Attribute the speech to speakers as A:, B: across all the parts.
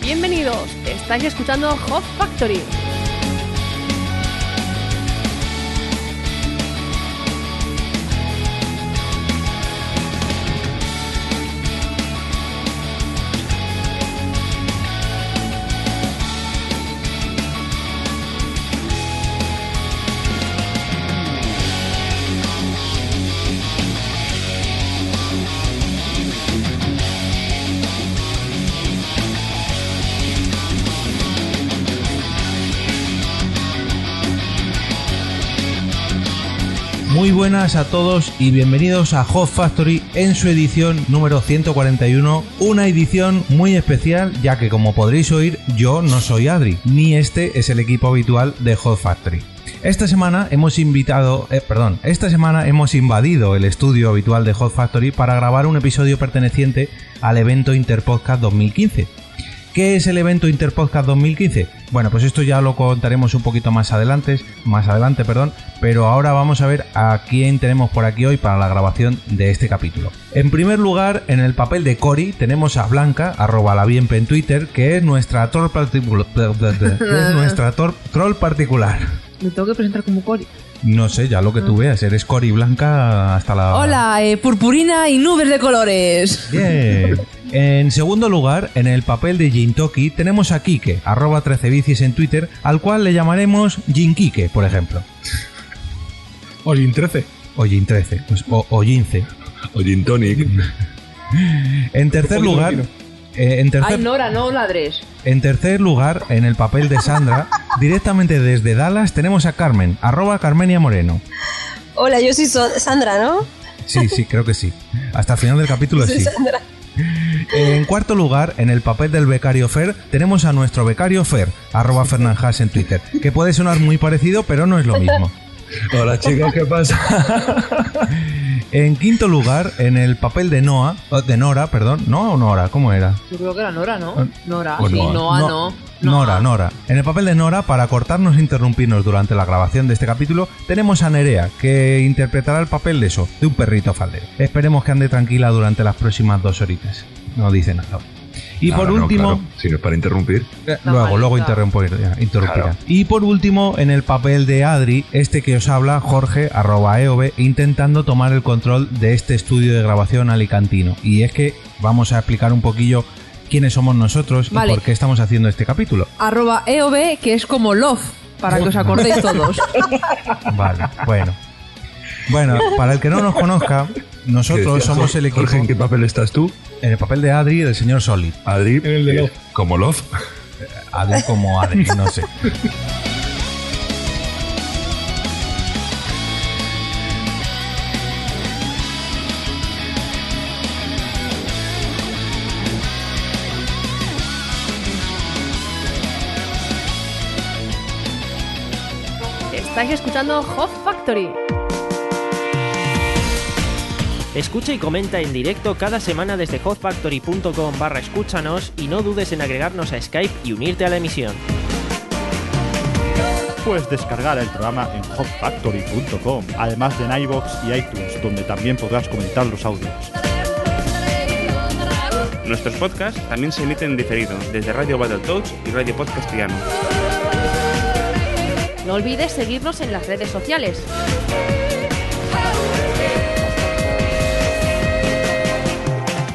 A: Bienvenidos, estáis escuchando Hot Factory.
B: Muy buenas a todos y bienvenidos a Hot Factory en su edición número 141, una edición muy especial ya que como podréis oír yo no soy Adri, ni este es el equipo habitual de Hot Factory. Esta semana hemos invitado, eh, perdón, esta semana hemos invadido el estudio habitual de Hot Factory para grabar un episodio perteneciente al evento Interpodcast 2015. ¿Qué es el evento Interpodcast 2015? Bueno, pues esto ya lo contaremos un poquito más adelante, más adelante, perdón, pero ahora vamos a ver a quién tenemos por aquí hoy para la grabación de este capítulo. En primer lugar, en el papel de Cory tenemos a Blanca, arroba la bienpe en Twitter, que es nuestra troll particular. es nuestra tor- troll particular.
C: Me tengo que presentar como Cory.
B: No sé, ya lo que tú veas, eres Cory Blanca hasta la.
C: Hola, eh, purpurina y nubes de colores.
B: Bien. En segundo lugar, en el papel de Jintoki, tenemos a Kike, arroba 13bicis en Twitter, al cual le llamaremos Jinkike, por ejemplo.
D: Olin 13.
B: O Jin13, pues, o, o Jince.
E: O Gin Tonic.
B: En tercer
D: Un poquito
B: lugar...
D: tranquilo.
B: eh, en, tercer,
C: Ay, Nora, no ladres.
B: en tercer lugar, en el papel de Sandra, directamente desde Dallas tenemos a Carmen, arroba Carmenia Moreno.
F: Hola, yo soy So- Sandra, ¿no?
B: Sí, sí, creo que sí. Hasta el final del capítulo
F: Soy
B: sí.
F: Sandra.
B: En cuarto lugar, en el papel del becario Fer, tenemos a nuestro becario Fer, arroba Fernanjas en Twitter, que puede sonar muy parecido, pero no es lo mismo.
E: Hola chicos, ¿qué pasa?
B: En quinto lugar, en el papel de Noah, o de Nora, perdón, ¿no o Nora? ¿Cómo era?
C: Yo creo que era Nora,
B: Ah,
C: ¿no? Nora,
E: pues
C: sí,
E: Noa.
C: Noa,
B: No-
C: no.
B: Nora, Nora. En el papel de Nora, para cortarnos e interrumpirnos durante la grabación de este capítulo, tenemos a Nerea, que interpretará el papel de eso, de un perrito faldero. Esperemos que ande tranquila durante las próximas dos horitas. No dice nada. Y
E: Ah,
B: por
E: no,
B: último,
E: claro, si no es para interrumpir.
B: Eh, Luego,
C: malita.
B: luego interrumpirá. interrumpirá.
E: Claro.
B: Y por último, en el papel de Adri, este que os habla, Jorge, arroba EOB, intentando tomar el control de este estudio de grabación alicantino. Y es que vamos a explicar un poquillo quiénes somos nosotros
C: Vale.
B: y por qué estamos haciendo este capítulo.
C: Arroba EOB, que es como Love, para que os acordéis todos.
B: Vale, bueno. Bueno, para el que no nos conozca,
E: Que
B: nosotros
E: decía,
B: somos el equipo
E: Jorge, ¿en qué papel estás tú?
B: en el papel de Adri del señor Solid.
E: Adri.
D: En el de
E: eh,
D: Love.
E: Como Love.
B: Adri como Adri, no sé.
A: Estáis escuchando Hot Factory.
G: Escucha y comenta en directo cada semana desde hotfactory.com barra escúchanos y no dudes en agregarnos a Skype y unirte a la emisión.
H: Puedes descargar el programa en hotfactory.com, además de en iBox y iTunes, donde también podrás comentar los audios.
I: Nuestros podcasts también se emiten diferido desde Radio Battletoads y Radio Podcast Triano.
A: No olvides seguirnos en las redes sociales.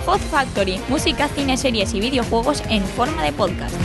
J: Hot Factory, música, cine, series y videojuegos en forma de podcast.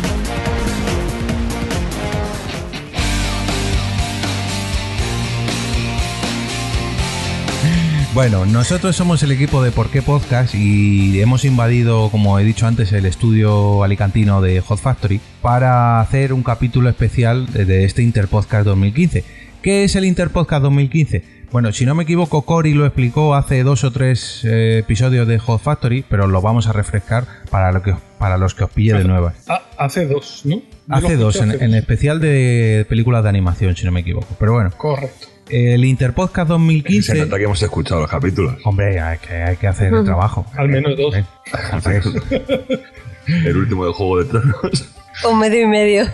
B: Bueno, nosotros somos el equipo de Por qué Podcast y hemos invadido, como he dicho antes, el estudio alicantino de Hot Factory para hacer un capítulo especial de- de este Interpodcast 2015. ¿Qué es el Interpodcast 2015? Bueno, si no me equivoco, Cory lo explicó hace dos o tres eh, episodios de Hot Factory, pero lo vamos a refrescar para, lo que, os- para los que os pille de nuevas.
D: Ah, hace dos, ¿no?
B: Hace
D: Yo lo
B: dos,
D: escuché
B: en,
D: hace
B: en
D: dos.
B: especial de películas de animación, si no me equivoco. Pero bueno,
D: Correcto.
B: el Interpodcast
E: Se
B: 2015...
E: nota que hemos escuchado los capítulos.
B: Hombre, hay que, hay que hacer el trabajo.
D: Al menos dos.
B: Eh, entonces,
E: El último de Juego de Tronos.
F: Un medio y medio.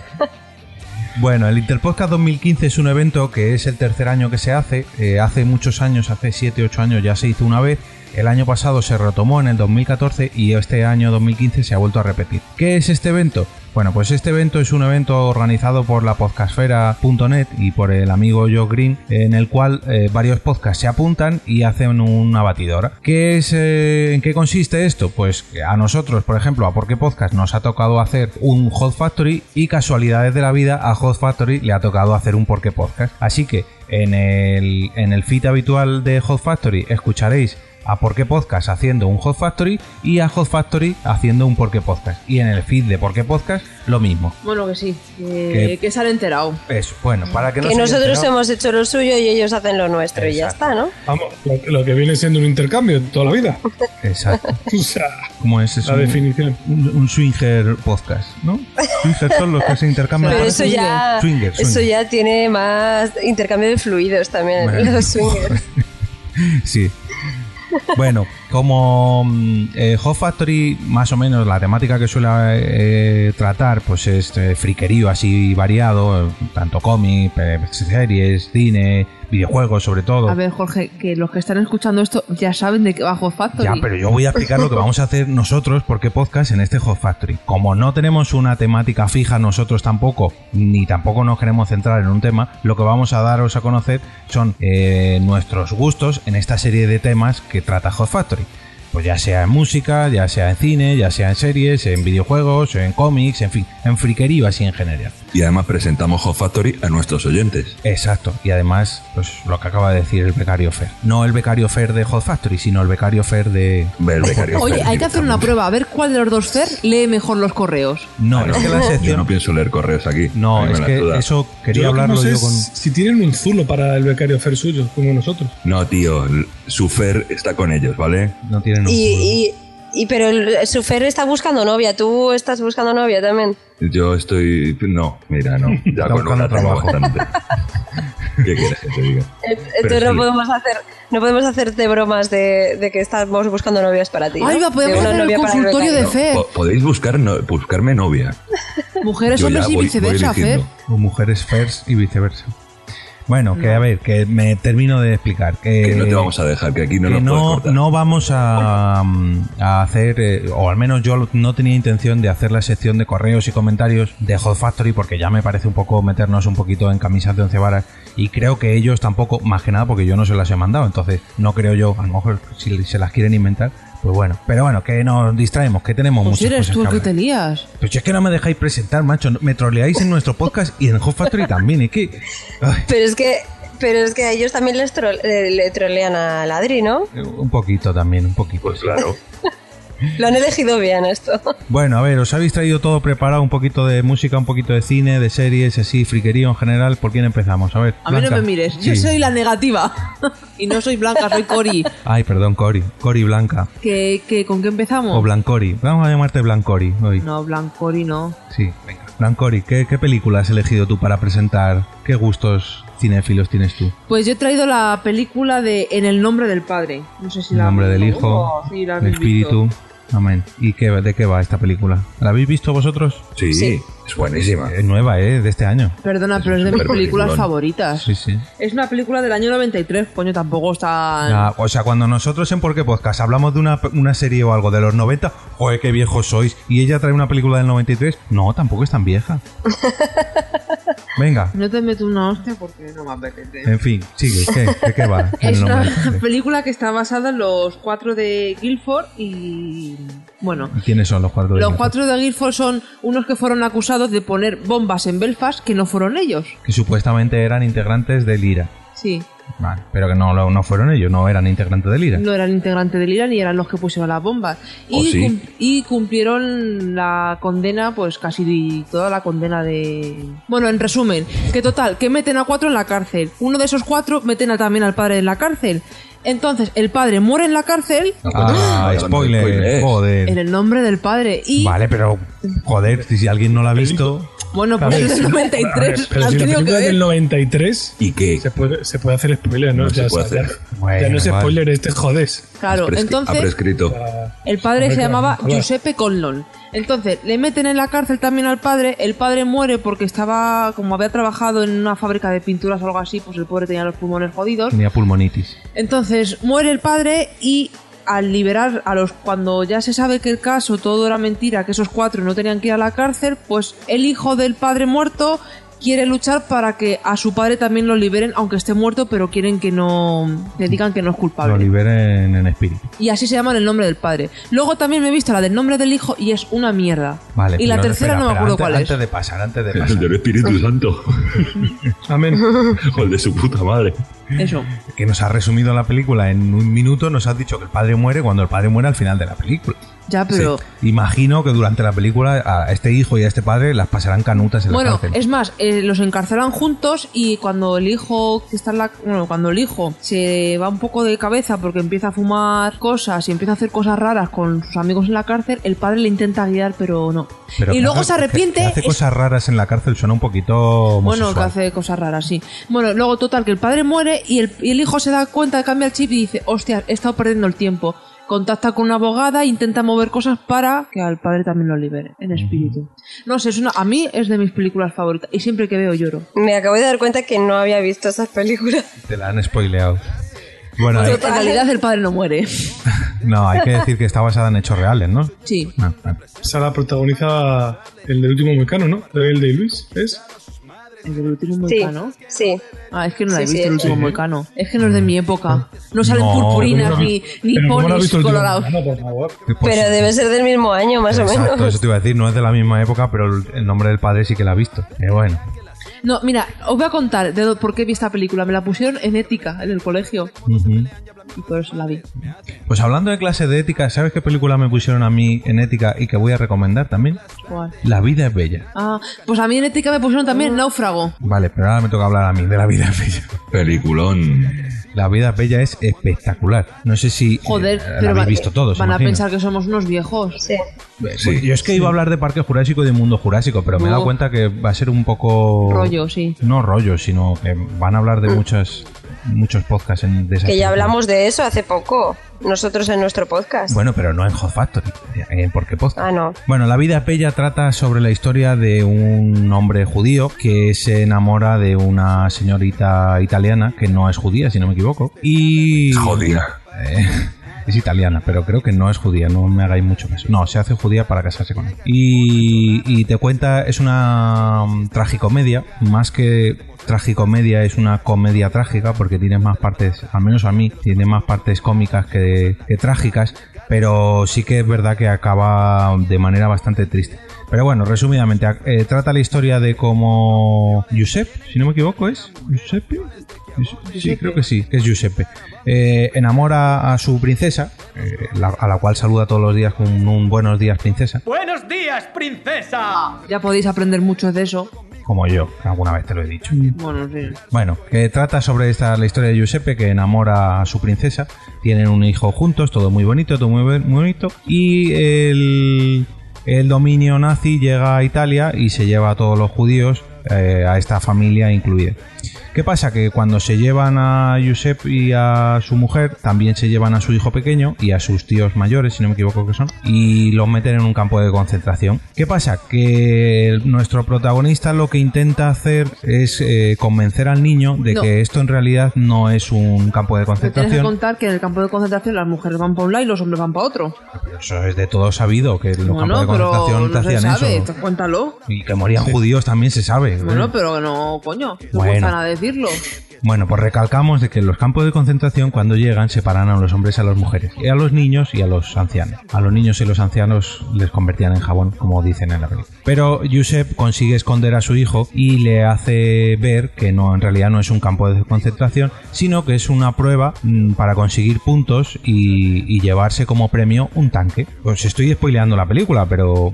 B: bueno, el Interpodcast 2015 es un evento que es el tercer año que se hace. Eh, hace muchos años, hace 7, 8 años ya se hizo una vez. El año pasado se retomó en el 2014 y este año 2015 se ha vuelto a repetir. ¿Qué es este evento? Bueno, pues este evento es un evento organizado por la podcastfera.net y por el amigo Joe Green, en el cual eh, varios podcasts se apuntan y hacen una batidora. ¿Qué es, eh, ¿En qué consiste esto? Pues que a nosotros, por ejemplo, a Porque Podcast nos ha tocado hacer un Hot Factory y casualidades de la vida a Hot Factory le ha tocado hacer un Porque Podcast. Así que en el, en el feed habitual de Hot Factory escucharéis a Por qué Podcast haciendo un Hot Factory y a Hot Factory haciendo un Por qué Podcast. Y en el feed de Por qué Podcast lo mismo.
C: Bueno, que sí. Que,
B: Que-
C: que se han enterado.
B: Eso, bueno, para que, no
F: que
B: se haya
F: nosotros
B: enterado-
F: hemos hecho lo suyo y ellos hacen lo nuestro y ya
B: Exacto.
F: está, ¿no?
D: Vamos, lo, lo que viene siendo un intercambio de toda la vida.
B: Exacto.
D: O sea,
B: Como es, es
D: la
B: un,
D: definición.
B: un, un swinger podcast, ¿no? Swingers son los que se intercambian.
F: Pero eso ya,
B: Swinger,
F: eso
B: swinger.
F: ya tiene más intercambio de fluidos también,
B: Bueno.
F: los swingers.
B: Sí. Bueno, como mm, eh, Hot Factory, más o menos la temática que suele eh, tratar, pues es eh, friquerío así variado, eh, tanto cómic, eh, series, cine, videojuegos sobre todo.
C: A ver, Jorge, que los que están escuchando esto ya saben de qué va Hot Factory.
B: Ya, pero yo voy a explicar lo que vamos a hacer nosotros, porque podcast en este Hot Factory. Como no tenemos una temática fija nosotros tampoco, ni tampoco nos queremos centrar en un tema, lo que vamos a daros a conocer son eh, nuestros gustos en esta serie de temas que trata Hot Factory. Pues ya sea en música, ya sea en cine, ya sea en series, en videojuegos, en cómics, en fin, en friquerío así en general.
E: Y además presentamos Hot Factory a nuestros oyentes.
B: Exacto, y además, pues lo que acaba de decir el becario Fer. No el becario Fer de Hot Factory, sino el becario Fer de...
E: Ve el becario
C: Oye,
E: Fer
C: hay que hacer una
E: directamente.
C: prueba, a ver cuál de los dos Fer lee mejor los correos.
B: No,
E: Ah,
B: es que la
E: Yo
B: sección...
E: no pienso leer correos aquí. A
B: No,
E: mí me
B: es
E: la
B: que
E: suda.
B: eso quería
D: Yo lo que
B: hablarlo
D: no sé
B: yo
D: es
B: con.
D: Si tienen un zulo para el becario Fer suyo, como nosotros.
E: No, tío, l- su Fer está con ellos, ¿vale?
B: No tienen un.
F: Y, y, y- pero el Sufer está buscando novia, tú estás buscando novia también.
E: Yo estoy. No, mira, no. Ya
B: Está
E: con
B: buscando
E: una tengo
B: trabajo.
E: bastante. ¿Qué quieres que te diga?
F: Entonces no
E: sí.
F: podemos hacer, no podemos hacerte bromas de, de que estamos buscando novias para ti.
C: Ay,
F: ¿no?
C: va, podemos
F: De una
C: hacer el
F: novia para
C: consultorio de
F: becario.
C: Fer.
E: Po- Podéis buscar no- buscarme novia.
C: Mujeres,
E: Yo ya
C: hombres y
E: voy- voy
C: viceversa, Fer.
E: eligiendo.
B: O mujeres first y viceversa. Bueno, que a ver, que me termino de explicar. Que,
E: Que no te vamos a dejar, Eh, que aquí no
B: que
E: nos puedes
B: no,
E: cortar.
B: no vamos a, mm, a hacer, eh, o al menos yo no tenía intención de hacer la sección de correos y comentarios de Hot Factory, porque ya me parece un poco meternos un poquito en camisas de once varas, y creo que ellos tampoco, más que nada porque yo no se las he mandado, entonces no creo yo, a lo mejor si se las quieren inventar, pues bueno, pero bueno, que nos distraemos, que tenemos
C: Pues
B: muchas
C: eres
B: cosas
C: tú
B: que
C: el que
B: hablar.
C: tenías.
B: Pero si es que no me dejáis presentar, macho. no- Me troleáis en nuestro podcast y en Hot Factory también. Es que. ay,
F: Pero es que, pero es que a ellos también les tro- le, le trolean a Ladri, ¿no?
B: un poquito también, un poquito.
E: Pues claro.
F: Lo han elegido bien esto.
B: Bueno, a ver, os habéis traído todo preparado: un poquito de música, un poquito de cine, de series, así, friquerío en general. ¿Por quién empezamos? A ver.
C: A mí no
B: Blanca.
C: me mires,
B: Sí.
C: yo soy la negativa. y no soy Blanca, soy Cori.
B: Ay, perdón, Cori. Cori Blanca.
C: ¿Qué, qué, ¿Con qué empezamos?
B: O Blancori. Vamos a llamarte Blancori hoy.
C: No, Blancori no.
B: Sí, venga. Blancori, ¿qué, ¿qué película has elegido tú para presentar? ¿Qué gustos cinéfilos tienes tú?
C: Pues yo he traído la película de En el nombre del Padre. No sé si
B: El
C: la
B: nombre del
C: habéis-
B: Hijo,
C: Oh, sí, la
B: el
C: habéis
B: Espíritu. Amén. ¿Y qué, de qué va esta película? ¿La habéis visto vosotros?
E: Sí, es buenísima.
B: Es nueva, ¿eh? De este año.
C: visto. Perdona,
E: Es
C: pero es de
E: un
C: mis
E: super
C: películas
E: peliculón.
C: favoritas.
B: Sí, sí.
C: Es una película del año 93, coño, tampoco está...
B: Ah, o sea, cuando nosotros en Por qué Podcast hablamos de una, una serie o algo de los 90, joder, qué viejos sois. Y ella trae una película del 93. No, tampoco es tan vieja. Venga,
C: No te meto una hostia porque no me apetece.
B: en fin, sigue. ¿Qué, de qué va?
C: Es
B: El
C: una
B: nombre del padre.
C: película que está basada en los cuatro de Guilford y... Bueno,
B: ¿Y ¿Quiénes son los cuatro? de
C: los
B: ellos?
C: cuatro de Guilford son unos que fueron acusados de poner bombas en Belfast que no fueron ellos.
B: Que supuestamente eran integrantes del IRA.
C: Sí,
B: Vale, pero que no, lo- no fueron ellos, no eran integrantes del IRA.
C: no eran integrantes del IRA ni eran los que pusieron las bombas. Y,
E: Oh, sí.
C: cum- y cumplieron la condena, pues casi toda la condena de... Bueno, en resumen, que total, que meten a cuatro en la cárcel. Uno de esos cuatro meten a- también al padre en la cárcel. Entonces, el padre muere en la cárcel
B: Ah,
E: Ah,
B: spoiler,
E: spoilers.
C: en
B: joder.
C: el nombre del padre y...
B: Vale, pero joder, si si alguien no la ha visto,
C: Bueno, pues
D: Claro,
C: es del
D: sí. A ver,
C: 93.
D: Pero
C: han
D: si la
C: tenido que
D: película es del
C: ver.
D: 93,
E: ¿Y qué?
D: se puede, se puede hacer spoiler, ¿no?
E: No
D: ya,
E: se puede
D: o sea,
E: hacer.
D: ya-
B: Bueno,
D: ya no es
B: vale.
D: spoiler, este es jodés.
C: Claro,
E: Prescri- Ha
C: entonces
E: prescrito.
C: el padre se
D: Hombre,
C: llamaba
D: claro.
C: Giuseppe Conlon. Entonces le meten en la cárcel también al padre. El padre muere porque estaba, como había trabajado en una fábrica de pinturas o algo así, pues el pobre tenía los pulmones jodidos.
B: tenía pulmonitis.
C: Entonces muere el padre y al liberar a los cuando ya se sabe que el caso todo era mentira, que esos cuatro no tenían que ir a la cárcel, pues el hijo del padre muerto quiere luchar para que a su padre también lo liberen, aunque esté muerto, pero quieren que no le digan que no es culpable
B: Lo liberen en espíritu.
C: y así se llaman el nombre del padre. Luego también me he visto la del nombre del hijo y es una mierda.
B: Vale,
C: y la
B: pero
C: tercera
B: espera,
C: no me
B: espera,
C: acuerdo
B: antes-
C: cuál
B: Antes de pasar, antes de
E: El
B: pasar.
E: del Espíritu Santo.
D: Amén.
E: o el de su puta madre.
C: es. Eso.
B: Que nos ha resumido la película en un minuto, nos has dicho que el padre muere cuando el padre muere al final de la película.
C: Ya, pero.
B: Sí. Imagino que durante la película a este hijo y a este padre las pasarán canutas en la
C: Bueno,
B: cárcel.
C: es más, eh, los encarcelan juntos y cuando el hijo que está en la, bueno, cuando el hijo se va un poco de cabeza porque empieza a fumar cosas y empieza a hacer cosas raras con sus amigos en la cárcel, el padre le intenta guiar, pero no.
B: Pero
C: y
B: que
C: luego
B: hace-
C: se arrepiente.
B: que hace
C: es-
B: cosas raras en la cárcel, suena un poquito
C: Bueno,
B: homosexual.
C: que hace cosas raras, sí. Bueno, luego total, que el padre muere y el, y el hijo se da cuenta, cambia el chip y dice, hostia, he estado perdiendo el tiempo. Contacta con una abogada e intenta mover cosas para que al padre también lo libere, en espíritu. No sé, es una, a mí es de mis películas favoritas y siempre que veo lloro.
F: Me acabo de dar cuenta que no había visto esas películas.
B: Te la han spoileado. Bueno,
C: Pero
B: hay-
C: en realidad el padre no muere.
B: no, hay que decir que está basada en hechos reales, ¿no?
C: Sí.
B: Ah, ah.
D: Esa la protagoniza el del último mecano, ¿no? El de Luis, ¿es?
C: El del último
F: Sí,
C: moicano.
F: sí.
C: Ah, es que no la he
F: Sí, sí,
C: visto el
F: sí.
C: último moicano. Es que no es de mi época. No salen
B: No,
C: purpurinas
D: pero no-
C: ni, ni
D: Pero ¿cómo la has
C: ponis
D: visto el último
C: colorados.
D: mecano, por favor?
B: Pues-
F: Pero debe ser del mismo año, más o
B: Exacto,
F: menos.
B: eso te iba a decir, no es de la misma época, pero el el nombre del padre sí que la ha visto. Pero bueno,
C: No, mira, os voy a contar de do- por qué vi esta película. Me la pusieron en ética en el colegio
B: Ujú.
C: y por eso la vi.
B: pues hablando de clase de ética, ¿sabes qué película me pusieron a mí en ética y que voy a recomendar también?
C: ¿Cuál?
B: La vida es bella.
C: Ah, pues a mí en ética me pusieron
F: Ah.
C: también náufrago.
B: Vale, pero ahora me toca hablar a mí de la vida es bella.
E: Peliculón.
B: La vida es bella es espectacular. No sé si eh,
C: Joder,
B: la
C: pero va-
B: habéis visto todos.
C: van a
B: imagino. Pues
C: pensar que somos unos viejos.
F: Sí.
E: Sí.
B: Yo es que iba a hablar de Parque Jurásico y de Mundo Jurásico, pero me he dado
C: No.
B: cuenta que va a ser un poco
C: Rollo, sí. Mm.
B: No rollo, sino que van a hablar de muchas muchos podcasts en, de esa
F: Que
B: película.
F: ya hablamos de eso hace poco, nosotros en nuestro podcast.
B: Bueno, pero no en Hot Factory, en Porque Podcast.
F: Ah, no.
B: Bueno, La vida es bella trata sobre la historia de un hombre judío que se enamora de una señorita italiana que no es judía, si no me equivoco. Y...
E: Jodida.
B: Eh, es italiana, pero creo que no es judía, no me hagáis mucho caso. No, se hace judía para casarse con él. Y, y te cuenta, es una mm, tragicomedia, más que tragicomedia, es una comedia trágica, porque tiene más partes, al menos a mí, tiene más partes cómicas que, que trágicas, pero sí que es verdad que acaba de manera bastante triste. Pero bueno, resumidamente, ac- eh, trata la historia de cómo Giuseppe, si no me equivoco, es Giuseppe. Giuse- Sí, creo que sí, que es Giuseppe. Eh, enamora a su princesa, eh, la- a la cual saluda todos los días con un buenos días, princesa,
G: ¡Buenos días, princesa!
C: Ya podéis aprender mucho de eso.
B: como yo, que alguna vez te lo he dicho.
C: Bueno, sí.
B: Bueno, que trata sobre esta, la historia de Giuseppe que enamora a su princesa. Tienen un hijo juntos, todo muy bonito, todo muy, bu- muy bonito. Y el, el dominio nazi llega a Italia y se lleva a todos los judíos, eh, a esta familia incluida. ¿Qué pasa? Que cuando se llevan a Giuseppe y a su mujer, también se llevan a su hijo pequeño y a sus tíos mayores, si no me equivoco que son, y los meten en un campo de concentración. ¿Qué pasa? Que el- nuestro protagonista lo que intenta hacer es eh, convencer al niño de
C: No.
B: que esto en realidad no es un campo de
C: Te tienes que
B: concentración.
C: contar que en el campo de concentración las mujeres van para un lado y los hombres van para otro.
B: Pero Eso es de todo sabido, que en los
C: bueno,
B: campos de
C: pero
B: concentración te
C: no se
B: hacían
C: sabe,
B: eso.
C: te- cuéntalo.
B: Y que morían judíos también se sabe. ¿eh?
C: Bueno, pero no, coño, no
B: Bueno.
C: cuesta nada decirlo.
B: Bueno, pues recalcamos de que en los campos de concentración cuando llegan separan a los hombres y a las mujeres, y a los niños y a los ancianos. A los niños y los ancianos les convertían en jabón, como dicen en la película. Pero Josep consigue esconder a su hijo y le hace ver que no, en realidad no es un campo de concentración, sino que es una prueba mm, para conseguir puntos y, y llevarse como premio un tanque. Os estoy spoileando la película, pero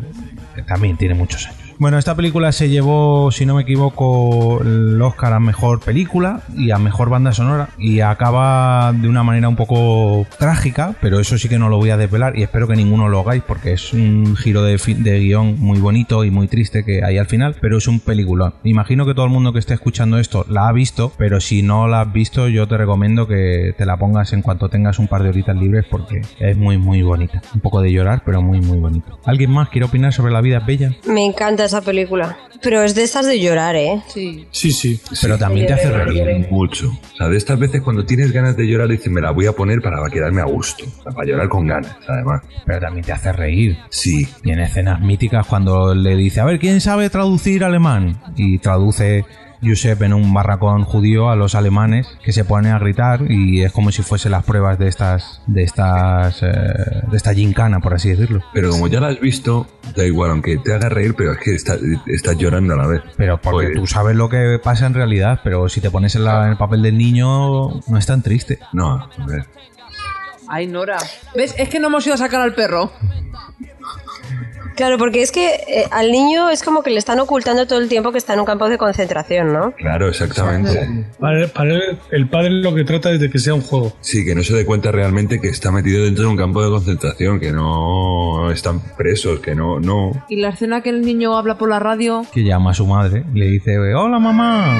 B: también tiene muchos años. Bueno, esta película se llevó, si no me equivoco, el Oscar a mejor película y a mejor banda sonora. Y acaba de una manera un poco trágica, pero eso sí que no lo voy a desvelar y espero que ninguno lo hagáis porque es un giro de, fi- de guión muy bonito y muy triste que hay al final, pero es un peliculón. Imagino que todo el mundo que esté escuchando esto la ha visto, pero si no la has visto, yo te recomiendo que te la pongas en cuanto tengas un par de horitas libres porque es muy, muy bonita. Un poco de llorar, pero muy, muy bonito. ¿Alguien más quiere opinar sobre la vida es bella?
F: Me encanta esa película. Pero es de estas de llorar, ¿eh?
C: Sí.
D: Sí, sí.
B: Pero también te hace reír.
E: Mucho. O sea, de estas veces cuando tienes ganas de llorar, dices, me la voy a poner para quedarme a gusto. O sea, para llorar con ganas, además.
B: Pero también te hace reír.
E: Sí.
B: Tiene escenas míticas cuando le dice, a ver, ¿quién sabe traducir alemán? Y traduce Josep en un barracón judío a los alemanes que se ponen a gritar y es como si fuese las pruebas de estas, de estas, eh, de esta gincana, por así decirlo.
E: Pero como ya la has visto, da igual, aunque te haga reír, pero es que está- estás llorando a la vez.
B: Pero porque
E: Pues-
B: tú sabes lo que pasa en realidad, pero si te pones en, la- en el papel del niño, no es tan triste.
E: No, a ver.
C: Ay, Nora. ¿Ves? Es que no hemos ido a sacar al perro.
F: Claro, porque es que eh, al niño es como que le están ocultando todo el tiempo que está en un campo de concentración, ¿no?
E: Claro, exactamente.
D: Para él- para él- el padre lo que trata es de que sea un juego.
E: Sí, que no se dé cuenta realmente que está metido dentro de un campo de concentración, que no están presos, que no, no,
C: Y la escena que el niño habla por la radio.
B: Que llama a su madre y le dice, hola mamá.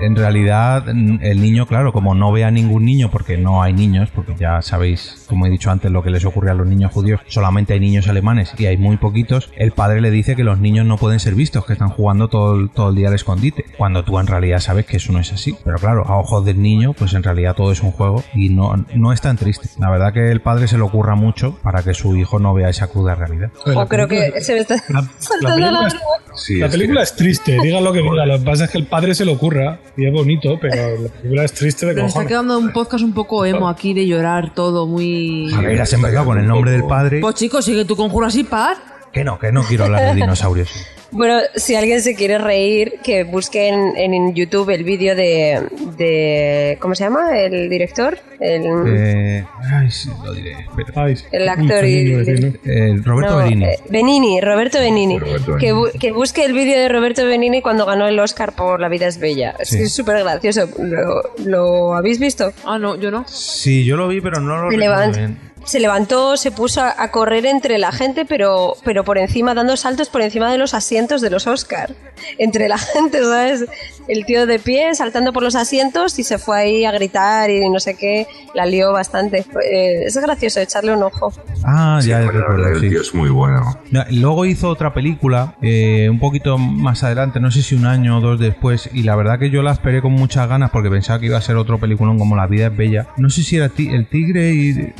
B: En realidad, n- el niño, claro, como no ve a ningún niño, porque no hay niños, porque ya sabéis, como he dicho antes, lo que les ocurre a los niños judíos, solamente hay niños alemanes y hay muy poquitos, el padre le dice que los niños no pueden ser vistos, que están jugando todo, el- todo el día al escondite, cuando tú en realidad sabes que eso no es así. Pero claro, a ojos del niño, pues en realidad todo es un juego y no, no es tan triste. La verdad que el padre se le ocurra mucho para que su hijo no vea esa cruda realidad.
D: Joder,
F: O
D: la
F: creo
D: película-
F: que se me está
D: la- la
F: saltando la,
D: película es-
F: broma.
E: Sí,
D: la
E: es
D: película
E: que-
D: es triste, diga lo que diga. Lo que pasa es que el padre se lo ocurra y es bonito, pero la película es triste de
C: Pero está
D: cojones.
C: quedando un podcast un poco emo aquí de llorar todo, muy.
B: A ver, has empezado con el nombre del padre.
C: Pues chicos, sigue tu conjuro así, par.
B: Que no, que no quiero hablar de dinosaurios.
F: Bueno, si alguien se quiere reír, que busque en, en YouTube el vídeo de, de- ¿Cómo se llama? El director. El,
B: Eh, ay, sí, lo diré. espera.
D: Ay,
F: El
D: uy,
F: actor
D: qué
F: y-
D: niño eres, ¿no?
B: Eh, Roberto
F: no,
B: Benigni.
F: eh, Benigni, Roberto Benini.
E: Roberto
F: Que, bu-
E: Benigni.
F: que busque el vídeo de Roberto Benini cuando ganó el Oscar por La vida es bella. Es
B: Sí.
F: que Es súper gracioso. ¿Lo, lo habéis visto?
C: Ah, no, yo no.
B: Sí, yo lo vi, pero no lo
F: Se,
B: recuerdo
F: levan-
B: bien.
F: se levantó, se puso a, a correr entre la gente, pero, pero por encima, dando saltos por encima de los asientos de los Oscar. Entre la gente, ¿sabes? El tío de pie saltando por los asientos y se fue ahí a gritar y no sé qué. La lió bastante. Eh, es gracioso echarle un ojo.
B: Ah,
E: Sí,
B: ya
E: bueno, la verdad
B: recuerdo,
E: que
B: sí.
E: El tío es muy bueno.
B: No, Luego hizo otra película, eh, un poquito más adelante, no sé si un año o dos después, y la verdad que yo la esperé con muchas ganas porque pensaba que iba a ser otro peliculón como La vida es bella. No sé si era ti- El tigre y...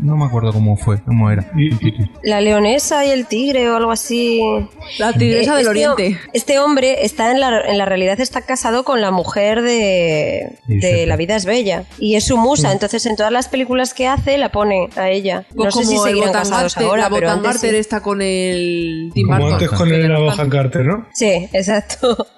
B: No me acuerdo cómo fue, cómo era.
D: Y- y-
F: La leonesa y el tigre o algo así.
C: La tigresa
F: Eh,
C: del
F: este
C: oriente.
F: ho- Este hombre está en la, en la realidad está casado con la mujer de,
B: Giuseppe.
F: de La vida es bella y es su musa, entonces en todas las películas que hace la pone a ella. No
C: Pues
F: sé si
C: el
F: seguirán
C: Botan
F: casados
C: Garter,
F: ahora,
C: La
F: pero
C: Botan
F: antes
C: Garter
F: sí.
C: está con el Tim
D: Como
B: Barton.
D: antes
C: Burton.
D: con el
C: Pero
D: Bohan Carter, ¿no?
F: Sí, exacto.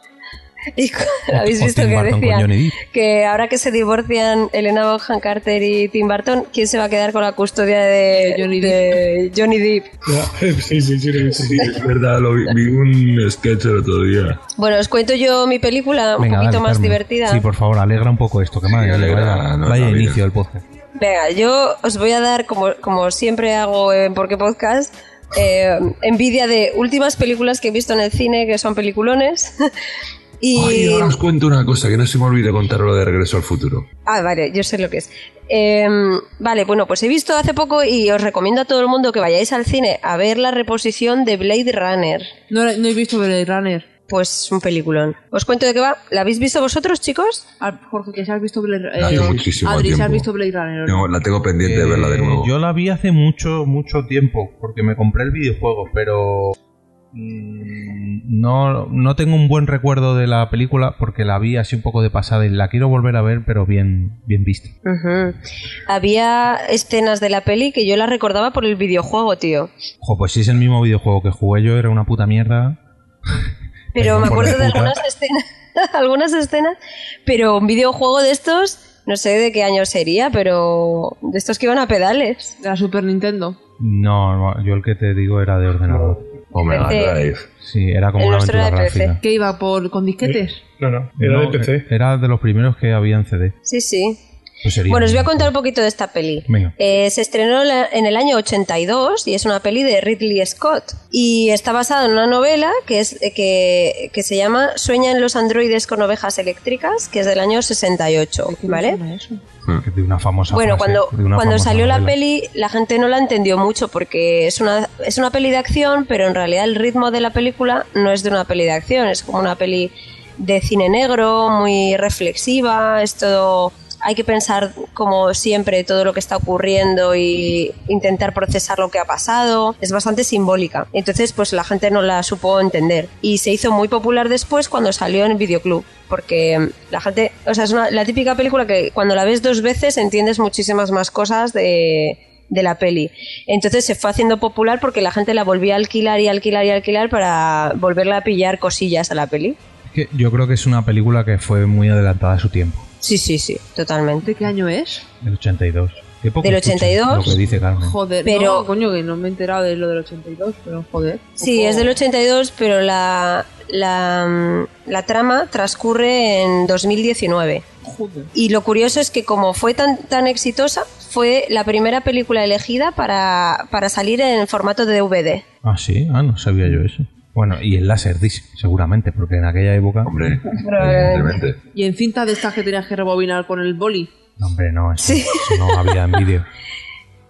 F: Y cu- habéis
B: O- o
F: visto
B: Tim
F: que
B: Burton Pues con
F: decía
B: Johnny Depp.
F: que ahora que se divorcian Elena Bonham Carter y Tim Burton, ¿quién se va a quedar con la custodia de
C: Johnny
F: de Johnny Depp?
D: Ya, Sí, sí, sí. sí, sí.
E: Sí, es verdad, lo vi, vi un sketch el otro día.
F: Bueno, os cuento yo mi película un
B: Venga,
F: poquito
B: dale,
F: más
B: Carmen.
F: divertida.
B: Sí, por favor, alegra un poco esto, que madre,
E: alegra,
B: vaya,
E: no,
B: vaya
E: la vida.
B: inicio del podcast.
F: Venga, yo os voy a dar, como, como siempre hago en Porque Podcast, eh, envidia de últimas películas que he visto en el cine, que son peliculones.
E: Ay,
F: y...
E: ahora os cuento una cosa que no se me olvide contar lo de Regreso al Futuro.
F: Ah, vale, yo sé lo que es. Eh, vale, bueno, pues he visto hace poco y os recomiendo a todo el mundo que vayáis al cine a ver la reposición de Blade Runner.
C: No, no he visto Blade Runner.
F: Pues un peliculón. Os cuento de qué va. ¿La habéis visto vosotros, chicos?
C: Ah, Jorge, que si has visto Blade Runner. eh,
E: Hace muchísimo
C: Adri, si has
E: tiempo.
C: visto Blade Runner.
E: Tengo- la tengo pendiente de verla de
B: Eh,
E: nuevo.
B: Yo la vi hace mucho, mucho tiempo, porque me compré el videojuego, pero mm, no, no tengo un buen recuerdo de la película porque la vi así un poco de pasada y la quiero volver a ver, pero bien, bien vista.
F: Ujú. Había escenas de la peli que yo las recordaba por el videojuego, tío.
B: Ojo, pues si es el mismo videojuego que jugué yo, era una puta mierda.
F: Pero
B: Perdón
F: me
B: por
F: acuerdo de
B: la puta.
F: algunas escenas, algunas escenas, pero un videojuego de estos, no sé de qué año sería, pero de estos que iban a pedales.
C: De la Super Nintendo.
B: No, no, yo el que te digo era de ordenador.
E: Omega
F: Vente.
E: Drive.
B: Sí, era como
F: El
B: una
F: nuestro
B: aventura
F: era de PC.
B: gráfica.
C: ¿Qué iba por con disquetes?
D: No, no, era de
B: No, eh,
D: PC.
B: Era de los primeros que había en CD.
F: Sí, sí.
B: Pues sería.
F: Bueno, os voy a contar un poquito de esta peli.
B: Venga.
F: Eh, se estrenó la- en el año 82 y es una peli de Ridley Scott. Y está basada en una novela que, es, eh, que, que se llama Sueñan los androides con ovejas eléctricas, que es del año 68, ¿vale?
E: Hmm.
B: De una famosa.
F: Bueno,
B: frase,
F: cuando,
B: de una
F: cuando
B: famosa
F: salió la
B: novela.
F: peli, la gente no la entendió mucho porque es una, es una peli de acción, pero en realidad el ritmo de la película no es de una peli de acción, es como una peli de cine negro, muy reflexiva, es todo. Hay que pensar, como siempre, todo lo que está ocurriendo y intentar procesar lo que ha pasado. Es bastante simbólica. Entonces, pues la gente no la supo entender. Y se hizo muy popular después cuando salió en videoclub. Porque mm, la gente. O sea, es una- la típica película que cuando la ves dos veces entiendes muchísimas más cosas de, de la peli. Entonces se fue haciendo popular porque la gente la volvía a alquilar y alquilar y alquilar para volverla a pillar cosillas a la peli.
B: Es que yo creo que es una película que fue muy adelantada a su tiempo,
F: Sí, sí, sí, totalmente.
C: ¿De qué año es?
B: del 82. Qué poco
F: Del
B: escucha
F: 82.
B: Lo que dice Carmen.
C: Joder,
F: Pero-
C: no, coño, que no me he enterado de lo del 82, pero joder.
F: Sí, es del 82, pero la, la, mm, la trama transcurre en 2019.
C: Joder.
F: Y lo curioso es que como fue tan, tan exitosa, fue la primera película elegida para, para salir en formato de DVD.
B: Ah, sí, ah, no sabía yo eso. Bueno, y el láser dice, seguramente, porque en aquella época.
E: Hombre,
F: Probablemente.
E: evidentemente.
C: Y en cinta de estas que tenías que rebobinar con el boli.
B: No, hombre, no, eso, eso no había en vídeo.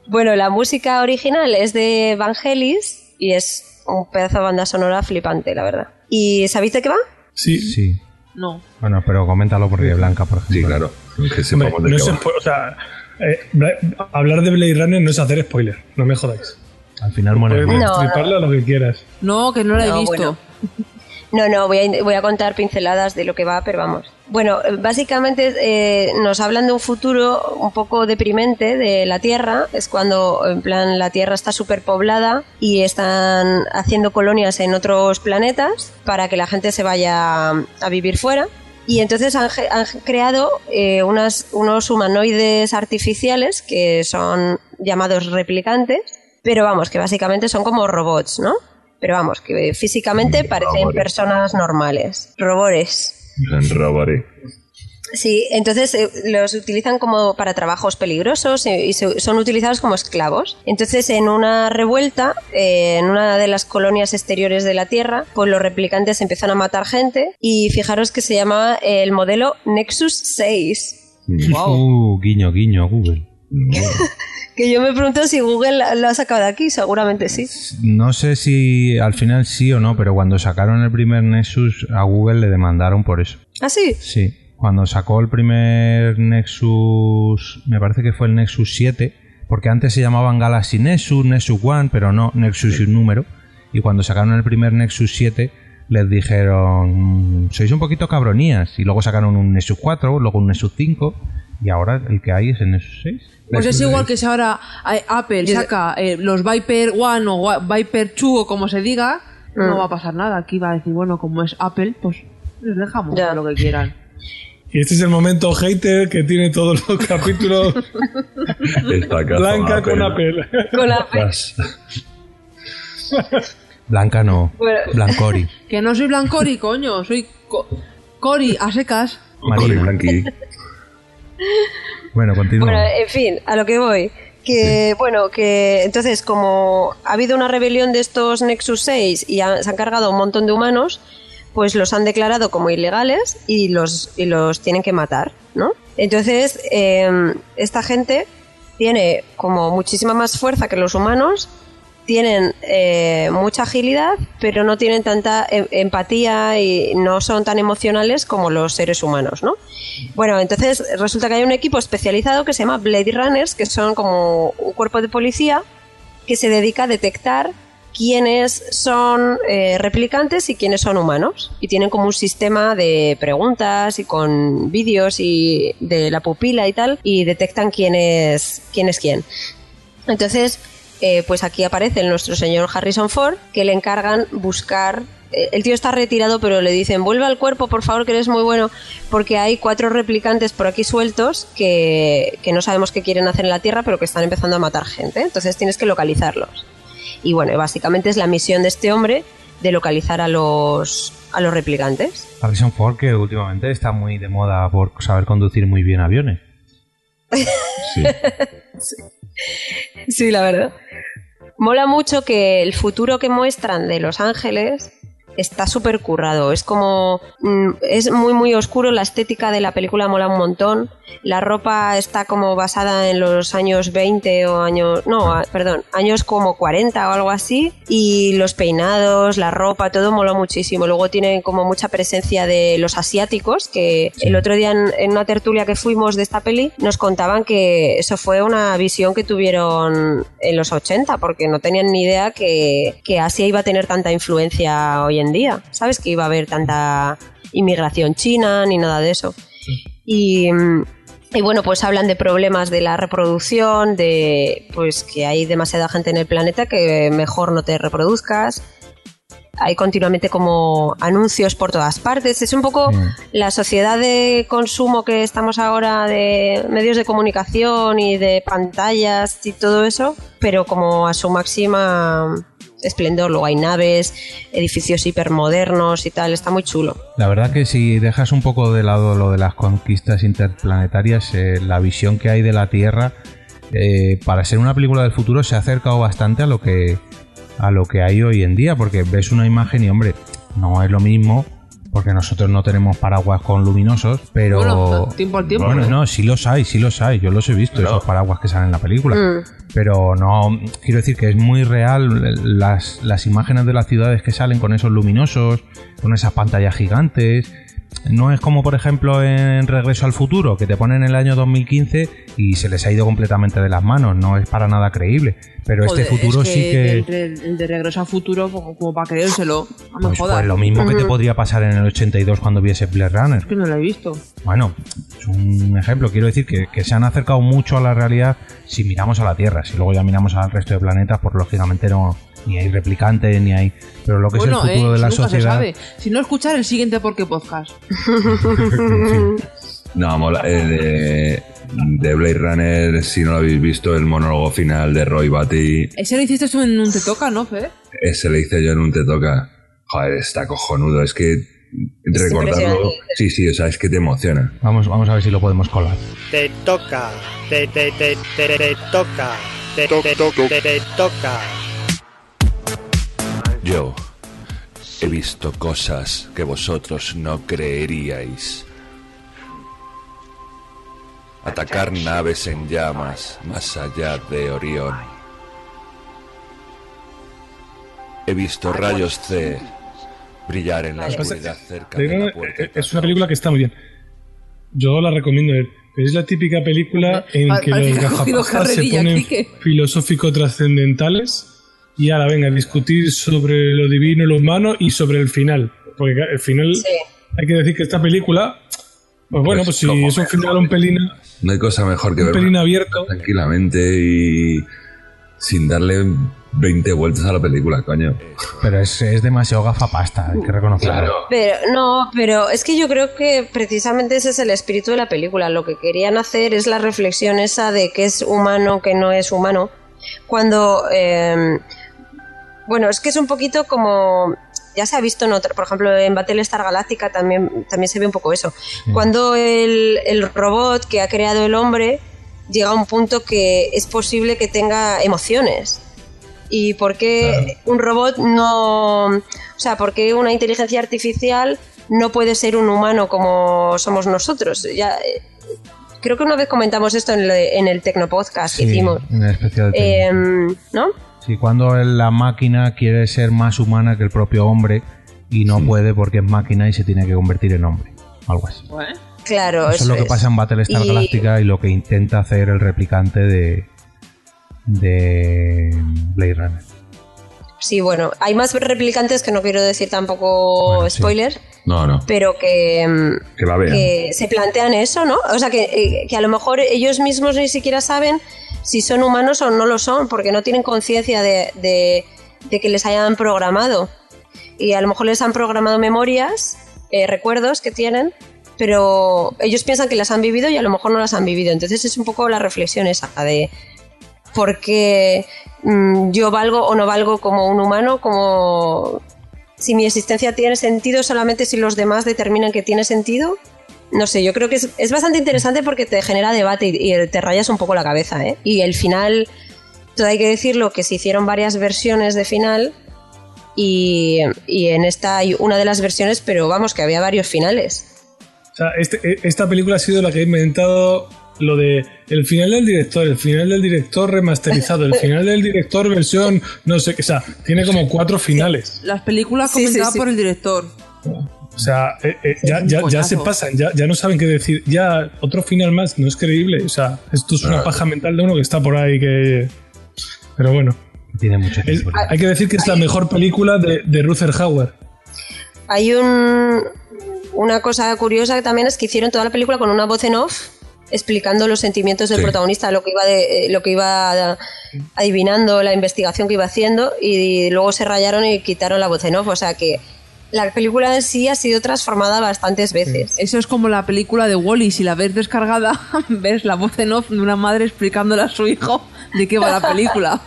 F: Bueno, la música original es de Vangelis y es un pedazo de banda sonora flipante, la verdad. ¿Y sabéis de qué va?
D: Sí,
B: Sí.
C: No.
B: Bueno, pero coméntalo porque Blanca, por ejemplo.
E: Sí, claro. Que
D: Hombre,
E: sepamos de
D: no
E: qué
D: es
E: va.
D: spo- o sea, eh, Bla- hablar de Blade Runner no es hacer spoiler, no me jodáis.
B: Al final muere.
D: Puedes
B: el
F: No.
D: destriparla lo que quieras.
C: No, que no la he
F: No,
C: visto.
F: Ah, bueno. No, no, voy a, voy a contar pinceladas de lo que va, pero vamos. Bueno, básicamente eh, nos hablan de un futuro un poco deprimente de la Tierra. Es cuando, en plan, la Tierra está superpoblada y están haciendo colonias en otros planetas para que la gente se vaya a vivir fuera. Y entonces han, ge- han creado eh, unas, unos humanoides artificiales que son llamados replicantes, pero vamos, que básicamente son como robots, ¿no? Pero vamos, que físicamente parecen
E: Robots.
F: personas normales, robores.
E: En Robari.
F: Sí, entonces eh, los utilizan como para trabajos peligrosos eh, y se- son utilizados como esclavos. Entonces en una revuelta, eh, en una de las colonias exteriores de la Tierra, pues los replicantes empiezan a matar gente y fijaros que se llama el modelo Nexus 6.
B: Uh, guiño, guiño, Google.
F: Que yo me pregunto si Google la- lo ha sacado de aquí, seguramente sí.
B: No sé si al final sí o no, pero cuando sacaron el primer Nexus a Google le demandaron por eso.
F: Ah, sí.
B: Sí. Cuando sacó el primer Nexus, me parece que fue el Nexus 7, porque antes se llamaban Galaxy Nexus, Nexus One, pero no, Nexus y un número. Y cuando sacaron el primer Nexus 7, les dijeron, "Mm, sois un poquito cabronías. Y luego sacaron un Nexus 4, luego un Nexus 5, y ahora el que hay es el Nexus 6.
C: Pues es igual que si ahora eh, Apple saca eh, los Viper One o Wa- Viper 2 o como se diga, no
F: Ah.
C: va a pasar nada. Aquí va a decir, bueno, como es Apple, pues les dejamos
F: Ya.
C: hacer lo que quieran.
D: Y este es el momento hater que tiene todos los capítulos
E: Estacazo,
D: blanca con
E: Apple.
D: Apple.
F: Con la
E: Las-
B: Blanca no,
F: Bueno.
B: Blancori.
C: Que no soy Blancori, coño, soy co- Cori a secas.
E: Cori
B: Marina.
E: Blanqui.
B: Bueno, continúa.
F: Bueno, en fin, a lo que voy. Que, bueno, que entonces, como ha habido una rebelión de estos Nexus 6 y han- se han cargado un montón de humanos, pues los han declarado como ilegales y los, y los tienen que matar, ¿no? Entonces, eh, esta gente tiene como muchísima más fuerza que los humanos, tienen eh, mucha agilidad, pero no tienen tanta em- empatía y no son tan emocionales como los seres humanos, ¿no? Bueno, entonces resulta que hay un equipo especializado que se llama Blade Runners, que son como un cuerpo de policía que se dedica a detectar quiénes son eh, replicantes y quiénes son humanos. Y tienen como un sistema de preguntas y con vídeos y de la pupila y tal, y detectan quién es quién. Es quién. Entonces, eh, pues aquí aparece nuestro señor Harrison Ford, que le encargan buscar... eh, El tío está retirado, pero le dicen, vuelve al cuerpo, por favor, que eres muy bueno, porque hay cuatro replicantes por aquí sueltos que, que no sabemos qué quieren hacer en la Tierra, pero que están empezando a matar gente. Entonces tienes que localizarlos. Y bueno, básicamente es la misión de este hombre de localizar a los, a los replicantes.
B: Harrison Ford, que últimamente está muy de moda por saber conducir muy bien aviones.
F: Sí. Sí, la verdad. Mola mucho que el futuro que muestran de Los Ángeles está súper currado. Es como. mm, Es muy, muy oscuro. La estética de la película mola un montón. La ropa está como basada en los años 20 o años. No, a- perdón, años como 40 o algo así. Y los peinados, la ropa, todo mola muchísimo. Luego tiene como mucha presencia de los asiáticos, que el otro día en, en una tertulia que fuimos de esta peli nos contaban que eso fue una visión que tuvieron en los 80, porque no tenían ni idea que, que Asia iba a tener tanta influencia hoy en día. ¿Sabes? Que iba a haber tanta inmigración china ni nada de eso. Y, mm, y bueno, pues hablan de problemas de la reproducción, de pues que hay demasiada gente en el planeta que mejor no te reproduzcas. Hay continuamente como anuncios por todas partes. Es un poco la sociedad de consumo que estamos ahora de medios de comunicación y de pantallas y todo eso, pero como a su máxima esplendor. Luego hay naves, edificios hipermodernos y tal. Está muy chulo.
B: La verdad que si dejas un poco de lado lo de las conquistas interplanetarias, eh, la visión que hay de la Tierra, eh, para ser una película del futuro se ha acercado bastante a lo que a lo que hay hoy en día, porque ves una imagen y hombre, no es lo mismo, porque nosotros no tenemos paraguas con luminosos, pero
C: Bueno, tiempo al tiempo, ¿eh?
B: Bueno,
C: ¿no?
B: no, sí los hay, sí los hay, yo los he visto esos paraguas que salen en la película.
F: Mm.
B: Pero no, quiero decir que es muy real las, las imágenes de las ciudades que salen con esos luminosos, con esas pantallas gigantes. No es como, por ejemplo, en Regreso al Futuro, que te ponen el año 2015 y se les ha ido completamente de las manos. No es para nada creíble. Pero este
C: Joder,
B: futuro
C: es
B: sí que.
C: entre El, el de regreso a futuro, como, como para creérselo. No me
B: Pues,
C: jodas.
B: pues lo mismo que te
C: Ujú.
B: podría pasar en el 82 cuando viese Blade Runner.
C: que no lo he visto.
B: Bueno, es un ejemplo. Quiero decir que, que se han acercado mucho a la realidad si miramos a la Tierra. Si luego ya miramos al resto de planetas, pues lógicamente no, ni hay replicantes, ni hay. Pero lo que
C: bueno,
B: es el futuro
C: eh,
B: de la
C: nunca se
B: sociedad.
C: sabe. Si no escuchar el siguiente Porque Podcast.
E: No, mola. eh, de, de Blade Runner, si no lo habéis visto, el monólogo final de Roy Batty,
C: Ese lo hiciste tú en un Te Toca, ¿no, Fer?
E: ese le hice yo en un Te Toca. Joder, está cojonudo. Es que recordarlo.
K: impresionante.
E: Sí, sí, o sea, es que te emociona.
B: Vamos, vamos a ver si lo podemos colar.
K: Te toca, te te te te, te toca, te te te, te toca.
L: Yo he visto cosas que vosotros no creeríais. Atacar naves en llamas más allá de Orión. He visto rayos C brillar en la
D: Lo que pasa
L: oscuridad
D: es que
L: cerca de
D: Blade
L: la
D: Runner,
L: puerta.
D: eh, Es una película que está muy bien. Yo la recomiendo ver. Pero es la típica película en
C: Pa-
D: que
C: parece
D: los
C: que ha cogido
D: gafapastas se
C: carrerilla,
D: ponen
C: Quique.
D: filosófico-trascendentales y ahora venga a discutir sobre lo divino, lo humano y sobre el final. Porque claro, el final, hay que decir que esta película, pues bueno, pues,
E: Pues,
D: si
E: como
D: es un
E: me-
D: final un pelín,
E: No hay cosa mejor que
D: Un pelín
E: verlo
D: abierto.
E: tranquilamente y sin darle 20 vueltas a la película, coño.
L: Eh,
B: Pero es, es demasiado gafapasta, hay que reconocerlo.
F: Pero no, pero es que yo creo que precisamente ese es el espíritu de la película. Lo que querían hacer es la reflexión esa de qué es humano, qué no es humano. Cuando, eh, bueno, es que es un poquito como ya se ha visto en otra, por ejemplo, en Battlestar Galáctica también también se ve un poco eso. Cuando el, el robot que ha creado el hombre llega a un punto que es posible que tenga emociones. ¿Y por qué un robot no... O sea, por qué una inteligencia artificial no puede ser un humano como somos nosotros? Ya, eh, creo que una vez comentamos esto en, el- en el Tecnopodcast que
B: Sí,
F: hicimos.
B: en el especial de
F: Em, ¿No?
B: Sí, cuando la máquina quiere ser más humana que el propio hombre y no puede porque es máquina y se tiene que convertir en hombre. Algo así.
F: Claro,
B: eso, es lo que pasa en Battlestar
F: Y-
B: Galactica y lo que intenta hacer el replicante de, de Blade Runner.
F: Sí, bueno, hay más replicantes que no quiero decir tampoco
B: Bueno, sí.
F: spoiler,
E: No, no.
F: pero que... em,
E: Que la vean.
F: que se plantean eso, ¿no? O sea, que, eh, que a lo mejor ellos mismos ni siquiera saben si son humanos o no lo son, porque no tienen conciencia de, de- de que les hayan programado. Y a lo mejor les han programado memorias, eh, recuerdos que tienen, pero ellos piensan que las han vivido y a lo mejor no las han vivido. Entonces es un poco la reflexión esa de por qué mm, yo valgo o no valgo como un humano, como si mi existencia tiene sentido solamente si los demás determinan que tiene sentido no sé, yo creo que es, es bastante interesante porque te genera debate y, y te rayas un poco la cabeza, ¿eh? Y el final, todo hay que decirlo, que se hicieron varias versiones de final y, y en esta hay una de las versiones, pero vamos, que había varios finales.
D: O sea, este- e- esta película ha sido la que ha inventado lo de el final del director, el final del director remasterizado, el final del director versión no sé qué. O sea, tiene como cuatro finales.
C: Las películas
D: Sí, sí,
C: comentadas
D: sí.
C: por el director.
D: O sea, eh, eh, ya, ya- ya se
C: coñazo.
D: pasan, ya, ya no saben qué decir. Ya otro final más, no es creíble. O sea, esto es una paja mental de uno que está por ahí que... Pero bueno.
B: Tiene mucho
D: Hay que decir que es la mejor película de, de Ruther Hauer.
F: Hay un, una cosa curiosa que también es que hicieron toda la película con una voz en off explicando los sentimientos del
M: Sí.
F: protagonista, lo que iba de- eh, lo que iba adivinando, la investigación que iba haciendo y luego se rayaron y quitaron la voz en off, o sea que la película en sí ha sido transformada bastantes veces.
C: Eso es como la película de Wally. Si la ves descargada, ves la voz en off de una madre explicándole a su hijo de qué va la película.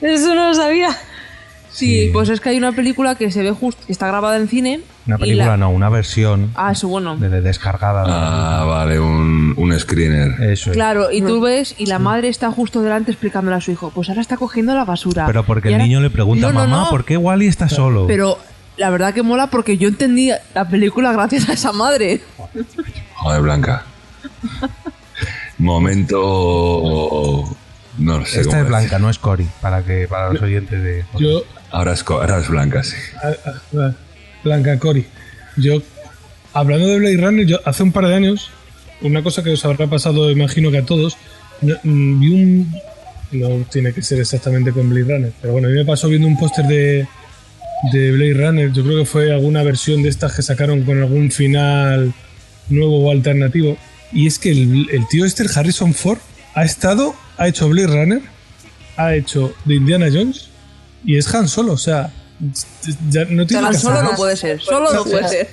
F: Eso no lo sabía.
C: Sí, pues es que hay una película que se ve justo, que está grabada en cine.
B: Una
C: y
B: película,
C: la-
B: no, una versión
C: Ah, eso bueno.
B: de, de descargada.
E: Ah, vale, un, un screener.
B: Eso es.
C: Claro, y tú ves y la madre está justo delante explicándole a su hijo, pues ahora está cogiendo la basura.
B: Pero porque
C: Y
B: el
C: ahora-
B: niño le pregunta,
C: No, no,
B: mamá,
C: no.
B: ¿por qué Wally está solo?
C: Pero la verdad que mola porque yo entendí la película gracias a esa madre.
E: Joder, Blanca. Momento. No sé
B: Esta
E: cómo
B: es blanca, no es Cory, para que para los oyentes de.
D: Yo,
E: Ahora es, co- ahora es blanca, sí.
D: a- a- a- Blanca Cori, yo, hablando de Blade Runner, yo hace un par de años, una cosa que os habrá pasado, imagino que a todos, no- mm, vi un. No tiene que ser exactamente con Blade Runner, pero bueno, a mí me pasó viendo un póster de, de Blade Runner. Yo creo que fue alguna versión de estas que sacaron con algún final nuevo o alternativo. Y es que el, el tío este, el Harrison Ford, ha estado, ha hecho Blade Runner, ha hecho de Indiana Jones y es Han Solo. O sea, ya no tiene
C: Tan
D: que
C: solo
D: hacer
C: no
D: más.
C: puede ser, solo no puede ser.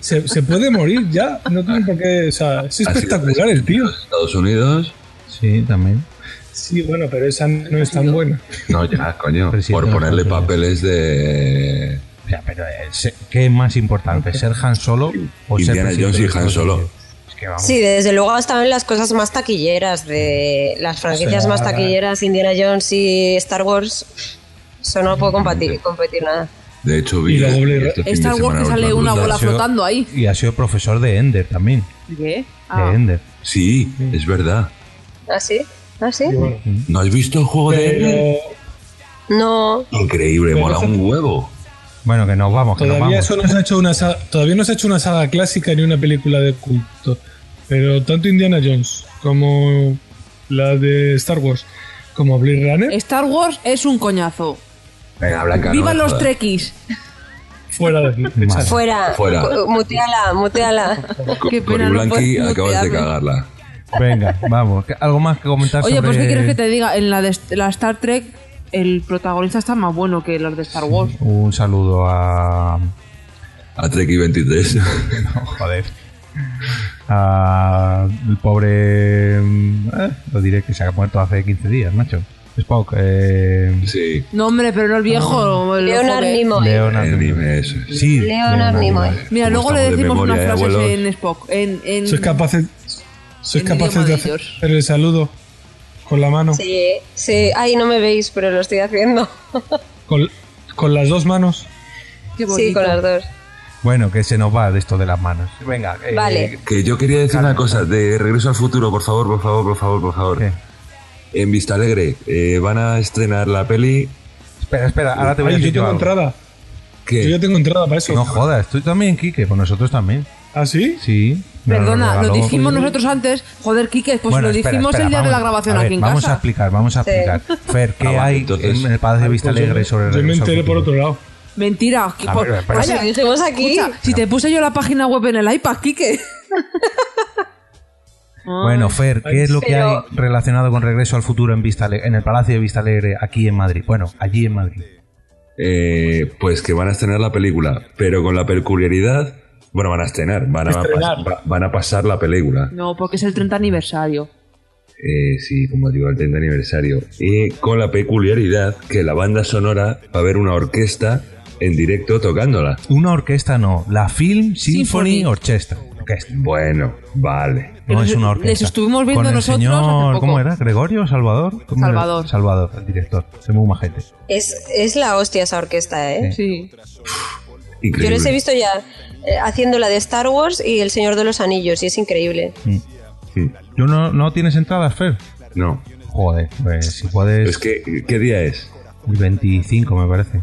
D: Se, se puede morir ya, no tiene por qué. O sea, es espectacular el tío.
E: Estados Unidos.
B: Sí, también.
D: Sí, bueno, pero esa no es tan buena.
E: No, ya, coño.
B: Presidente
E: Por
B: de
E: ponerle
B: Estados
E: papeles de.
B: Ya, pero eh, se- ¿qué es más importante? ¿Ser Han Solo o ser
E: Indiana
B: presidente
E: Jones
B: de
E: y Han
B: Estados
E: Solo.
B: Unidos? Es que vamos.
F: Sí, desde luego estaban las cosas más taquilleras de las franquicias
B: O sea,
F: más taquilleras, Indiana Jones y Star Wars. Eso no puedo competir, competir nada.
E: De hecho, vi. este fin de
C: Star Wars
E: semana
C: que
E: otra
C: sale una
E: cosa.
C: bola flotando ahí.
B: Y ha sido profesor de Ender también.
C: ¿Qué?
B: De
C: Ah,
B: Ender.
E: Sí, es verdad.
F: ¿Ah, sí? ¿Ah, sí?
E: ¿No has visto el juego de Ender?
F: No.
E: Increíble,
D: Pero
E: mola
D: eso-
E: un huevo.
B: Bueno, que nos vamos, que nos
D: Todavía,
B: vamos.
D: eso no se ha hecho una saga, todavía no se ha hecho una saga clásica ni una película de culto. Pero tanto Indiana Jones como la de Star Wars, como Blade Runner,
C: Star Wars es un coñazo.
E: Venga, Blanca. no
C: ¡Viva
E: me
C: los
E: jodas.
C: trekkies!
D: fuera de.
E: Madre.
F: Fuera.
E: Fuera.
F: Cu- Muteala, muteala.
E: Cori Blanqui, acabas de cagarla.
B: Venga, vamos. ¿Qué- ¿Algo más que comentar
C: Oye,
B: sobre
C: pues ¿qué quieres que te diga? En la de la Star Trek, el protagonista está más bueno que los de Star Wars.
B: Un saludo a.
E: A Treki 23.
B: Joder. A el pobre. mm, eh, lo diré que se ha muerto hace 15 días, Nacho. Spock. Eh,
E: sí. Eh,
C: No, hombre, pero no el viejo. el
F: Leonard
C: joven.
F: Nimoy.
D: eh,
B: Leonardo. Sí.
F: Leonard Nimoy.
C: Mira, luego
E: Como
C: le
E: estamos de
C: decimos
E: memoria,
C: unas
E: ¿eh,
C: frases
E: abuelos?
C: en Spock. En, en-
D: ¿Sois capaces, sois
C: En
D: capaces
C: idioma
D: de
C: de
D: hacer
C: ellos.
D: el saludo con la mano?
F: Sí, sí. Ay, no me veis, pero lo estoy haciendo.
D: Con, con las dos manos.
F: Sí, con las dos.
B: Bueno, que se nos va de esto de las manos. Venga, eh,
F: Vale.
E: Que yo quería decir una cosa, de regreso al futuro, por favor, por favor, por favor, por favor. En Vista Alegre, eh, van a estrenar la peli.
B: Espera, espera, ahora te voy a
D: Ay, yo
B: decir yo
D: tengo
B: algo.
D: entrada.
E: ¿Qué?
D: Yo ya tengo entrada para eso.
B: No jodas, tú también, Quique, pues nosotros también.
D: ¿Ah, sí?
B: Sí. nos
C: Perdona, lo
B: regaló.
C: dijimos nosotros antes. Joder, Quique, pues
B: Bueno,
C: lo
B: espera,
C: dijimos
B: espera,
C: el día de
B: vamos-
C: la grabación
B: a ver,
C: aquí en
B: Vamos a
C: casa.
B: explicar, vamos a
C: Sí.
B: explicar. Fer, ¿qué
E: Ah, vale,
B: hay
E: entonces-
B: en el Padre de Vista
E: Pues yo-
B: Alegre sobre
E: yo me
B: Regreso al
E: enteré por
B: Futuro?
D: otro lado.
C: Mentira. que
B: A
C: por-
B: ver, espera.
C: Oye,
F: Lo dijimos aquí.
C: escucha, si te puse yo la página web en el iPad, Quique. Ah,
B: Bueno, Fer, ¿qué es lo que hay
C: Pero-
B: relacionado con Regreso al Futuro en, Vista Ale- en el Palacio de Vista Alegre aquí en Madrid? Bueno, allí en Madrid.
E: Eh, pues que van a estrenar la película, pero con la peculiaridad. Bueno, van a estrenar, van a,
C: Estrenar.
E: pas- va- van a pasar la película.
C: No, porque es el 30 aniversario.
E: Eh, sí, como digo, el 30 aniversario. Y con la peculiaridad que la banda sonora va a haber una orquesta en directo tocándola.
B: Una orquesta no, la Film Symphony,
E: Symphony.
B: Orchestra. Orquesta.
E: Bueno, vale.
B: No es una orquesta.
C: Les estuvimos viendo
B: Con el
C: nosotros
B: señor,
C: hace poco.
B: ¿Cómo era? ¿Gregorio? ¿Salvador? ¿Cómo era?
F: Salvador.
B: Salvador, el director. Soy muy majete.
F: Es, es la hostia esa orquesta, ¿eh?
C: Sí.
F: Yo les he visto ya eh, haciendo la de Star Wars y El Señor de los Anillos, y es increíble.
B: ¿Tú no, no tienes entradas, Fer?
E: No.
B: Joder, pues si puedes...
E: Es que, ¿qué día es?
B: El 25, me parece.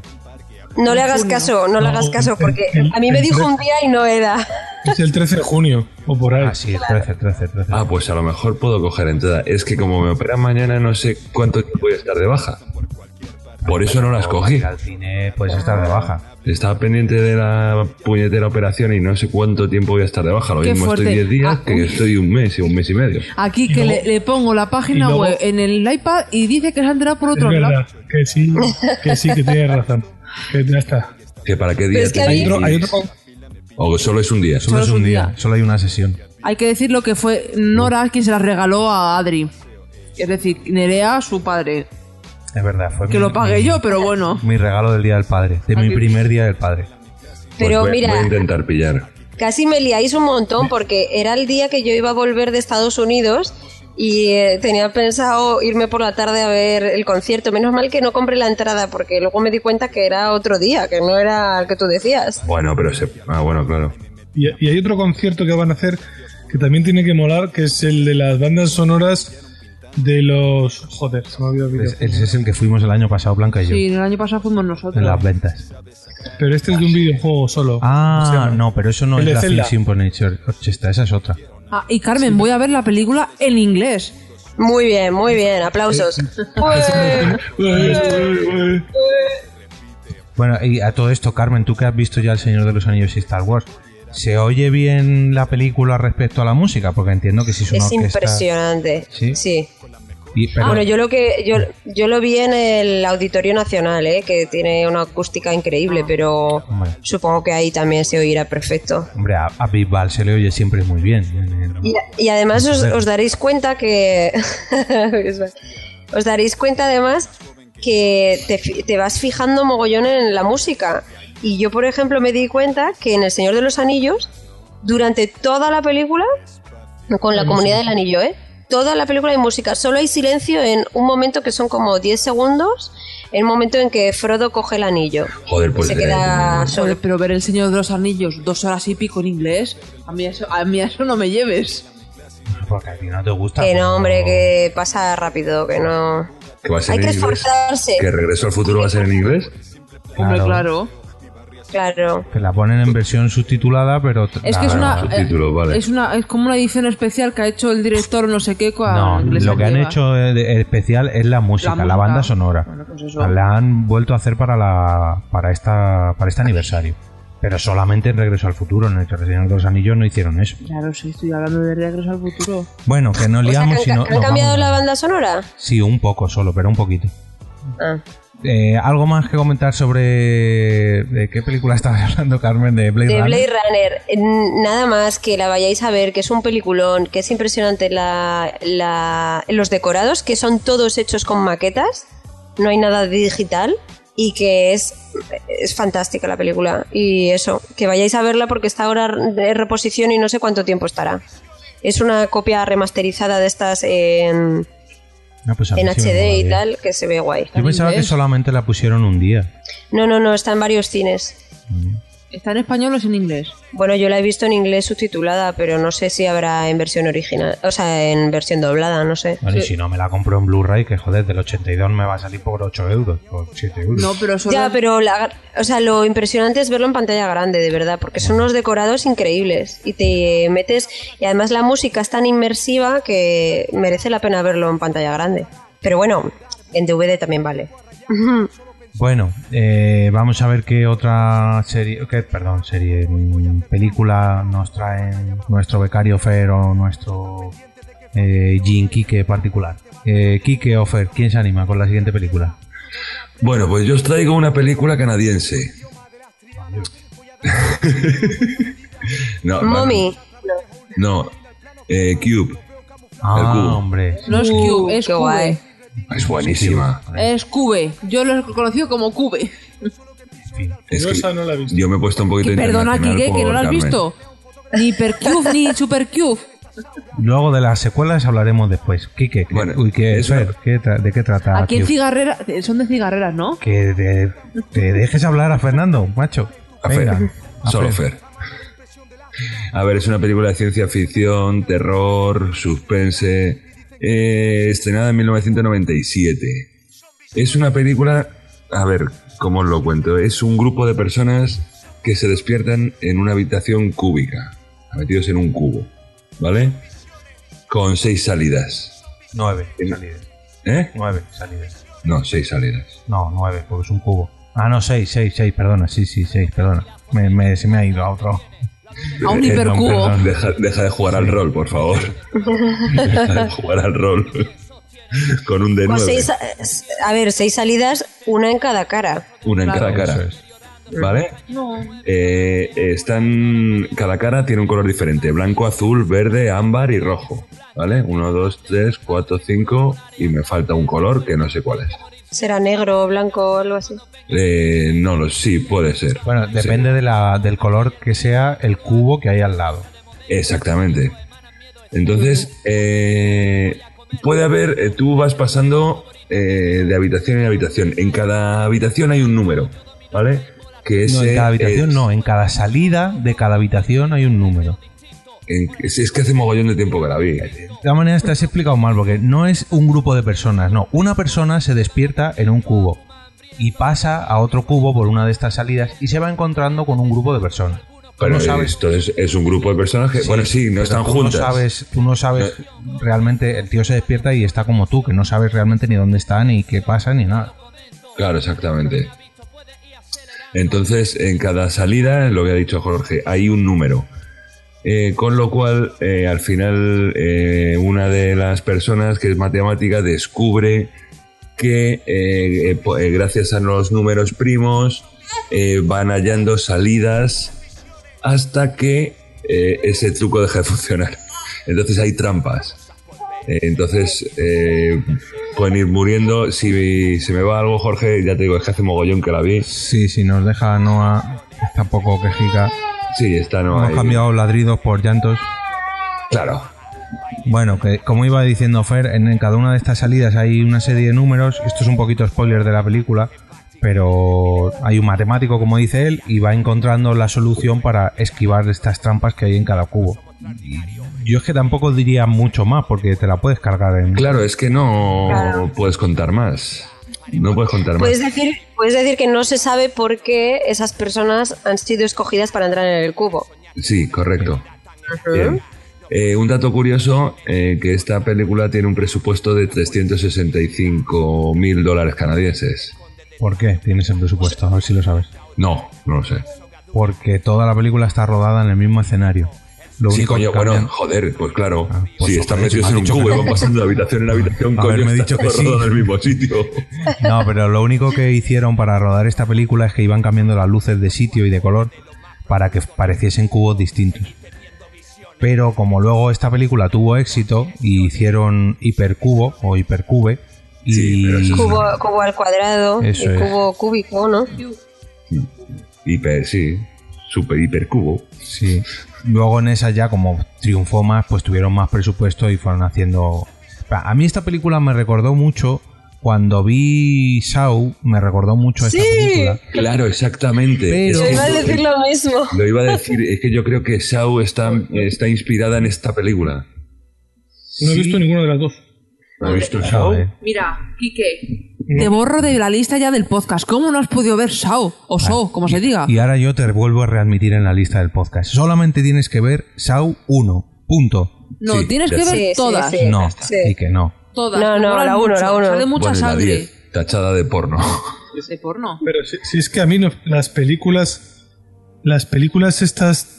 F: No le hagas caso, no le hagas caso, porque a mí me dijo un día y no era.
D: Es el 13 de junio, o por ahí. Ah,
B: sí, el 13, 13, 13.
E: Ah, pues a lo mejor puedo coger entrada. Es que como me operan mañana, no sé cuánto tiempo voy a estar de baja. Por eso no las cogí.
B: Al cine puedes estar de baja.
E: Estaba pendiente de la puñetera operación y no sé cuánto tiempo voy a estar de baja. Lo
C: Qué
E: mismo
C: fuerte.
E: estoy 10 días
C: Ah,
E: que
C: uy.
E: estoy un mes y un mes y medio.
C: Aquí que le, le pongo la página
E: y luego-
C: web en el iPad y dice que se ha enterado por otro
D: Es
C: lado.
D: verdad, que sí, que sí, que tienes razón. Que ya está.
E: ¿Que para qué
C: Pero
E: día
C: es que
E: tenéis?
C: hay otro-
D: hay
E: O solo es un día.
B: Solo es un día, solo hay una sesión.
C: Hay que decir lo que fue Nora quien se la regaló a Adri. Es decir, Nerea, su padre.
B: Es verdad, fue
C: Que
B: mi-
C: lo pagué yo, pero bueno.
B: mi regalo del Día del Padre, de mi
C: Aquí.
B: primer Día del Padre.
E: Pues
F: Pero
E: voy,
F: mira-
E: voy a intentar pillar.
F: Casi me liáis un montón porque era el día que yo iba a volver de Estados Unidos y eh, tenía pensado irme por la tarde a ver el concierto. Menos mal que no compré la entrada porque luego me di cuenta que era otro día, que no era el que tú decías.
E: Bueno, pero se... Ah, bueno, claro.
D: Y, y hay otro concierto que van a hacer que también tiene que molar, que es el de las bandas sonoras de los... Joder, se me ha olvidado el
B: Es-
D: video.
B: Ese es el que fuimos el año pasado, Blanca y yo,
C: Sí, el año pasado fuimos nosotros.
B: en las ventas.
D: Pero este es de un videojuego solo. O sea,
B: Ah, no, pero eso no es
D: el de
B: la Phil
D: Zelda.
B: Symphony Orchestra, esa es otra.
C: Ah, y Carmen, voy a ver la película en inglés.
F: Muy bien, muy bien, aplausos. Pues,
B: Bueno, y a todo esto, Carmen, tú que has visto ya El Señor de los Anillos y Star Wars, ¿se oye bien la película respecto a la música? Porque entiendo que si es una
F: Es
B: orquesta...
F: impresionante.
B: Sí.
F: Sí.
B: Y- pero-
F: Bueno, yo lo que yo, yo lo vi en el Auditorio Nacional, ¿eh? que tiene una acústica increíble, pero
B: Ah. Hombre.
F: supongo que ahí también se oirá perfecto.
B: Hombre, a, a Big Bal se le oye siempre muy bien. ¿eh?
F: Y, y además os,
B: Joder.
F: os daréis cuenta que. os daréis cuenta además que te, fi- te vas fijando mogollón en la música. Y yo, por ejemplo, me di cuenta que en El Señor de los Anillos, durante toda la película, con la
J: Hay
F: comunidad
J: música.
F: del anillo, ¿eh? Toda la película hay música, solo hay silencio en un momento que son como 10 segundos, el momento en que Frodo coge el anillo.
E: Joder, pues...
F: Se queda
C: Joder,
F: solo.
C: pero ver El Señor de los Anillos dos horas y pico en inglés, a mí eso, a mí a eso no me lleves.
B: Porque a ti no te gusta.
F: Que no,
B: pues,
J: Ah.
F: hombre, que pasa rápido, que no.
E: Que va a ser
F: Hay
E: en inglés.
F: que esforzarse.
E: Que regreso al futuro va a ser en inglés.
C: Hombre, claro.
F: Claro.
B: Que la ponen en versión subtitulada, pero...
C: Es que es una, eh, es
B: vale.
C: una es como una edición especial que ha hecho el director no sé qué con
B: No,
C: inglés
B: lo que han
C: antigua.
B: hecho eh, de- especial es la música, la,
C: música.
B: banda sonora.
C: pues eso.
B: la han vuelto a hacer para la para esta para este aniversario. Pero solamente en Regreso al Futuro, en el Señor de los Anillos no hicieron eso.
C: Claro, sí, estoy hablando de Regreso al Futuro.
B: Bueno, que no liamos,
F: ¿Han,
B: sino...
F: ca- han cambiado la banda sonora?
B: Sí, un poco solo, pero un poquito.
F: Ah.
B: Eh, ¿Algo más que comentar sobre de qué película estabas hablando, Carmen? De Blade
F: De
B: Runner.
F: Blade Runner, N- nada más que la vayáis a ver, que es un peliculón, que es impresionante la, la- los decorados, que son todos hechos con maquetas, no hay nada digital y que es, es fantástica la película. Y eso, que vayáis a verla porque está ahora de reposición y no sé cuánto tiempo estará. Es una copia remasterizada de estas en,
B: No, pues a mí
F: en
B: sí me
F: HD y
B: molaría.
F: tal, que se ve guay.
B: Yo pensaba que solamente la pusieron un día.
F: No, no, no, está en varios cines.
C: ¿Está en español o es en inglés?
F: Bueno, yo la he visto en inglés subtitulada, pero no sé si habrá en versión original, o sea, en versión doblada, no sé.
B: Bueno, y si no me la compro en Blu-ray, que joder, del 82 me va a salir por 8 euros, por 7 euros.
C: pero
F: Ya, pero la- o sea, lo impresionante es verlo en pantalla grande, de verdad, porque son unos decorados increíbles y te metes y además la música es tan inmersiva que merece la pena verlo en pantalla grande. Pero bueno, en DVD también vale.
B: Bueno, eh, vamos a ver qué otra serie, qué, perdón, serie, mm, película nos traen nuestro becario Fer o nuestro eh, Jin Kike particular. Eh, Kike o Fer, ¿quién se anima con la siguiente película?
E: Bueno, pues yo os traigo una película canadiense. no, no,
F: Mommy.
E: No, eh, Cube.
B: Ah,
E: El cubo.
B: hombre.
C: No es
F: Uh,
C: Cube, es
F: qué
C: Cube.
F: guay.
E: Es buenísima.
C: Es Cube. Yo lo he conocido como Cube.
E: Es
D: Yo
E: que
D: esa no la he visto.
E: Yo me he puesto un poquito
C: Perdona,
E: internacional
C: Kike, que no
E: por
C: lo has
E: Carmen.
C: visto. Ni Percube ni Supercube.
B: Luego de las secuelas hablaremos después. Quique, que- uy, que- Fer, ¿qué tra- ¿de qué trata?
C: Aquí en
B: tío?
C: cigarrera. Son de cigarreras, ¿no?
B: Que te, te dejes hablar a Fernando, macho.
E: A Fer.
B: Venga, a
E: Solo Fer. A ver, es una película de ciencia ficción, terror, suspense. eh, estrenada en 1997. Es una película. A ver, ¿cómo os lo cuento? Es un grupo de personas que se despiertan en una habitación cúbica, metidos en un cubo, ¿vale? Con seis salidas.
B: Nueve salidas.
E: ¿Eh?
B: Nueve salidas.
E: No, seis salidas.
B: No, nueve, porque es un cubo. Ah, no, seis, seis, seis, perdona, sí, sí, seis, perdona. Me, me- se me ha ido a otro.
C: A un
E: Eh, perdón,
C: hipercubo.
E: perdón, Deja, deja de jugar al rol, por favor. Deja de jugar al rol. Con un de
F: Con
E: nueve.
F: pues seis, a ver, seis salidas, una en cada cara.
E: Una en cada cara. ¿Vale?
F: No.
E: Eh, están. Cada cara tiene un color diferente: blanco, azul, verde, ámbar y rojo. ¿Vale? Uno, dos, tres, cuatro, cinco. Y me falta un color que no sé cuál es.
F: Será negro o blanco o algo así.
E: Eh, no lo sí, puede ser.
B: Bueno, depende de la, del color que sea el cubo que hay al lado.
E: Exactamente. Entonces, eh, puede haber, eh, tú vas pasando eh, de habitación en habitación. En cada habitación hay un número, ¿vale? Que
B: No,
E: ese
B: en cada habitación
E: es-
B: no, en cada salida de cada habitación hay un número.
E: en- es, es que hace mogollón de tiempo que la vi.
B: De todas maneras te has explicado mal, porque no es un grupo de personas, no. Una persona se despierta en un cubo y pasa a otro cubo por una de estas salidas y se va encontrando con un grupo de personas.
E: Pero
B: no sabes-
E: esto es, es un grupo de personajes. bueno, sí, no
B: pero
E: están
B: tú
E: juntas.
B: No sabes, tú no sabes realmente, el tío se despierta y está como tú, que no sabes realmente ni dónde está, ni qué pasa, ni nada.
E: Claro, exactamente. Entonces, en cada salida, lo que ha dicho Jorge, hay un número. Eh, con lo cual, eh, al final, eh, una de las personas que es matemática descubre que eh, eh, po- eh, gracias a los números primos eh, van hallando salidas hasta que eh, ese truco deja de funcionar. Entonces hay trampas. Eh, Entonces eh, pueden ir muriendo. Si se me va algo, Jorge, ya te digo, es que hace mogollón que la vi.
B: Sí, sí, nos deja Noah, está un poco quejica.
E: Sí, está no
B: Hemos
E: hay-
B: cambiado ladridos por llantos.
E: Claro.
B: Bueno, que como iba diciendo Fer, en, en cada una de estas salidas hay una serie de números. Esto es un poquito spoiler de la película, pero hay un matemático, como dice él, y va encontrando la solución para esquivar estas trampas que hay en cada cubo. Yo es que tampoco diría mucho más porque te la puedes cargar en.
E: Claro, es que no
F: Claro. Pues-
E: puedes contar más. No puedes contar más.
F: Puedes decir, puedes decir que no se sabe por qué esas personas han sido escogidas para entrar en el cubo.
E: Sí, correcto. Bien. Eh, un dato curioso, eh, que esta película tiene un presupuesto de 365 mil dólares canadienses.
B: ¿Por qué tienes el presupuesto? A ver si lo sabes.
E: No, no lo sé.
B: Porque toda la película está rodada en el mismo escenario. Lo
E: sí,
B: único
E: coño,
B: que cambian-
E: bueno, joder, pues claro.
B: pues
E: sí,
B: joder, si
E: están
B: me
E: metidos
B: has
E: en un
B: dicho
E: cubo
B: que-
E: y van pasando de habitación en habitación,
B: A
E: coño,
B: ver, me he
E: está
B: dicho que
E: todo
B: sí.
E: rodado en el mismo sitio.
B: No, pero lo único que hicieron para rodar esta película es que iban cambiando las luces de sitio y de color para que pareciesen cubos distintos. Pero como luego esta película tuvo éxito y hicieron hipercubo o hipercube y
F: Cubo, cubo al cuadrado,
B: Eso
F: y
B: es.
F: cubo cúbico, ¿no?
E: Hiper, sí. Super hiper cubo.
B: Sí. Luego en esa ya como triunfó más, pues tuvieron más presupuesto y fueron haciendo... A mí esta película me recordó mucho, cuando vi Saw, me recordó mucho a esta
F: Sí.
B: película.
E: Claro, exactamente.
B: Pero-
E: Es que
F: Iba a
E: yo- eh,
F: decir lo mismo.
E: lo iba a decir, es que yo creo que Shaw está, está inspirada en esta película.
D: No he visto ninguna de las dos.
E: ¿No has visto Shaw?
B: eh.
C: Mira, Quique. Te borro de la lista ya del podcast. ¿Cómo no has podido ver Sao? O So, como se
F: Ah.
C: diga.
B: Y ahora yo te vuelvo a readmitir en la lista del podcast. Solamente tienes que ver Sau 1. Punto.
C: No, tienes que ver
F: Sí, sí,
C: todas.
F: sí.
B: No,
F: Sí.
B: y que no.
C: Todas.
F: No,
C: Me
F: no,
C: molan
F: la uno,
C: mucho.
F: la uno.
C: Sale mucha
E: bueno, la
C: sangre.
F: Eh,
E: 10, tachada de porno.
C: De porno.
D: Pero si, si es que a mí no- las películas, las películas estas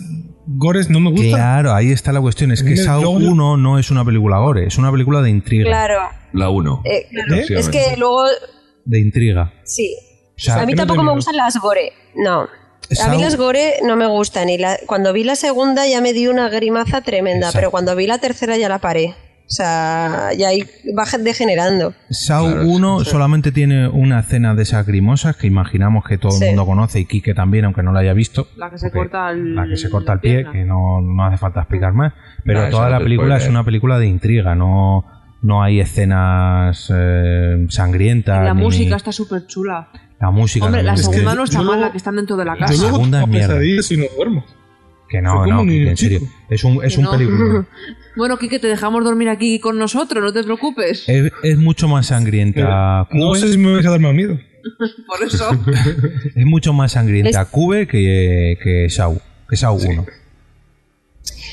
D: gores no me gustan.
B: Claro, ahí está la cuestión. Es que
D: Mira,
B: Saw
D: luego yo-
B: 1 no es una película gore, es una película de intriga.
F: Claro.
E: La 1.
F: Eh, claro.
B: ¿Eh?
F: Es que luego,
B: De intriga.
F: sí.
B: O sea,
F: a mí
B: que no
F: tampoco
B: termino.
F: me gustan las gore. No. A
B: Saw-
F: mí las gore no me gustan. Y la- cuando vi la segunda ya me di una grimaza tremenda, pero cuando vi la tercera ya la paré. O sea, y ahí va degenerando.
B: Sau 1 solamente tiene una escena de esas grimosas que imaginamos que todo
F: Sí.
B: el mundo conoce y Quique también, aunque no la haya visto.
C: La que se corta el...
B: La que se corta el pie, que no, no hace falta explicar más. Pero
E: Nah, eso
B: toda
E: no
B: la
E: te
B: película
E: spoiler.
B: es una película de intriga, no, no hay escenas eh, sangrientas.
C: La
B: ni-
C: música está súper chula.
B: La música.
C: Hombre, la
B: es que-
C: segunda no está mal, la que están dentro de la
B: La
C: casa.
B: segunda es mierda.
D: Si no duermo.
B: Que no,
D: Soy como
B: no,
D: un
B: Quique, en
D: chico.
B: serio. Es un, es
C: Que
B: un
C: no.
B: película.
C: Bueno, Kike, te dejamos dormir aquí con nosotros, no te preocupes.
B: Es, es mucho más sangrienta.
D: Eh, No
B: Cube.
D: sé si me vais a dar más miedo.
C: Por eso.
B: es mucho más sangrienta
F: Es-
B: Cube que, que Sau. Que Sau 1.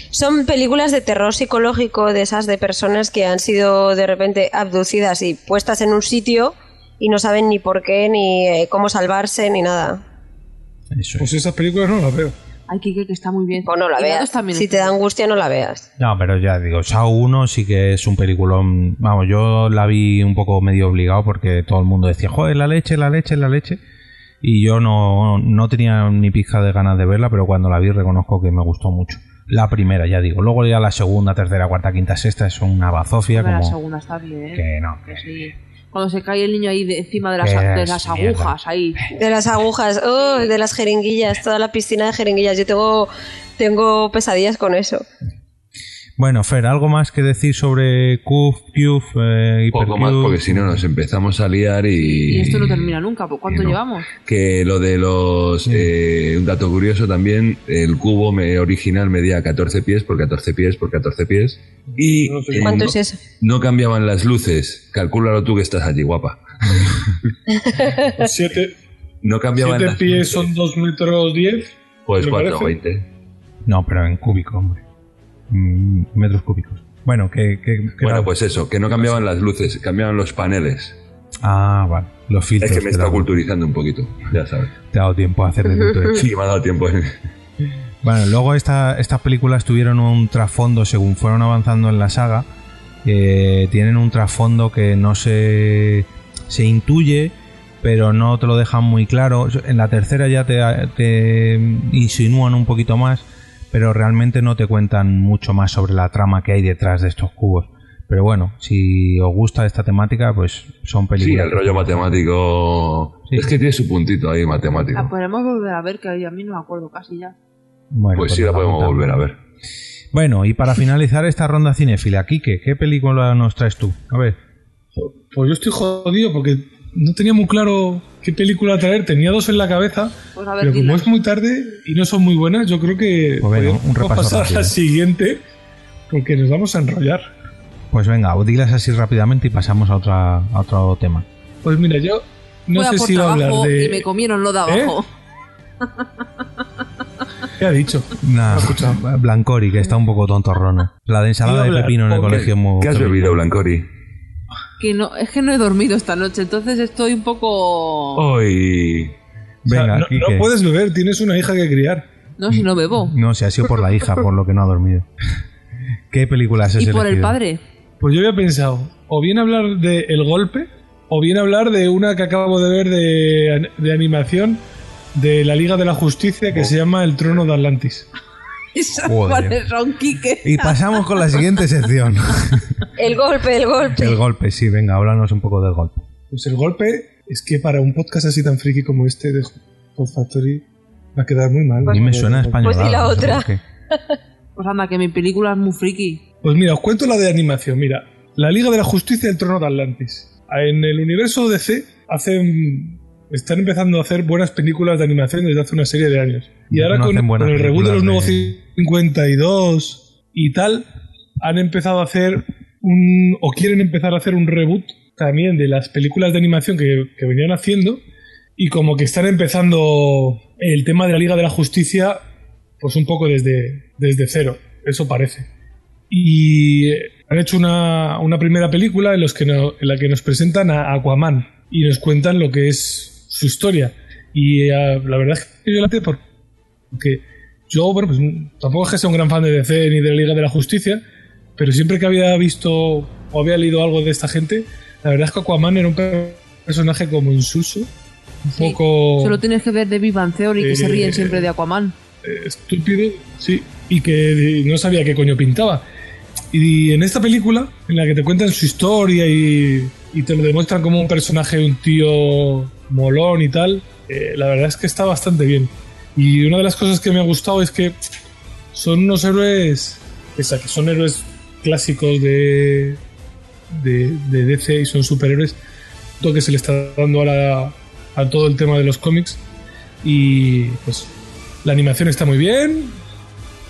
F: Son películas de terror psicológico de esas de personas que han sido de repente abducidas y puestas en un sitio y no saben ni por qué, ni eh, cómo salvarse, ni nada.
D: Pues esas películas no las veo.
C: Ay, Kike, que está muy bien.
F: Pues no la
C: Y
F: veas.
C: Dados también
F: Si te da angustia, no la veas.
B: No, pero ya digo, Saw 1 sí que es un peliculón. Vamos, yo la vi un poco medio obligado porque todo el mundo decía, joder, la leche, la leche, la leche. Y yo no, no tenía ni pizca de ganas de verla, pero cuando la vi reconozco que me gustó mucho. La primera, ya digo. Luego ya la segunda, tercera, cuarta, quinta, sexta es una bazofia.
C: Hombre, la
B: como...
C: segunda está bien.
B: Que no,
C: que sí. Cuando se cae el niño ahí de encima de las,
B: Que
C: de
B: es
C: las
B: mierda.
C: agujas, ahí.
F: De las agujas, oh, de las jeringuillas, toda la piscina de jeringuillas. Yo tengo, tengo pesadillas con eso.
B: Bueno, Fer, ¿algo más que decir sobre Cube, Cube, eh,
E: Poco más,
B: Hypercube?
E: porque si no nos empezamos a liar y.
C: Y esto no termina nunca. pues, ¿Cuánto
E: y no.
C: llevamos?
E: Que lo de los. eh, un dato curioso también: el cubo me- original medía 14 pies por 14 pies por 14 pies. Y. eh,
F: ¿Cuánto
E: no-
C: Pues
F: es eso?
E: No cambiaban las luces. Calcúlalo tú que estás allí, guapa.
D: Siete,
E: No cambiaban
D: siete
E: las
D: pies son 2 metros 10.
E: Pues
D: me
E: 420.
B: No, pero en cúbico, hombre. Mm, metros cúbicos. Bueno, que... que- que
E: Bueno,
B: la-
E: pues eso, que no cambiaban las luces, cambiaban los paneles.
B: Ah, vale. Los filtros.
E: pues- Es que me
B: te
E: está
B: da-
E: culturizando un poquito, ya sabes.
B: Te ha dado tiempo a hacer de todo esto.
E: Sí, me ha dado tiempo.
B: Bueno, luego esta- estas películas tuvieron un trasfondo según fueron avanzando en la saga. eh, tienen un trasfondo que no se, se intuye, pero no te lo dejan muy claro. En la tercera ya te, te insinúan un poquito más, pero realmente no te cuentan mucho más sobre la trama que hay detrás de estos cubos. Pero bueno, si os gusta esta temática, pues son
E: Sí,
B: películas.
E: el rollo matemático. Es que tiene su puntito ahí matemático.
C: La podemos volver a ver, que a mí no me acuerdo casi ya.
B: Bueno,
E: pues sí, la podemos
B: apuntamos.
E: volver a ver.
B: Bueno, y para finalizar esta ronda cinéfila, Quique, ¿qué película nos traes tú? A ver.
D: Pues yo estoy jodido porque no tenía muy claro qué película traer. Tenía dos en la cabeza,
C: Pues a ver,
D: pero como
C: dila.
D: es muy tarde y no son muy buenas, yo creo que
B: Pues venga,
D: podemos
B: un repaso
D: pasar a
B: rápido.
D: la siguiente porque nos vamos a enrollar.
B: Pues venga, dilas así rápidamente y pasamos a, otra, a otro tema.
D: Pues mira, yo no
C: Voy a
D: sé
C: por
D: si iba a hablar
C: trabajo
D: de... ¿Eh?
C: y me comieron lo de abajo.
D: ¿Qué ha dicho?
B: Nah, Blancori, que está un poco tontorrona. La de ensalada
D: Iba a
B: de
D: hablar
B: pepino en el
D: con-
B: colegio es muy...
E: ¿Qué has bebido, Blancori?
C: Que no, es que no he dormido esta noche, entonces estoy un poco...
D: Oh.
E: Hoy.
B: Venga,
D: O sea, no,
B: Quique.
D: no puedes beber, tienes una hija que criar.
C: No, si no bebo.
B: No, si ha sido por la hija, por lo que no ha dormido. ¿Qué película has
C: Y por el
B: elegido?
C: padre.
D: Pues yo había pensado, o bien hablar de El Golpe, o bien hablar de una que acabo de ver de, de animación de la Liga de la Justicia que se llama El Trono de Atlantis.
C: Esas
B: Joder.
C: cuales son Quique.
B: Y pasamos con la siguiente sección.
F: El golpe, el golpe.
B: el golpe, sí, venga, háblanos un poco del golpe.
D: Pues El Golpe es que para un podcast así tan friki como este de Hot Factory va a quedar muy mal.
B: A mí me suena español.
F: Pues y la otra.
C: Pues anda, que mi película es muy friki.
D: Pues mira, os cuento la de animación. Mira, la Liga de la Justicia y el Trono de Atlantis. En el universo DC hacen, están empezando a hacer buenas películas de animación desde hace una serie de años. Y ahora
B: No
D: con,
B: hacen buenas
D: con el reboot de los
B: películas
D: nuevos
B: de-
D: 52 y tal, han empezado a hacer un. o quieren empezar a hacer un reboot también de las películas de animación que, que venían haciendo. Y como que están empezando el tema de la Liga de la Justicia, pues un poco desde, desde cero. Eso parece y eh, han hecho una, una primera película en, los que no- en la que nos presentan a Aquaman y nos cuentan lo que es su historia. Y eh, la verdad es que yo la hice por- porque yo, bueno, pues mm, tampoco es que sea un gran fan de DC ni de la Liga de la Justicia, pero siempre que había visto o había leído algo de esta gente, la verdad es que Aquaman era un per- personaje como insulso, un poco...
C: Solo tienes que ver de Big Bang Theory, que se ríen
D: Eh,
C: siempre de Aquaman.
D: estúpido, sí, y que no sabía qué coño pintaba. Y en esta película, en la que te cuentan su historia y, y te lo demuestran como un personaje, un tío molón y tal, eh, la verdad es que está bastante bien. Y una de las cosas que me ha gustado es que son unos héroes, pese a que son héroes clásicos de, de, de DC y son superhéroes, todo que se le está dando ahora a todo el tema de los cómics. Y pues la animación está muy bien.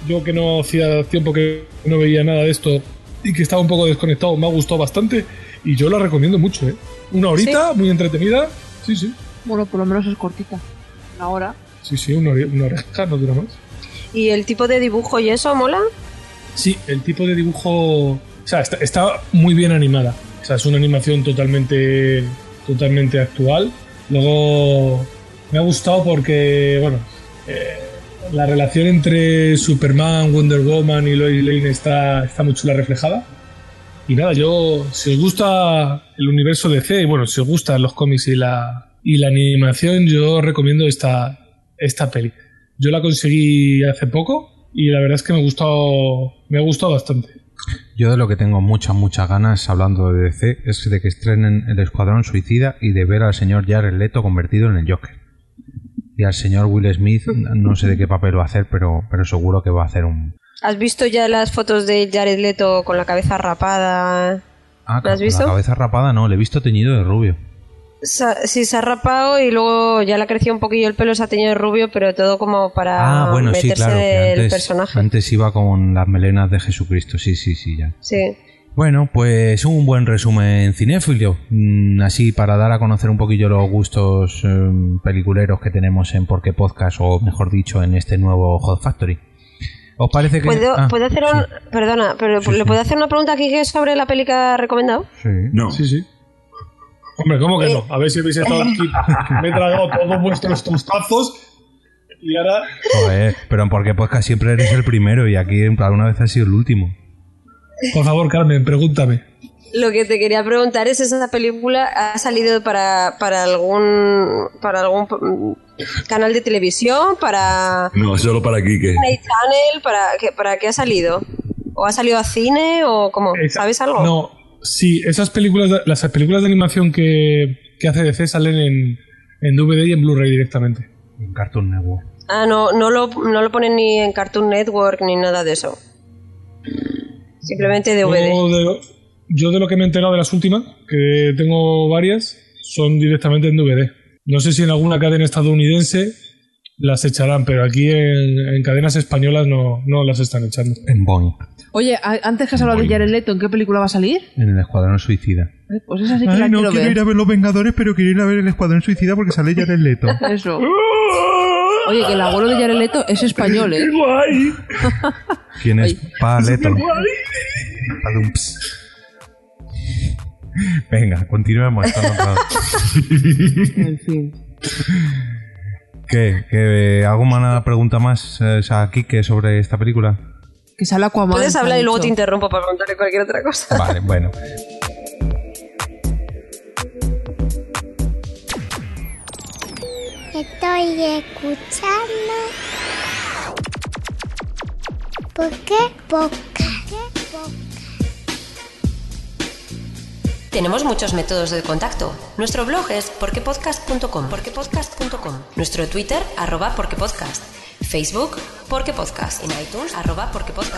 D: Yo que no hacía tiempo que no veía nada de esto y que estaba un poco desconectado, me ha gustado bastante y yo la recomiendo mucho. ¿eh? Una horita, muy entretenida. Sí, sí,
C: Bueno, por lo menos es cortita. Una hora.
D: sí, sí, una, hori- una oreja, no dura más.
F: ¿Y el tipo de dibujo y eso mola?
D: Sí, el tipo de dibujo. O sea, está, está muy bien animada. O sea, es una animación totalmente, totalmente actual. Luego, me ha gustado porque, bueno, eh, la relación entre Superman, Wonder Woman y Lois Lane está, está muy chula reflejada. Y nada, yo, si os gusta el universo DC, y bueno, si os gustan los cómics y la, y la animación, yo recomiendo esta, esta peli. Yo la conseguí hace poco y la verdad es que me ha gustado, me ha gustado bastante.
B: Yo de lo que tengo muchas, muchas ganas, hablando de DC, es de que estrenen el Escuadrón Suicida y de ver al señor Jared Leto convertido en el Joker. Y al señor Will Smith, no sé de qué papel va a hacer, pero, pero seguro que va a hacer un...
F: ¿Has visto ya las fotos de Jared Leto con la cabeza rapada?
B: Ah,
F: ¿Lo has
B: con
F: visto?
B: La cabeza rapada no, le he visto teñido de rubio.
F: Sa- Sí, se ha rapado y luego ya le ha crecido un poquillo el pelo, se ha tenido de rubio, pero todo como para
B: Ah, bueno, sí,
F: meterse
B: claro. que
F: del
B: antes,
F: personaje.
B: antes iba con las melenas de Jesucristo, sí, sí, sí, ya.
F: Sí.
B: Bueno, pues un buen resumen cinéfilo, Mm, así para dar a conocer un poquillo los gustos em, peliculeros que tenemos en Porque Podcast, o mejor dicho, en este nuevo Hot Factory. ¿Os parece que...?
F: ¿Puedo,
B: Ah,
F: puedo hacer un- Perdona, pero ¿le puedo hacer una pregunta aquí sobre la peli que ha recomendado?
E: No.
D: Sí, sí. Hombre, ¿cómo que no? A ver si habéis estado aquí. Me he tragado todos vuestros tostazos y ahora.
B: joder, pero en Porque Podcast siempre eres el primero y aquí en plan, una vez has sido el último.
D: Por favor, Carmen, pregúntame.
F: Lo que te quería preguntar es, ¿esa película ha salido para, para algún para algún mm, canal de televisión, para
E: No, solo para Quique.
F: Disney Channel, para qué, para qué ha salido? ¿O ha salido a cine o cómo? ¿Sabes algo?
D: No, sí, esas películas, de- las películas de animación que, que hace DC salen en, en DVD y en Blu-ray directamente.
B: En Cartoon Network.
F: Ah, no, no lo, no lo ponen ni en Cartoon Network ni nada de eso. Simplemente
D: Yo
F: DVD.
D: de, yo de lo que me he enterado de las últimas, que tengo varias, son directamente en DVD. No sé si en alguna cadena estadounidense las echarán, pero aquí en, en cadenas españolas no, no las están echando.
B: En Boeing,
C: Oye, a- antes que has hablado de Jared Leto, ¿en qué película va a salir?
B: en el Escuadrón Suicida.
C: Eh, Pues esa sí que
B: Ay,
C: la
B: no
C: quiero
B: quiero
C: ver.
B: ir a ver Los Vengadores, pero quiero ir a ver el Escuadrón Suicida porque sale Jared Leto.
C: Eso. Oye, que el abuelo de Jared Leto es español, ¿eh?
B: ¿Quién es Paleto?
C: guay.
B: Padumps. Venga, continuemos. esto no acaba.
C: En fin.
B: ¿Qué? ¿Qué? eh, ¿Alguna pregunta más eh, a Quique sobre esta película?
C: Que sale Aquaman.
F: Puedes
C: se ha
F: hablar y luego te
C: dicho.
F: interrumpo para preguntarle cualquier otra cosa.
B: Vale, bueno.
M: Estoy escuchando. ¿Por qué podcast?
N: Tenemos muchos métodos de contacto. Nuestro blog es porquepodcast.com, porquepodcast.com. Nuestro Twitter, arroba porquepodcast. Facebook, porquepodcast. En iTunes, arroba porquepodcast.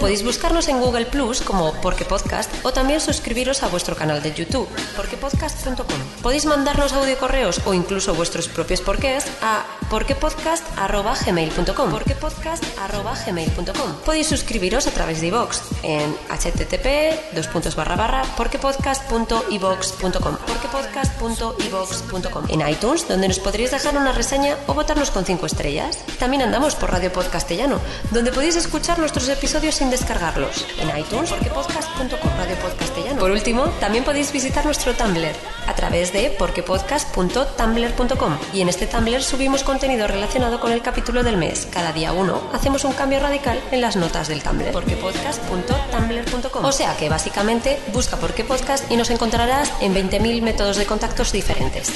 N: Podéis buscarnos en Google Plus como Porque Podcast o también suscribiros a vuestro canal de YouTube, porquepodcast.com. Podéis mandarnos audio correos o incluso vuestros propios porqués a porquepodcast.gmail.com porquepodcast.gmail.com Podéis suscribiros a través de iVox en http dos puntos barra barra porquepodcast.ivox.com porquepodcast.ivox.com en iTunes donde nos podréis dejar una reseña o votarnos con 5 estrellas. También andamos por Radio Podcastellano donde podéis escuchar nuestros episodios sin descargarlos en iTunes porquepodcast.com Radio Podcastellano. Por último, también podéis visitar nuestro Tumblr a través de porquepodcast.tumblr.com y en este Tumblr subimos contenido relacionado con el capítulo del mes. Cada día uno hacemos un cambio radical en las notas del Tumblr. porquepodcast.tumblr.com O sea que básicamente busca Porqué Podcast y nos encontrarás en 20.000 métodos de contactos diferentes.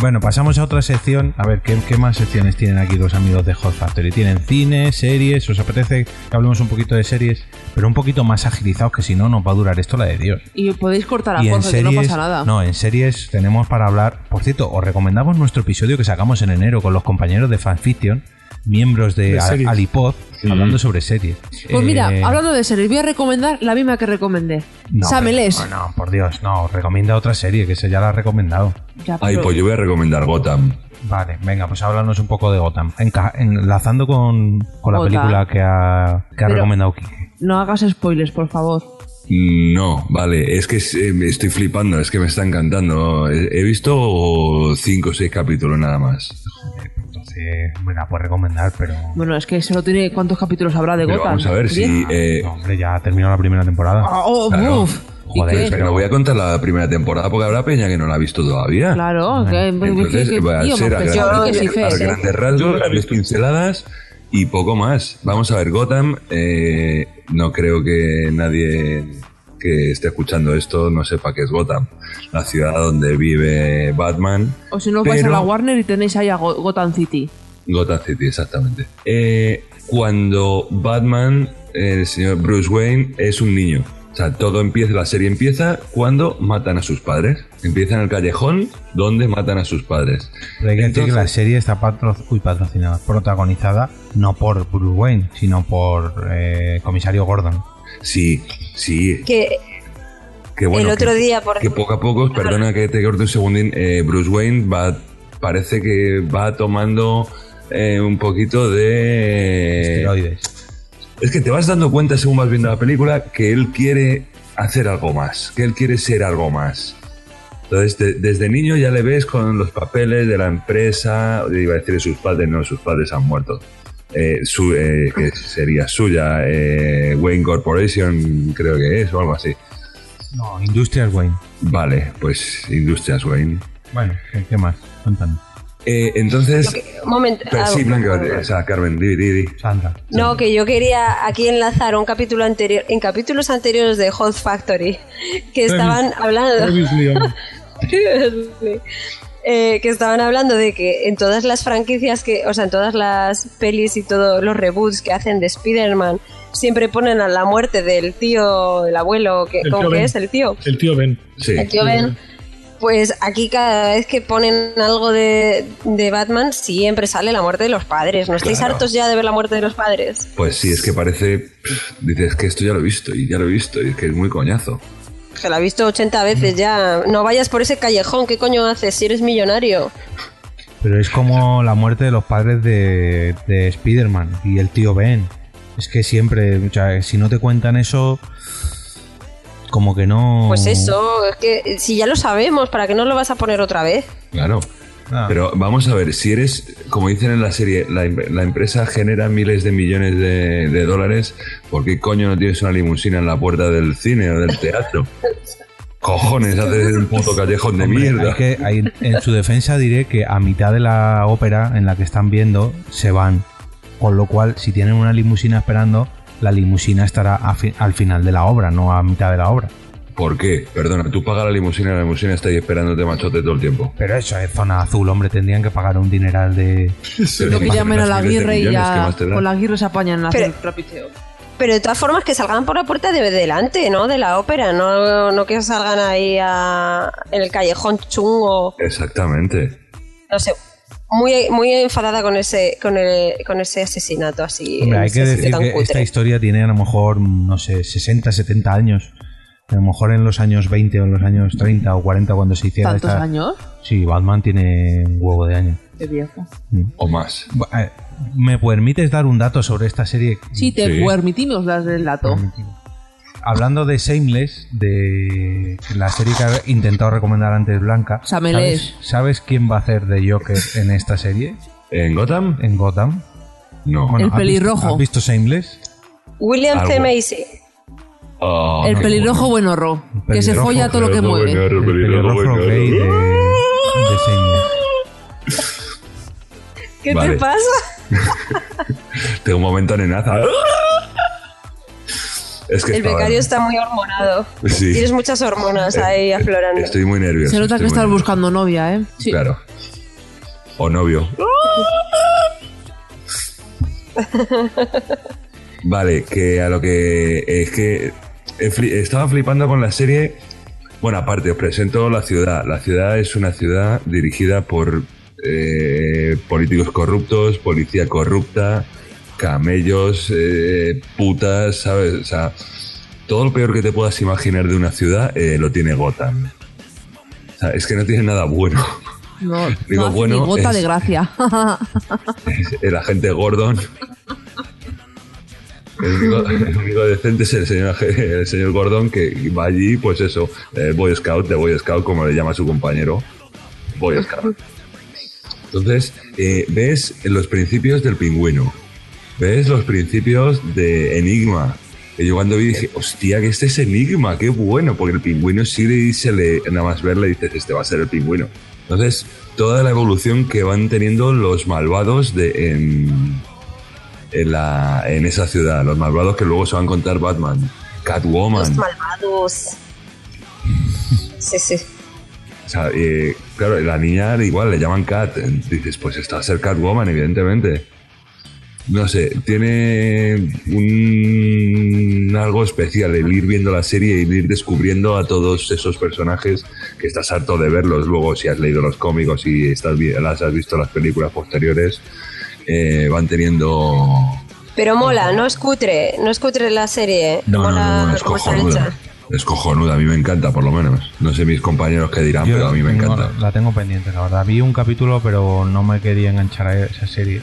B: Bueno, pasamos a otra sección. A ver, ¿qué, qué más secciones tienen aquí los amigos de Hot Factory? Tienen cine, series. ¿Os apetece que hablemos un poquito de series? Pero un poquito más agilizados, que si no, nos va a durar esto la de Dios.
C: Y podéis cortar a
B: Y en
C: Jorge, que no
B: series-
C: pasa nada.
B: No, en series tenemos para hablar. Por cierto, os recomendamos nuestro episodio que sacamos en enero con los compañeros de Fanfiction, miembros de,
C: De
B: Al-
C: series.
B: Alipod, hablando sobre series.
C: Pues
B: Eh,
C: mira, hablando de series, voy a recomendar la misma que recomendé.
B: no,
C: Sameles.
B: pero- No, no, por Dios, no, os recomienda otra serie que se ya la ha recomendado.
C: Ya,
E: Ay, pues yo voy a recomendar Gotham.
B: Vale, venga, pues háblanos un poco de Gotham. Enca- enlazando con, con la
C: Gotham.
B: película que ha, que ha
C: Pero-
B: recomendado Kike.
C: No hagas spoilers, por favor.
E: No, vale, es que eh, me estoy flipando, es que me está encantando. He, he visto cinco o seis capítulos nada más.
B: Entonces, me la puedes recomendar, pero.
C: Bueno, es que solo tiene cuántos capítulos habrá de
E: Pero
C: Gotham.
E: vamos a ver
C: ¿Diez?
E: si. eh,
B: Hombre, ya ha terminado la primera temporada.
C: Ah, oh,
E: Claro.
C: buf. ¿Y
E: Joder,
C: qué?
E: pero voy a contar la primera temporada porque habrá peña que no la ha visto todavía.
C: Claro, pues, que,
E: Entonces,
C: que- que-
E: va a
C: tío,
E: ser a,
C: más
E: gran-
C: pesado que sí,
E: a
C: Fer, ¿eh?
E: grandes rasgos, varias pinceladas y poco más. Vamos a ver, Gotham, eh, no creo que nadie que esté escuchando esto no sepa qué es Gotham, la ciudad donde vive Batman,
C: O si no, vais a
E: Pero-
C: la Warner y tenéis ahí a Go- Gotham City.
E: Gotham City, exactamente. Eh, cuando Batman, el señor Bruce Wayne, es un niño. O sea, todo empieza, la serie empieza cuando matan a sus padres. Empieza en el callejón donde matan a sus padres.
B: Pero hay que decir que la serie está patro- uy, patrocinada, protagonizada no por Bruce Wayne, sino por eh, Comisario Gordon.
E: Sí, sí,
F: Que
E: Que bueno,
F: El otro
E: que-
F: día, por-
E: que poco a poco, perdona que te corte un segundín, eh, Bruce Wayne va, parece que va tomando eh, un poquito de...
B: Esteroides.
E: Es que te vas dando cuenta según vas viendo la película que él quiere hacer algo más, que él quiere ser algo más. Entonces, de- desde niño ya le ves con los papeles de la empresa, iba a decir de sus padres, no, sus padres han muerto. Eh, su- eh, que sería suya, eh, Wayne Corporation creo que es, o algo así.
B: No, Industrial Wayne.
E: Vale, pues Industrias Wayne.
B: Bueno, ¿qué, qué más? Cuéntanos.
E: Eh, entonces,
F: Un momento.
E: pero
F: ah,
E: sí, Blanca, o sea, Carmen, di, di, di.
B: Sandra.
F: No, que yo quería aquí enlazar un capítulo anterior, en capítulos anteriores de Hot Factory, que estaban hablando. Previously. Eh, que estaban hablando de que en todas las franquicias que, o sea, en todas las pelis y todos los reboots que hacen de Spider-Man, siempre ponen a la muerte del tío, el abuelo, que,
D: El
F: ¿cómo
D: tío
F: que
D: Ben.
F: es? El tío.
D: El tío Ben.
E: Sí.
F: El tío Ben. Pues aquí cada vez que ponen algo de, de Batman siempre sale la muerte de los padres. ¿No estáis
E: Claro.
F: hartos ya de ver la muerte de los padres?
E: Pues sí, es que parece. pff, Dices que esto ya lo he visto y ya lo he visto y es que es muy coñazo.
F: Que la he visto 80 veces ya. No vayas por ese callejón, ¿qué coño haces si eres millonario?
B: Pero es como la muerte de los padres de, de Spider-Man y el tío Ben. Es que siempre, o sea, si no te cuentan eso, como que no.
F: Pues eso, es que si ya lo sabemos, ¿para qué no lo vas a poner otra vez?
E: Claro.
B: Ah.
E: Pero vamos a ver, si eres, como dicen en la serie, la, em- la empresa genera miles de millones de, de dólares, ¿por qué coño no tienes una limusina en la puerta del cine o del teatro? Cojones, haces un puto callejón de
B: Hombre,
E: mierda.
B: hay que- hay- en su defensa diré que a mitad de la ópera en la que están viendo se van. Con lo cual, si tienen una limusina esperando, la limusina estará a fi- al final de la obra, no a mitad de la obra.
E: ¿Por qué? Perdona, tú pagas la limusina, la limusina está ahí esperándote machote todo el tiempo.
B: Pero eso es zona azul, hombre, tendrían que pagar un dineral de...
C: Lo que llamen a la Aguirre y ya con la
B: Pero
C: Aguirre se apañan a hacer
F: Pero-
C: el trapiteo.
F: Pero de todas formas que salgan por la puerta de delante, ¿no? De la ópera, no, no que salgan ahí a- en el callejón chungo.
E: Exactamente.
F: No sé, muy, muy enfadada con ese, con el, con ese asesinato así.
B: Hombre,
F: en
B: hay
F: ese
B: que
F: sitio
B: decir
F: tan
B: que
F: cutre.
B: esta historia tiene a lo mejor, no sé, 60, 70 años. A lo mejor en los años 20 o en los años 30 o 40 cuando se hiciera
C: ¿Tantos
B: esta-
C: años?
B: Sí, Batman tiene un huevo de años.
C: Qué viejo.
E: O más.
B: ¿Me permites dar un dato sobre esta serie?
C: Sí, te permitimos las del dato.
B: Hablando de Shameless, de la serie que ha intentado recomendar antes Blanca,
C: Shameless.
B: ¿sabes, sabes quién va a hacer de Joker en esta serie?
E: ¿En Gotham?
B: En Gotham.
E: No.
C: El pelirrojo.
B: ¿Has visto Shameless?
F: William C.
B: Algo.
F: Macy.
E: Ah,
C: el pelirrojo buen horror, que se
B: pelirrojo,
C: folla todo lo que
B: pelirrojo
C: mueve.
B: El pelirrojo gay de, de Shameless.
F: ¿Qué
E: Vale.
F: te pasa?
E: Tengo un momento nenaza. Es que
F: El
E: estaba-
F: becario está muy hormonado.
E: Sí.
F: Tienes muchas hormonas
E: Eh,
F: ahí aflorando.
E: Estoy muy nervioso.
C: Se nota que
E: estoy
C: estás
E: muy
C: buscando novia, ¿eh?
E: nervioso. Claro. o novio. Vale, que a lo que es que he fli- estaba flipando con la serie. Bueno, aparte, os presento la ciudad. La ciudad es una ciudad dirigida por eh, políticos corruptos, policía corrupta, camellos, eh, putas, ¿sabes? O sea, todo lo peor que te puedas imaginar de una ciudad eh, lo tiene Gotham. O sea, es que no tiene nada bueno.
C: No,
E: Digo,
C: no hace
E: bueno,
C: ni gota
E: es-
C: de gracia.
E: el agente Gordon. El único, el único decente es el señor, el señor Gordon que va allí, pues eso, eh, Boy Scout, de Boy Scout, como le llama su compañero, Boy Scout. Entonces, eh, ves los principios del pingüino, ves los principios de Enigma. Que yo cuando vi dije, hostia, que este es Enigma, qué bueno, porque el pingüino sigue y se le, nada más verle dices, este va a ser el pingüino. Entonces, toda la evolución que van teniendo los malvados de, en, en, la, en esa ciudad, los malvados que luego se van a contar Batman,
F: Los
E: Catwoman.
F: malvados. Sí, sí.
E: O sea, eh, claro, la niña igual le llaman Cat. Dices, pues está a ser Catwoman, evidentemente. No sé, tiene un algo especial el ir viendo la serie y el ir descubriendo a todos esos personajes que estás harto de verlos luego si has leído los cómicos y estás, vi- las has visto las películas posteriores eh, van teniendo
F: Pero mola, no es cutre, no es cutre la serie. ¿eh?
E: No, no,
F: mola
E: no, no, es
F: cómo está
E: cojonuda.
F: hecha.
E: Es cojonuda, a mí me encanta, por lo menos. No sé mis compañeros qué dirán, Ah, pero a mí me
B: no,
E: encanta.
B: la tengo pendiente, la verdad. Vi un capítulo, pero no me quería enganchar a esa serie.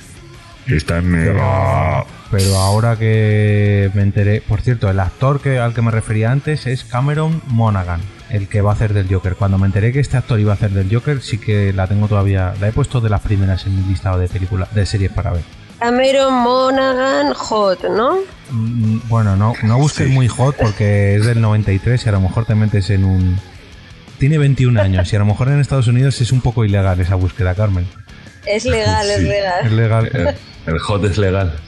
E: Está en mega.
B: Pero ahora que me enteré, por cierto, el actor que, al que me refería antes es Cameron Monaghan, el que va a hacer del Joker. Cuando me enteré que este actor iba a hacer del Joker, sí que la tengo todavía, la he puesto de las primeras en mi listado de películas, de series para ver.
F: Cameron Monaghan Hot, ¿no?
B: Mm, Bueno, no, no busques muy hot porque es del 93 y a lo mejor te metes en un... Tiene 21 años y a lo mejor en Estados Unidos es un poco ilegal esa búsqueda, Carmen.
F: Es legal, es
B: Sí, Es
F: legal.
B: legal.
E: El hot es legal.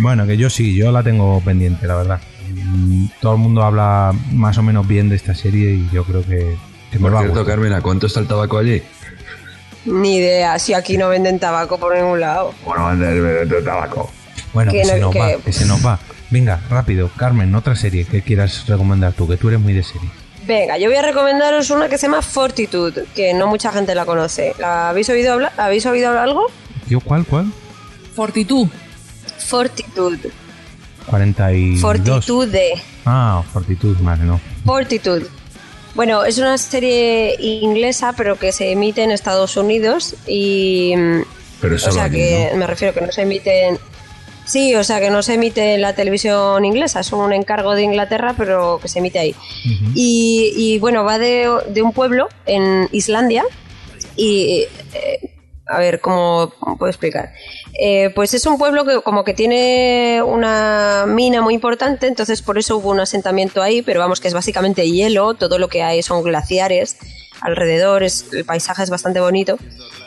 B: Bueno, que yo sí, yo la tengo pendiente, la verdad. Mm, Todo el mundo habla más o menos bien de esta serie y yo creo que, que me
E: Por
B: va a
E: cierto,
B: gustar.
E: Carmen, ¿a cuánto está el tabaco allí?
F: Ni idea, si aquí no venden tabaco por ningún lado.
E: Bueno, anda, el tabaco.
B: Bueno, que,
F: que
B: se
F: no-
B: nos
F: que-
B: va, que se nos va. Venga, rápido, Carmen, otra serie que quieras recomendar tú, que tú eres muy de serie.
F: Venga, yo voy a recomendaros una que se llama Fortitude, que no mucha gente la conoce. ¿La habéis oído hablar? ¿Habéis oído hablar algo?
B: ¿Yo cuál, cuál?
C: Fortitud.
F: Fortitude.
E: Mm,
B: 42.
F: Fortitude.
B: Ah, Fortitud, vale, no.
F: Fortitude. Bueno, es una serie inglesa, pero que se emite en Estados Unidos y. mm,
E: Pero eso
F: o sea
E: aquí,
F: que
E: ¿no?
F: me refiero que no se emite en. Sí, o sea que no se emite en la televisión inglesa, es un encargo de Inglaterra, pero que se emite ahí. y, y, bueno, va de, de un pueblo en Islandia y. eh, a ver, ¿cómo puedo explicar? Eh, pues es un pueblo que como que tiene una mina muy importante, entonces por eso hubo un asentamiento ahí, pero vamos que es básicamente hielo, todo lo que hay son glaciares alrededor, es- el paisaje es bastante bonito.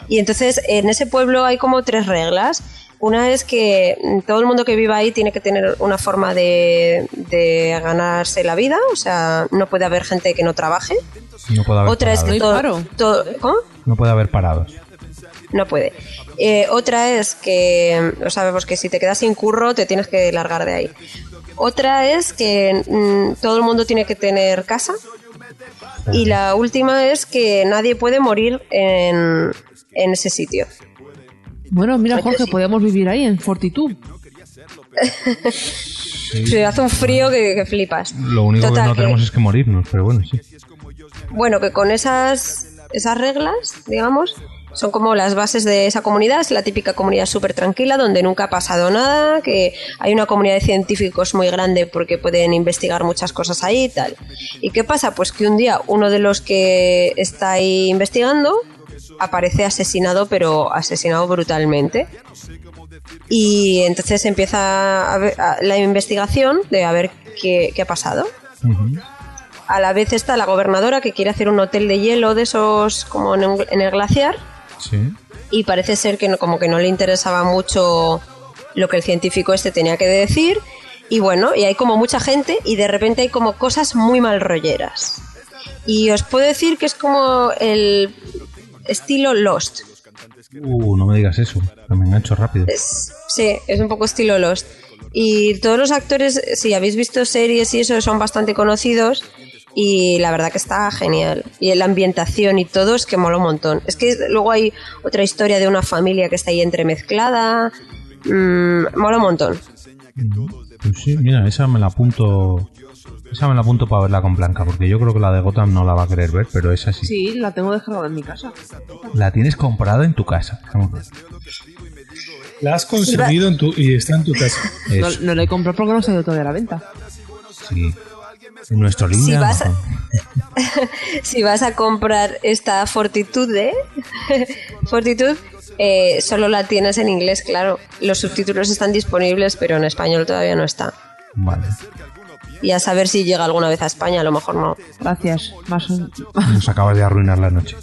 F: Y entonces en ese pueblo hay como tres reglas. Una es que mm, todo el mundo que viva ahí tiene que tener una forma de, de ganarse la vida, o sea, no puede haber gente que no trabaje.
B: No puede haber
F: Otra es que
B: parados.
F: todo, todo- ¿cómo?
B: No puede haber parados.
F: No puede. Eh, otra es que, mm, lo sabemos que si te quedas sin curro te tienes que largar de ahí. Otra es que mm, todo el mundo tiene que tener casa. Y la última es que nadie puede morir en, en ese sitio.
C: Bueno, mira, Jorge, podemos vivir ahí en Fortitud.
F: Se hace un frío que, que flipas.
B: Lo único
F: Total,
B: que no tenemos es que morirnos, pero bueno, sí.
F: Bueno, que con esas, esas reglas, digamos, son como las bases de esa comunidad. Es la típica comunidad súper tranquila, donde nunca ha pasado nada, que hay una comunidad de científicos muy grande porque pueden investigar muchas cosas ahí y tal. ¿Y qué pasa? Pues que un día uno de los que está ahí investigando aparece asesinado, pero asesinado brutalmente. Y entonces empieza a ver- a- la investigación de a ver qué- qué ha pasado a la vez está la gobernadora que quiere hacer un hotel de hielo de esos como en, un- en el glaciar
B: Sí.
F: y parece ser que no, como que no le interesaba mucho lo que el científico este tenía que decir y bueno, y hay como mucha gente y de repente hay como cosas muy mal rolleras. Y os puedo decir que es como el, estilo Lost.
B: Uh, no me digas eso. Me engancho rápido.
F: Es- sí, es un poco estilo Lost. Y todos los actores, si habéis visto series y eso, son bastante conocidos. Y la verdad que está genial. Y la ambientación y todo es que mola un montón. Es que luego hay otra historia de una familia que está ahí entremezclada. Mm, mola un montón.
B: Pues sí, mira, esa me la apunto. Esa me la apunto para verla con Blanca, porque yo creo que la de Gotham no la va a querer ver, pero esa sí.
C: Sí, la tengo descargada en mi casa.
B: La tienes comprada en tu casa. Vamos a ver.
D: La has conseguido en tu, y está en tu casa.
C: No, no la he comprado porque no se ha ido todavía a la venta.
B: Sí. En nuestro link
F: Si
B: de
F: vas, a,
B: Amazon.
F: si vas a comprar esta Fortitude, Fortitude eh, solo la tienes en inglés, claro. Los subtítulos están disponibles, pero en español todavía no está.
B: Vale.
F: Y a saber si llega alguna vez a España, a lo mejor no.
C: Gracias. Más un-
B: Nos acabas de arruinar la noche.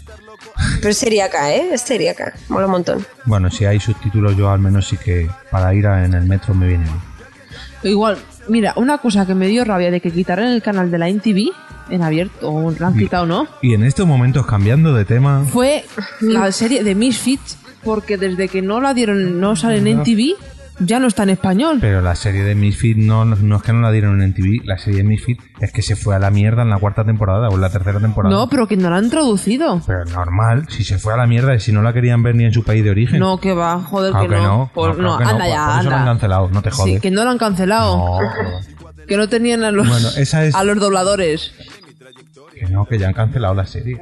F: Pero sería acá, ¿eh? Es sería acá. Mola un montón.
B: Bueno, si hay subtítulos, yo al menos sí que para ir a- en el metro me viene bien.
C: Igual, mira, una cosa que me dio rabia de que quitaran el canal de la MTV en abierto, o lo
E: Mm.
C: han quitado, ¿no?
B: Y en estos momentos, cambiando de tema.
C: Fue la serie de Misfits, porque desde que no la dieron, no sale en MTV, ya no está en español.
B: Pero la serie de Misfit no, no es que no la dieron en TV, la serie de Misfit es que se fue a la mierda en la cuarta temporada o en la tercera temporada.
C: No, pero que no la han traducido.
B: Pero normal, si se fue a la mierda y si no la querían ver ni en su país de origen.
C: No, que va, joder,
B: Claro
C: que, no. Por-
B: claro
C: no,
B: que
C: anda
B: por-
C: ya,
B: por eso lo han
C: anda.
B: cancelado, no te
C: Sí,
B: jodes.
C: que no lo han cancelado.
B: No,
C: Que no tenían a los,
B: Bueno, esa es-
C: a los dobladores.
B: que no, que ya han cancelado la serie.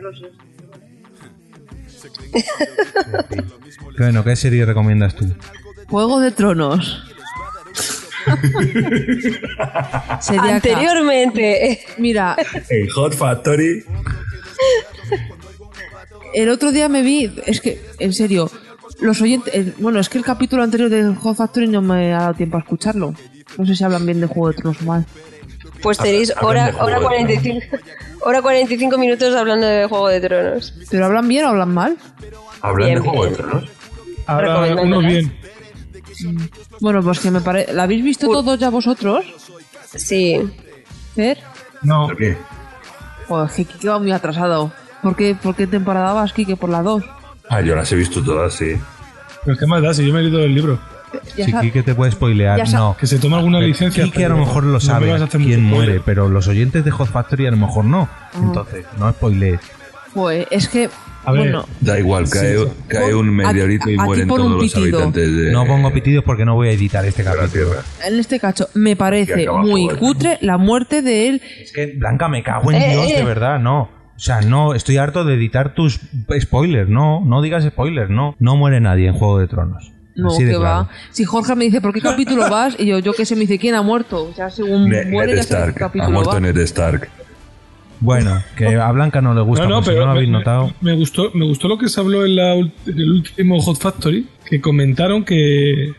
B: Bueno, ¿qué serie recomiendas tú?
C: Juego de Tronos. Sería acá.
F: Anteriormente.
C: Mira,
E: En Hot Factory.
C: el otro día me vi, es que, en serio, los oyentes, el- bueno, es que el capítulo anterior del Hot Factory no me ha dado tiempo a escucharlo. No sé si hablan bien de Juego de Tronos o mal.
F: Pues tenéis
C: Hablan de
F: hora,
C: Juego
F: hora,
C: de
F: 45, hora 45 minutos hablando de Juego de Tronos.
C: ¿Pero hablan bien o hablan mal?
E: Hablan
F: Bien,
E: de Juego de Tronos.
D: Ahora, uno bien.
C: Bueno, pues que me parece... ¿La habéis visto todos ya vosotros?
F: Sí.
C: ¿Ver?
D: No.
C: Joder, que Kike va muy atrasado. ¿Por qué, por qué temporada vas, Kike? ¿Por la 2?
E: Ah, yo las he visto todas, sí.
D: Pero qué más da si yo me he leído el libro.
C: Ya Sí, sa-
B: Quique te puede spoilear,
C: Ya sa-
B: no.
D: Que se toma alguna licencia,
B: Quique a lo
D: pero
B: mejor lo
D: no me
B: sabe
D: vas a hacer
B: quién
D: mucho spoiler.
B: muere, pero los oyentes de Hot Factory a lo mejor no. Entonces, no spoilees.
C: Pues es que... bueno,
E: Da igual, cae,
B: Sí, sí.
E: cae un meteorito y
C: a ti
E: mueren
C: por
E: todos
C: un
E: los
C: pitido.
E: habitantes de.
B: No pongo pitidos porque no voy a editar este capítulo.
C: en este cacho me
B: Aquí
C: parece
B: abajo,
C: muy
B: eh.
C: cutre la muerte de él.
B: Es que, Blanca, me cago en
C: Eh,
B: Dios,
C: eh.
B: de verdad, no. O sea, no, estoy harto de editar tus spoilers, no, no digas spoilers, no. No muere nadie en Juego de Tronos.
C: No,
B: Así de
C: que
B: claro.
C: va. Si Jorge me dice, ¿por qué capítulo vas? Y yo, yo qué sé, me dice, ¿quién ha muerto? Ya según
E: Ne-
C: muere,
E: Ned
C: ya sabes qué
E: Stark. Ha
C: capítulo
E: muerto
C: va.
E: Ned Stark.
B: Bueno, que a Blanca no le gusta,
D: No, no,
B: por si
D: pero
B: no lo habéis
D: me-
B: notado.
D: Me gustó, me gustó lo que se habló en, la, ul- en el último Hot Factory, que comentaron que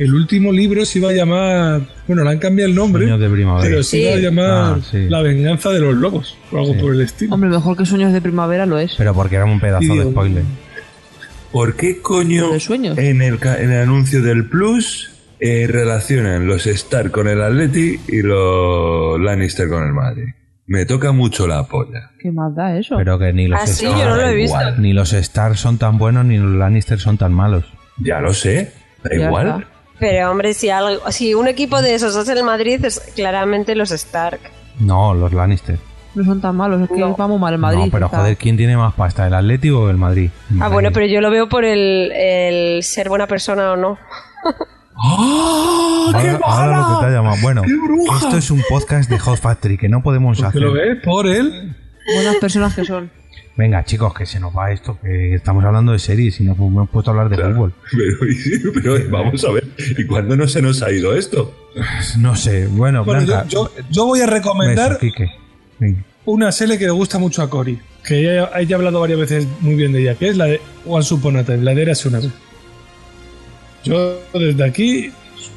D: el último libro se iba a llamar, bueno, le han cambiado el nombre,
B: Sueños de primavera.
D: pero se
B: Sí.
D: iba a llamar
B: Ah, sí.
D: La venganza de los lobos, o algo por el estilo.
C: Hombre, mejor que Sueños de Primavera lo es.
B: Pero porque era un pedazo
E: Y
B: de
E: digo,
B: spoiler.
E: ¿Por qué coño en el, ca- en el anuncio del Plus eh, relacionan los Stark con el Atleti y los Lannister con el Madrid? Me toca mucho la polla.
C: ¿Qué más da eso?
B: Pero que ni los
C: Ah, sí, yo no lo he visto.
B: Igual. Ni los Stark son tan buenos ni los Lannister son tan malos.
E: Ya lo sé. Da
B: Ya
E: igual.
B: está.
F: Pero hombre, si, algo, si un equipo de esos hace el Madrid, es claramente los Stark.
B: No, los Lannister.
C: No son tan malos, es que vamos mal en Madrid.
B: no, pero
C: está.
B: joder, ¿quién tiene más pasta, el Atlético o el Madrid?
F: Ah, bueno, pero yo lo veo por el, el ser buena persona o no.
D: ¡Ah,
B: Ahora, ahora lo que te ha llamado. Bueno,
F: bruja!
B: esto es un podcast de Hot Factory que no podemos
D: ¿Te
B: hacer.
D: lo ves por él?
C: Buenas personas que son.
B: Venga, chicos, que se nos va esto, que estamos hablando de series y nos hemos puesto a hablar de fútbol.
E: Pero, y- pero, eh, vamos a ver, ¿y cuándo no se nos ha ido esto?
B: No sé, bueno,
D: Bueno,
B: Blanca.
D: yo, yo- yo voy a recomendar
B: beso, Quique. Venga.
D: una serie que le gusta mucho a Cory, que ella, ella ha hablado varias veces muy bien de ella, que es la de One Upon a Time, la de Érase una vez. Yo desde aquí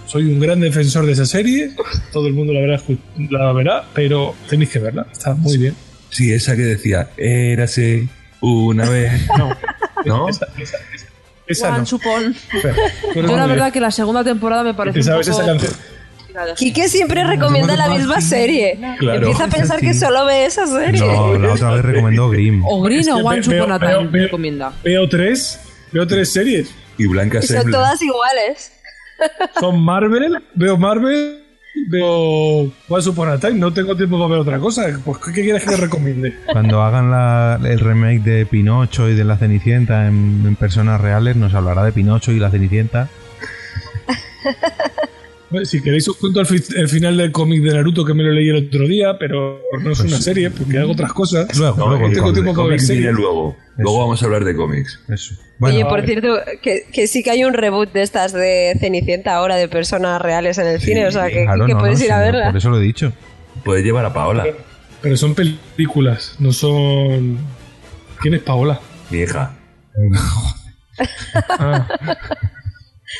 D: soy un gran defensor de esa serie, todo el mundo la verá, escu- la verá pero tenéis que verla, está muy bien.
E: Sí, esa que decía, érase una vez. No. ¿No?
D: Esa
C: Juan
D: no.
C: Supón.
D: Espera, tú eres
C: Yo la
D: muy
C: verdad que la segunda temporada me
D: bien.
C: parece
D: ¿Te sabes
C: un
D: esa
C: poco...
D: canción?
F: Quique siempre recomienda la misma serie.
B: Claro.
F: Empieza a pensar que solo ve esa serie.
B: No, la otra vez recomendó Grimm.
C: O Green o
D: ve-
C: One
D: veo-
C: Upon a Time,
D: veo- veo-
C: recomienda.
D: Veo tres, veo tres series.
E: Y Blanca
F: Y son todas iguales.
D: Son Marvel, veo Marvel, veo Once Upon a Time. No tengo tiempo para ver otra cosa. Pues, ¿qué quieres que te recomiende?
B: Cuando hagan la- el remake de Pinocho y de la Cenicienta en, en personas reales, nos hablará de Pinocho y la Cenicienta.
D: Bueno, Si queréis os cuento el, fi- el final del cómic de Naruto que me lo leí el otro día, pero no
E: Pues
D: es una serie porque hago otras cosas.
E: Luego,
D: no tengo tiempo para ver este series.
E: luego. Luego vamos a hablar de cómics.
F: Oye,
B: Ah, eh,
F: por cierto, que, que sí que hay un reboot de estas de Cenicienta ahora de personas reales en el cine, o sea que,
E: claro,
F: que
E: no,
F: puedes
E: no,
F: ir a
E: sí, no,
F: verla.
E: por
B: Eso lo he dicho.
E: Puedes llevar a Paola,
D: Pero son películas, no son. ¿Quién es Paola?
E: mi hija.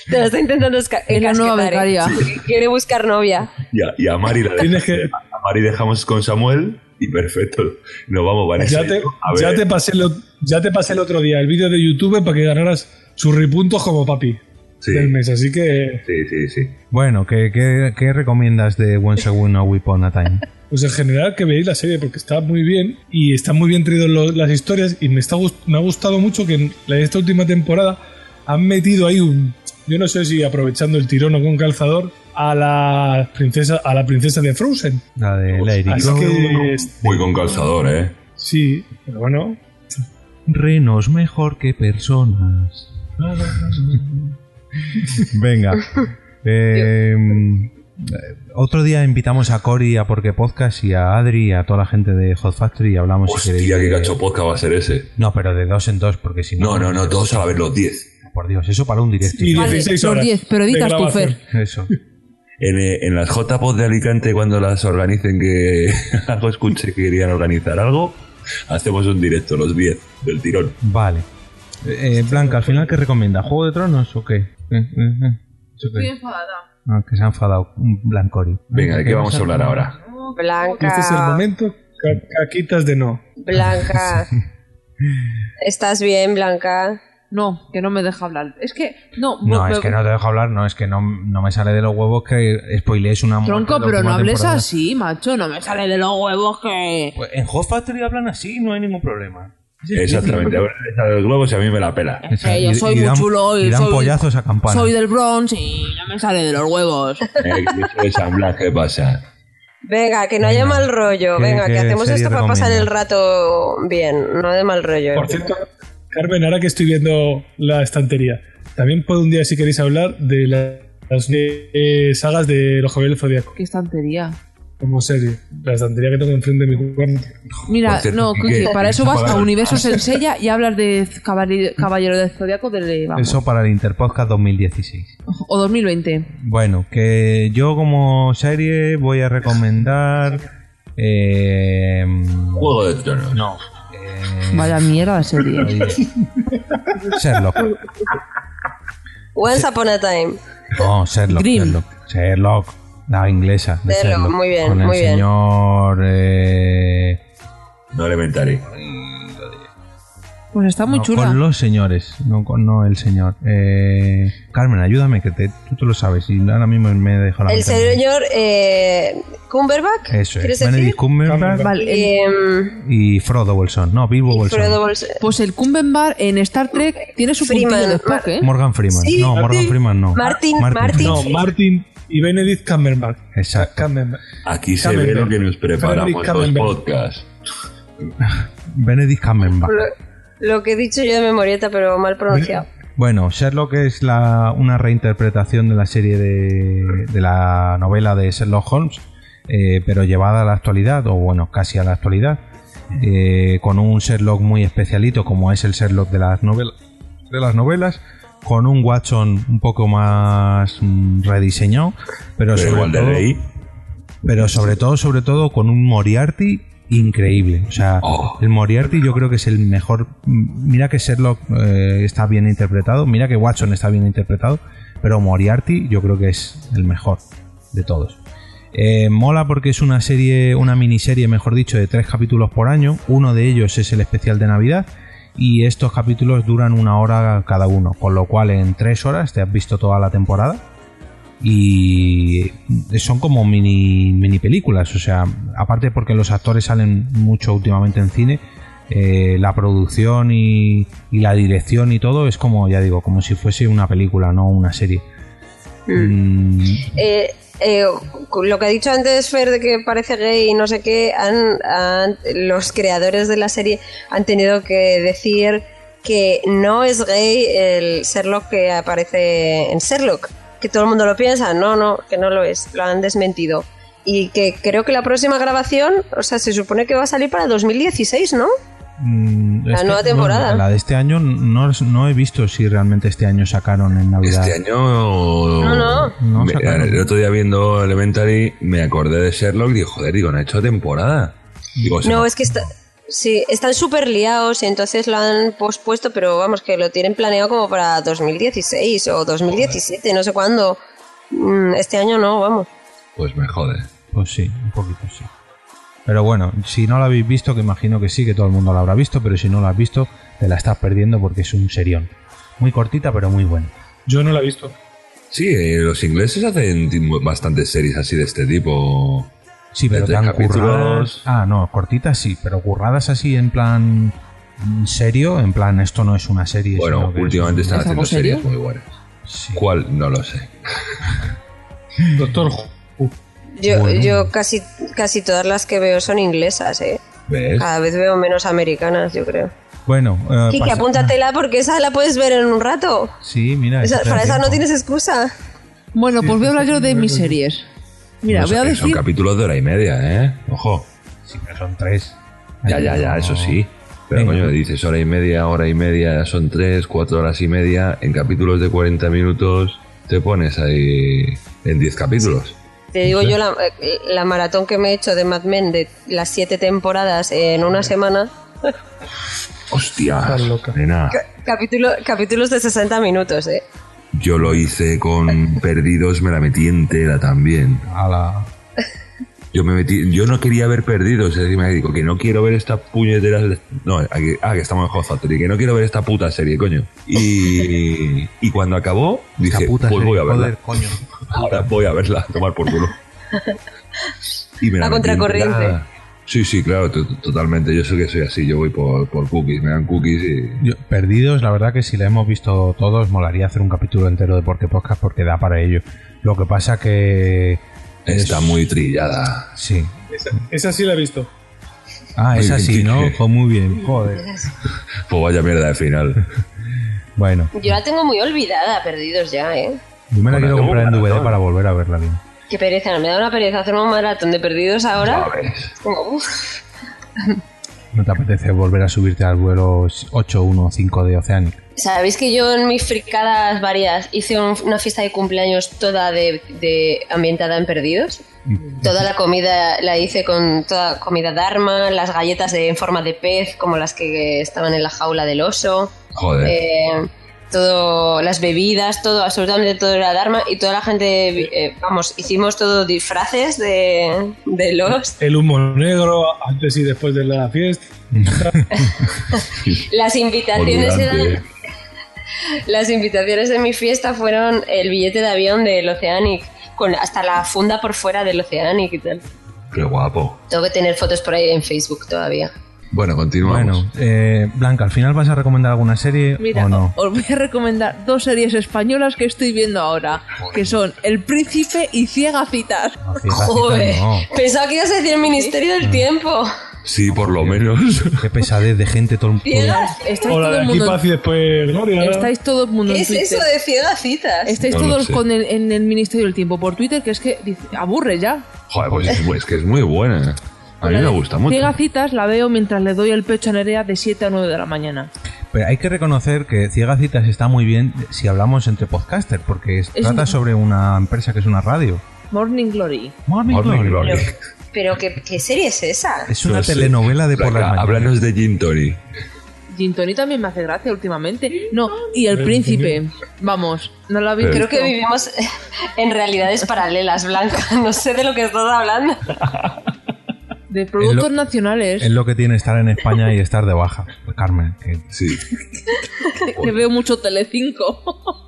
F: Te lo está intentando esca- encasquetar, ¿eh? Porque Quiere buscar novia.
E: Y a, y a Mari la eh,
D: Tienes
E: a Mari dejamos con Samuel y perfecto. Nos vamos, Vanessa.
D: Ya te,
E: a ver.
D: ya te pasé el, ot- ya te pasé el otro día el vídeo de YouTube para que ganaras churripuntos como papi del mes, así que.
E: Sí, sí, sí.
B: Bueno, ¿qué, qué, qué recomiendas de One Second No Upon a Time?
D: Pues en general que veáis la serie porque está muy bien y están muy bien traídas lo- las historias y me, está, gust- me ha gustado mucho que en la- esta última temporada han metido ahí un... Yo no sé si aprovechando el tirón o con calzador a la princesa, a la princesa de Frozen.
B: La de
F: Pues
B: Lady
D: así
B: Go.
D: que-
E: Muy con calzador, ¿eh?
D: Sí, pero bueno.
B: Renos mejor que personas. Venga. Eh, eh, otro día invitamos a Cory a Porque Podcast y a Adri y a toda la gente de Hot Factory y hablamos si queréis.
E: Hostia, qué gacho podcast va a ser ese.
B: No, pero de dos en dos, porque si
E: no. No, no, no, todos a la vez los 10.
B: Por Dios, eso para un directo.
E: Sí,
C: Vale,
E: 16
C: los
E: horas
C: 10, pero
E: de
C: editas tu
E: grabación.
C: Fer.
B: Eso.
E: En, eh, en las JPOD de Alicante, cuando las organicen, que algo escuche que querían organizar algo, hacemos un directo, los 10 del tirón.
B: Vale. Eh, Blanca, al final, ¿qué recomienda? ¿Juego de Tronos o qué? Eh, eh, eh. ¿Eso qué? Ah, que se ha enfadado. mm, Blancori. eh,
E: Venga, ¿de qué vamos a hablar ahora?
F: Blanca.
D: Este es el momento. ca- Caquitas de no.
F: Blanca. ¿Estás bien, Blanca?
C: No, que no me deja hablar. Es que, no,
B: No,
C: me-
B: es que no te dejo hablar, no, es que no, no me sale de los huevos que spoilees una muerte
C: Tronco,
B: de la
C: pero no
B: última
C: hables
B: temporada. Pues,
C: así, macho. No me sale de los huevos que.
B: en Hot Factory hablan así, no hay ningún problema.
E: Exactamente, ahora está el globo si a mí me la pela.
C: que Eh, yo soy muy chulo y, soy, soy del Bronx y no me sale de los huevos.
E: Eh, que yo soy de San Blas, ¿qué pasa?
F: Venga, que no haya mal rollo.
E: ¿Qué-
F: Venga,
E: qué
F: que hacemos
E: serie
F: esto para pasar el
E: recomiendas?
F: rato bien, no de mal rollo.
D: Por cierto, Carmen, ahora que estoy viendo la estantería, también puedo un día, si queréis, hablar de la- las eh, sagas de los Jóvenes Zodíaco
C: Qué estantería.
D: como serie. La estantería que tengo enfrente de mi cuarto.
C: Mira,
D: Por cierto,
C: no,
D: Quique,
C: Quique, para eso vas a
D: apagado.
C: Universo Sensella y hablas de Caballero, Caballero del Zodiaco del. eh, vamos,
B: Eso para el Interpodcast 2016.
C: O 2020.
B: Bueno, que yo como serie voy a recomendar. eh,
E: Juego de Tronos.
B: No. eh,
C: Vaya mierda de serie.
B: Sherlock.
F: Once Upon a Time.
B: No, Sherlock. Sherlock. Sherlock, La inglesa. de
F: Sherlock, muy bien,
B: Con el
F: muy bien.
B: señor. eh,
E: No elementaré.
C: Pues está muy
B: no,
C: chula.
B: Con los señores, no con no el señor. Eh, Carmen, ayúdame, que te- tú te lo sabes y ahora mismo me he dejado la
F: El
B: mitad.
F: señor eh, Cumberbatch.
B: Eso
F: ¿Quieres
B: es.
F: decir?
B: Benedict Cumberbatch
F: Y, em,
B: y Frodo Bolsón. No, Bilbo Bolsón.
F: Fredo Bolsón.
C: Pues el Cumbenbar en Star Trek tiene su puntillo
F: Freeman.
C: de Spock, ¿eh?
B: Morgan Freeman.
C: Sí,
B: no, Morgan
C: Martin-
B: Freeman no.
D: No, Martin y Benedict Cumberbatch.
B: Exacto.
D: Cumberbatch.
E: Aquí se ve
D: Camembert.
E: lo que nos preparamos
D: Benedict
E: los
D: Camembert.
E: podcasts.
B: Benedict Cumberbatch.
F: Lo, lo que he dicho yo de memorieta, pero mal pronunciado.
B: Bueno, Sherlock es la, una reinterpretación de la serie de, de la novela de Sherlock Holmes, eh, pero llevada a la actualidad, o bueno, casi a la actualidad, eh, con un Sherlock muy especialito como es el Sherlock de las, novel- de las novelas, con un Watson un poco más mm, rediseñado, pero,
E: Pero
B: sobre
E: igual de
B: todo-
E: rey.
B: pero sobre todo, sobre todo con un Moriarty increíble. O sea, el Moriarty yo creo que es el mejor. Mira que Sherlock eh, está bien interpretado, mira que Watson está bien interpretado, pero Moriarty yo creo que es el mejor de todos. Eh, mola porque es una serie, una miniserie, mejor dicho, de tres capítulos por año. Uno de ellos es el especial de Navidad. Y estos capítulos duran una hora cada uno, con lo cual en tres horas te has visto toda la temporada y son como mini, mini películas. O sea, aparte porque los actores salen mucho últimamente en cine, eh, la producción y, y la dirección y todo es como, ya digo, como si fuese una película, no una serie. Mm,
F: Eh, eh, lo que ha dicho antes Fer de que parece gay y no sé qué, han- han- los creadores de la serie han tenido que decir que no es gay el Sherlock que aparece en Sherlock, que todo el mundo lo piensa, no, no, que no lo es, lo han desmentido. Y que creo que la próxima grabación, o sea, se supone que va a salir para 2016, ¿no?
B: mm,
F: La
B: es que
F: nueva
B: no,
F: temporada.
B: la de este año no, no he visto si realmente este año sacaron en Navidad.
E: Este año. No,
F: no.
E: el otro día viendo Elementary me acordé de Sherlock y digo, joder, digo, no ha hecho temporada. Digo, se
F: No,
E: me-
F: es que está, sí, están súper liados y entonces lo han pospuesto, pero vamos, que lo tienen planeado como para 2016 o 2017, no sé cuándo. Mm, Este año no, vamos.
E: pues me jode.
B: Pues sí, un poquito sí. Pero bueno, si no la habéis visto, que imagino que sí, que todo el mundo la habrá visto, pero si no la has visto, te la estás perdiendo porque es un serión. Muy cortita, pero muy buena.
D: Yo no la he visto.
E: Sí, eh, los ingleses hacen ti- bastantes series así de este tipo.
B: Sí, pero
E: de
B: tan
E: tres
B: curradas. Ah, no, cortitas sí, pero curradas así en plan mm, serio, en plan esto no es una serie.
E: Bueno,
B: sino que es
E: últimamente
B: un-
E: están haciendo series muy buenas. ¿Cuál? No lo sé.
D: Doctor
F: Yo,
E: Bueno.
F: yo casi, casi todas las que veo son inglesas, ¿eh?
E: ¿Ves?
F: Cada vez veo menos americanas, yo creo.
B: Bueno, eh,
F: Kike,
B: pasa-
F: apúntatela porque esa la puedes ver en un rato.
B: Sí, mira.
F: Esa-
B: Ah, espera
F: para esa no
B: tiempo.
F: tienes excusa.
C: Bueno, pues voy a hablar yo de mis series. Mira,
E: No sé,
C: voy a
E: que Son
C: decir.
E: capítulos de hora y media, ¿eh? Ojo.
B: Sí, pero son tres.
E: Ya, ya, ya, eso sí. Pero coño, dices hora y media, hora y media, son tres, cuatro horas y media. En capítulos de 40 minutos te pones ahí en 10 capítulos.
F: Te digo yo la, eh, la maratón que me he hecho de Mad Men de las siete temporadas en una semana.
E: Hostia, nena.
F: Capítulo, capítulos de 60 minutos, ¿eh?
E: Yo lo hice con Perdidos, me la metí entera también. Yo me metí, yo no quería ver Perdidos, es decir, me digo que no quiero ver esta puñetera. No, aquí- ah, que estamos en Hot Factory, que no quiero ver esta puta serie, coño. Y, y cuando acabó, dije, pues
B: puta serie,
E: voy a verla.
B: joder, coño.
E: Ahora voy a verla, a tomar por culo. Y me
F: A
E: metí
F: contracorriente.
E: entera. Sí, sí, claro, to- totalmente. Yo sé que soy así, yo voy por, por cookies, me dan cookies y.
B: Yo- perdidos, la verdad que si la hemos visto todos, molaría hacer un capítulo entero de Porque Podcast porque da para ello. Lo que pasa que.
E: Está muy trillada.
B: Sí.
D: Esa, esa sí la he visto.
B: Ah,
E: Muy
B: es así,
E: bien,
B: ¿no?
E: Quique.
B: Jo, muy bien, joder.
E: Pues vaya mierda de final.
B: Bueno,
F: Yo la tengo muy olvidada, perdidos ya, ¿eh?
B: yo me la
E: Bueno,
B: quiero
E: tengo
B: comprar en
E: un
B: DVD
E: maratón.
B: para volver a verla bien.
F: Qué pereza, me da una pereza hacer un maratón de perdidos ahora. Es como, uff.
B: ¿No te apetece volver a subirte al vuelo 815 de Oceanic?
F: Sabéis que yo en mis fricadas varias hice un- una fiesta de cumpleaños toda de, de- ambientada en perdidos. Toda la comida la hice con toda comida Dharma, las galletas de- en forma de pez, como las que estaban en la jaula del oso.
E: Joder.
F: Eh, todo, las bebidas, todo, absolutamente todo era Dharma y toda la gente, eh, vamos, hicimos todo disfraces de, de los.
D: El humo negro, antes y después de la fiesta.
F: Las invitaciones eran,
D: Olvidante.
F: las invitaciones de mi fiesta fueron el billete de avión del Oceanic, con hasta la funda por fuera del Oceanic y tal.
E: Qué guapo.
F: Tengo que tener fotos por ahí en Facebook todavía.
E: Bueno, continuamos.
B: Bueno, eh, Blanca, ¿al final vas a recomendar alguna serie
C: Mira,
B: o no?
C: os voy a recomendar dos series españolas que estoy viendo ahora, que son El Príncipe y Ciega Citas.
B: Ciega Citas no.
F: Pensaba que ibas a decir Ministerio del Tiempo.
E: Sí, por lo menos.
B: Qué pesadez de gente todo el
F: Ciegas.
C: Estáis
D: O la
C: todo
D: de
C: el
D: aquí
C: mundo-
D: paz y después Gloria.
C: Estáis todo el mundo
F: ¿Qué
C: en
F: es
C: Twitter.
F: eso de ciegas citas?
C: Estáis
E: No lo
C: todos
E: sé.
C: con el- en el Ministerio del Tiempo por Twitter, que es que dice- aburre ya.
E: Joder, pues es, es que es muy buena. A mí
C: La
E: me
C: de
E: gusta mucho.
C: Ciega Citas la veo mientras le doy el pecho a Nerea de 7 a 9 de la mañana.
B: Pero hay que reconocer que Ciega Citas está muy bien si hablamos entre podcasters, porque es-
C: Es
B: trata
C: muy-
B: sobre una empresa que es una radio.
C: Morning Glory.
B: Morning, Glory.
F: Pero, pero ¿qué, qué serie es esa?
B: Es una
E: No sé.
B: telenovela de por
E: Blanca,
B: las mañanas.
E: Háblanos de Gin Tony.
C: Gin Tony también me hace gracia últimamente. No, y El Príncipe. Vamos, no la vi.
E: Pero-
F: Creo que vivimos en realidades paralelas, Blanca. No sé de lo que estás hablando.
C: De productos
B: Es
C: nacionales.
B: Es lo que tiene estar en España y estar de baja, Pues, Carmen. que-
E: Sí.
C: que veo mucho Telecinco.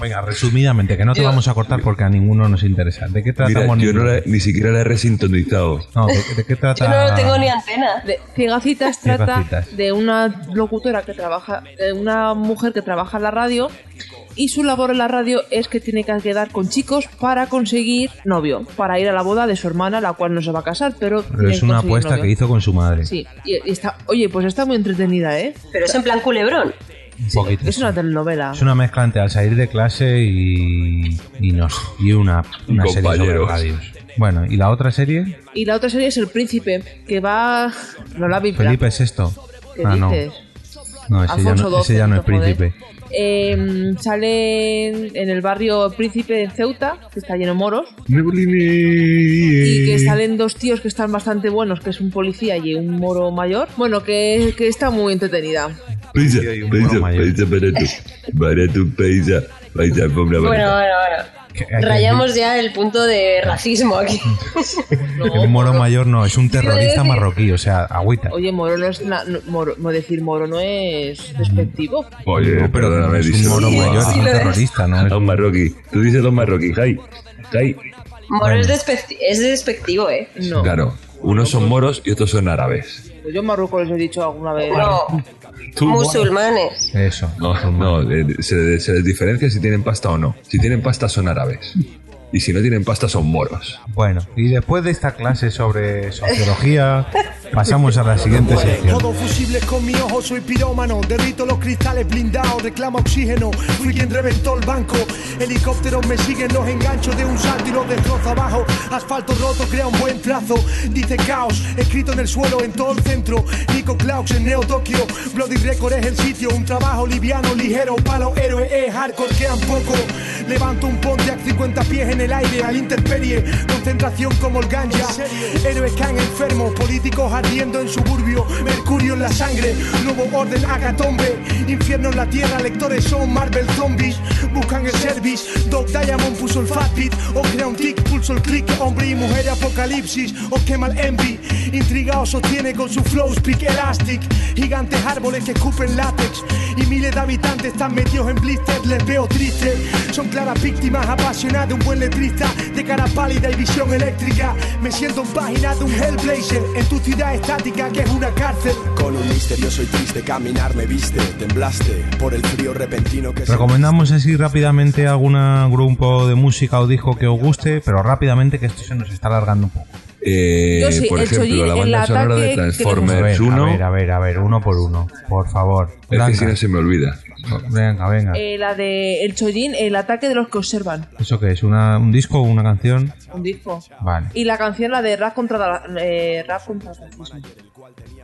B: Venga, resumidamente, que no te vamos a cortar porque a ninguno nos interesa. ¿De qué
E: Mira,
B: tratamos?
E: yo no la- ni siquiera la he resintonizado.
B: No, ¿de, de qué trata?
E: Ah.
F: ni antena.
C: Ciegacitas trata
B: Ciegacitas.
C: de una locutora que trabaja, de una mujer que trabaja en la radio y su labor en la radio es que tiene que quedar con chicos para conseguir novio, para ir a la boda de su hermana, la cual no se va a casar, pero,
B: Pero es una
C: conseguir
B: apuesta
C: novio.
B: que hizo con su madre.
C: Sí, y, y está, oye, pues está muy entretenida, ¿eh?
F: Pero es en plan culebrón.
B: Un poquito.
C: Es una telenovela.
B: Es una mezcla entre al salir de clase y, y nos y una, una serie sobre
E: Compañeros.
B: radios. Bueno, ¿y la otra serie?
C: Y la otra serie es El Príncipe, que va. No la vi,
B: Felipe es esto.
C: ¿Qué
B: Ah, no.
C: dices?
B: No, ese ya
C: Alfonso
B: no, ese ya no es
C: XII, joder.
B: príncipe.
C: Eh, sale en, en el barrio Príncipe de Ceuta, que está lleno de moros, y que salen dos tíos que están bastante buenos, que es un policía y un moro mayor. Bueno, que, que está muy entretenida.
E: Príncipe, príncipe, príncipe para tu, para tu paisa, paisa, alfombra
F: Bueno,
E: barata.
F: bueno, bueno. Rayamos ya el punto de racismo aquí.
B: un moro mayor no, es un terrorista
C: decir-
B: marroquí, o sea, agüita.
C: Oye, moro no es. na- no- moro- no decir moro no es despectivo.
E: Oye, perdóname,
B: es un
E: dice-
B: mono Sí, mayor, sí es un lo es.
E: terrorista, ¿no? A un marroquí. Tú dices los marroquí, Jai. Jai.
F: Moro es, despecti- es despectivo, ¿eh?
C: No. Pues
E: Claro, unos son moros y otros son árabes.
C: Yo en Marruecos les he dicho alguna vez.
F: No,
E: Tú-
F: musulmanes.
B: Eso.
E: No, no, eh, se, se les diferencia si tienen pasta o no. Si tienen pasta son árabes. Y si no tienen pasta son moros.
B: Bueno, y después de esta clase sobre sociología, pasamos a la siguiente sección.
D: Todo fusibles con mi ojo, soy pirómano. Derrito los cristales blindados, reclama oxígeno. Fui quien reventó el banco. Helicópteros me siguen, los enganchos de un salto y los destrozo abajo. Asfalto roto crea un buen trazo. Dice caos, escrito en el suelo, en todo el centro. Nico Claus en Neo Tokio. Bloody Record es el sitio, un trabajo liviano, ligero. Palo héroe es hardcore, quedan poco. Levanto un ponte a 50 pies en el aire, al interperie. Concentración como el ganja. Héroes que han enfermos, políticos ardiendo en suburbio, mercurio en la sangre, nuevo orden agatombe, infierno en la tierra, lectores son Marvel zombies, buscan el service, Doc Diamond puso el fat beat, o crea un tic, pulso el click, hombre y mujer apocalipsis, o quema el envy, intrigado sostiene con su flow speak elastic, gigantes árboles que escupen látex, y miles de habitantes están metidos en blister, les veo tristes, son claras víctimas apasionadas de un buen letrista, de cara pálida y visión eléctrica, me siento en página de un Hellblazer, en tu ciudad estática que es una cárcel.
O: Con un misterioso y triste caminar me viste, temblaste por el frío repentino que
B: Recomendamos así rápidamente algún grupo de música o disco que os guste, pero rápidamente que esto se nos está alargando un poco.
E: Eh,
C: Yo sí,
E: por
C: el
E: ejemplo,
C: Chollín,
E: la
C: el
E: banda sonora
C: ataque
E: de
C: que nos-
E: Transformers
B: a ver,
E: 1.
B: A ver, a ver, a ver, uno por uno, por favor.
E: Es que
B: Blanca.
E: si no se me olvida.
B: Venga, venga.
C: Eh, la de El Chollín, El ataque de los que observan.
B: ¿Eso qué es? ¿Una- ¿Un disco o una canción?
C: Un disco.
B: Vale,
C: Y la canción, la de Rap contra la, eh, Rap contra el racismo.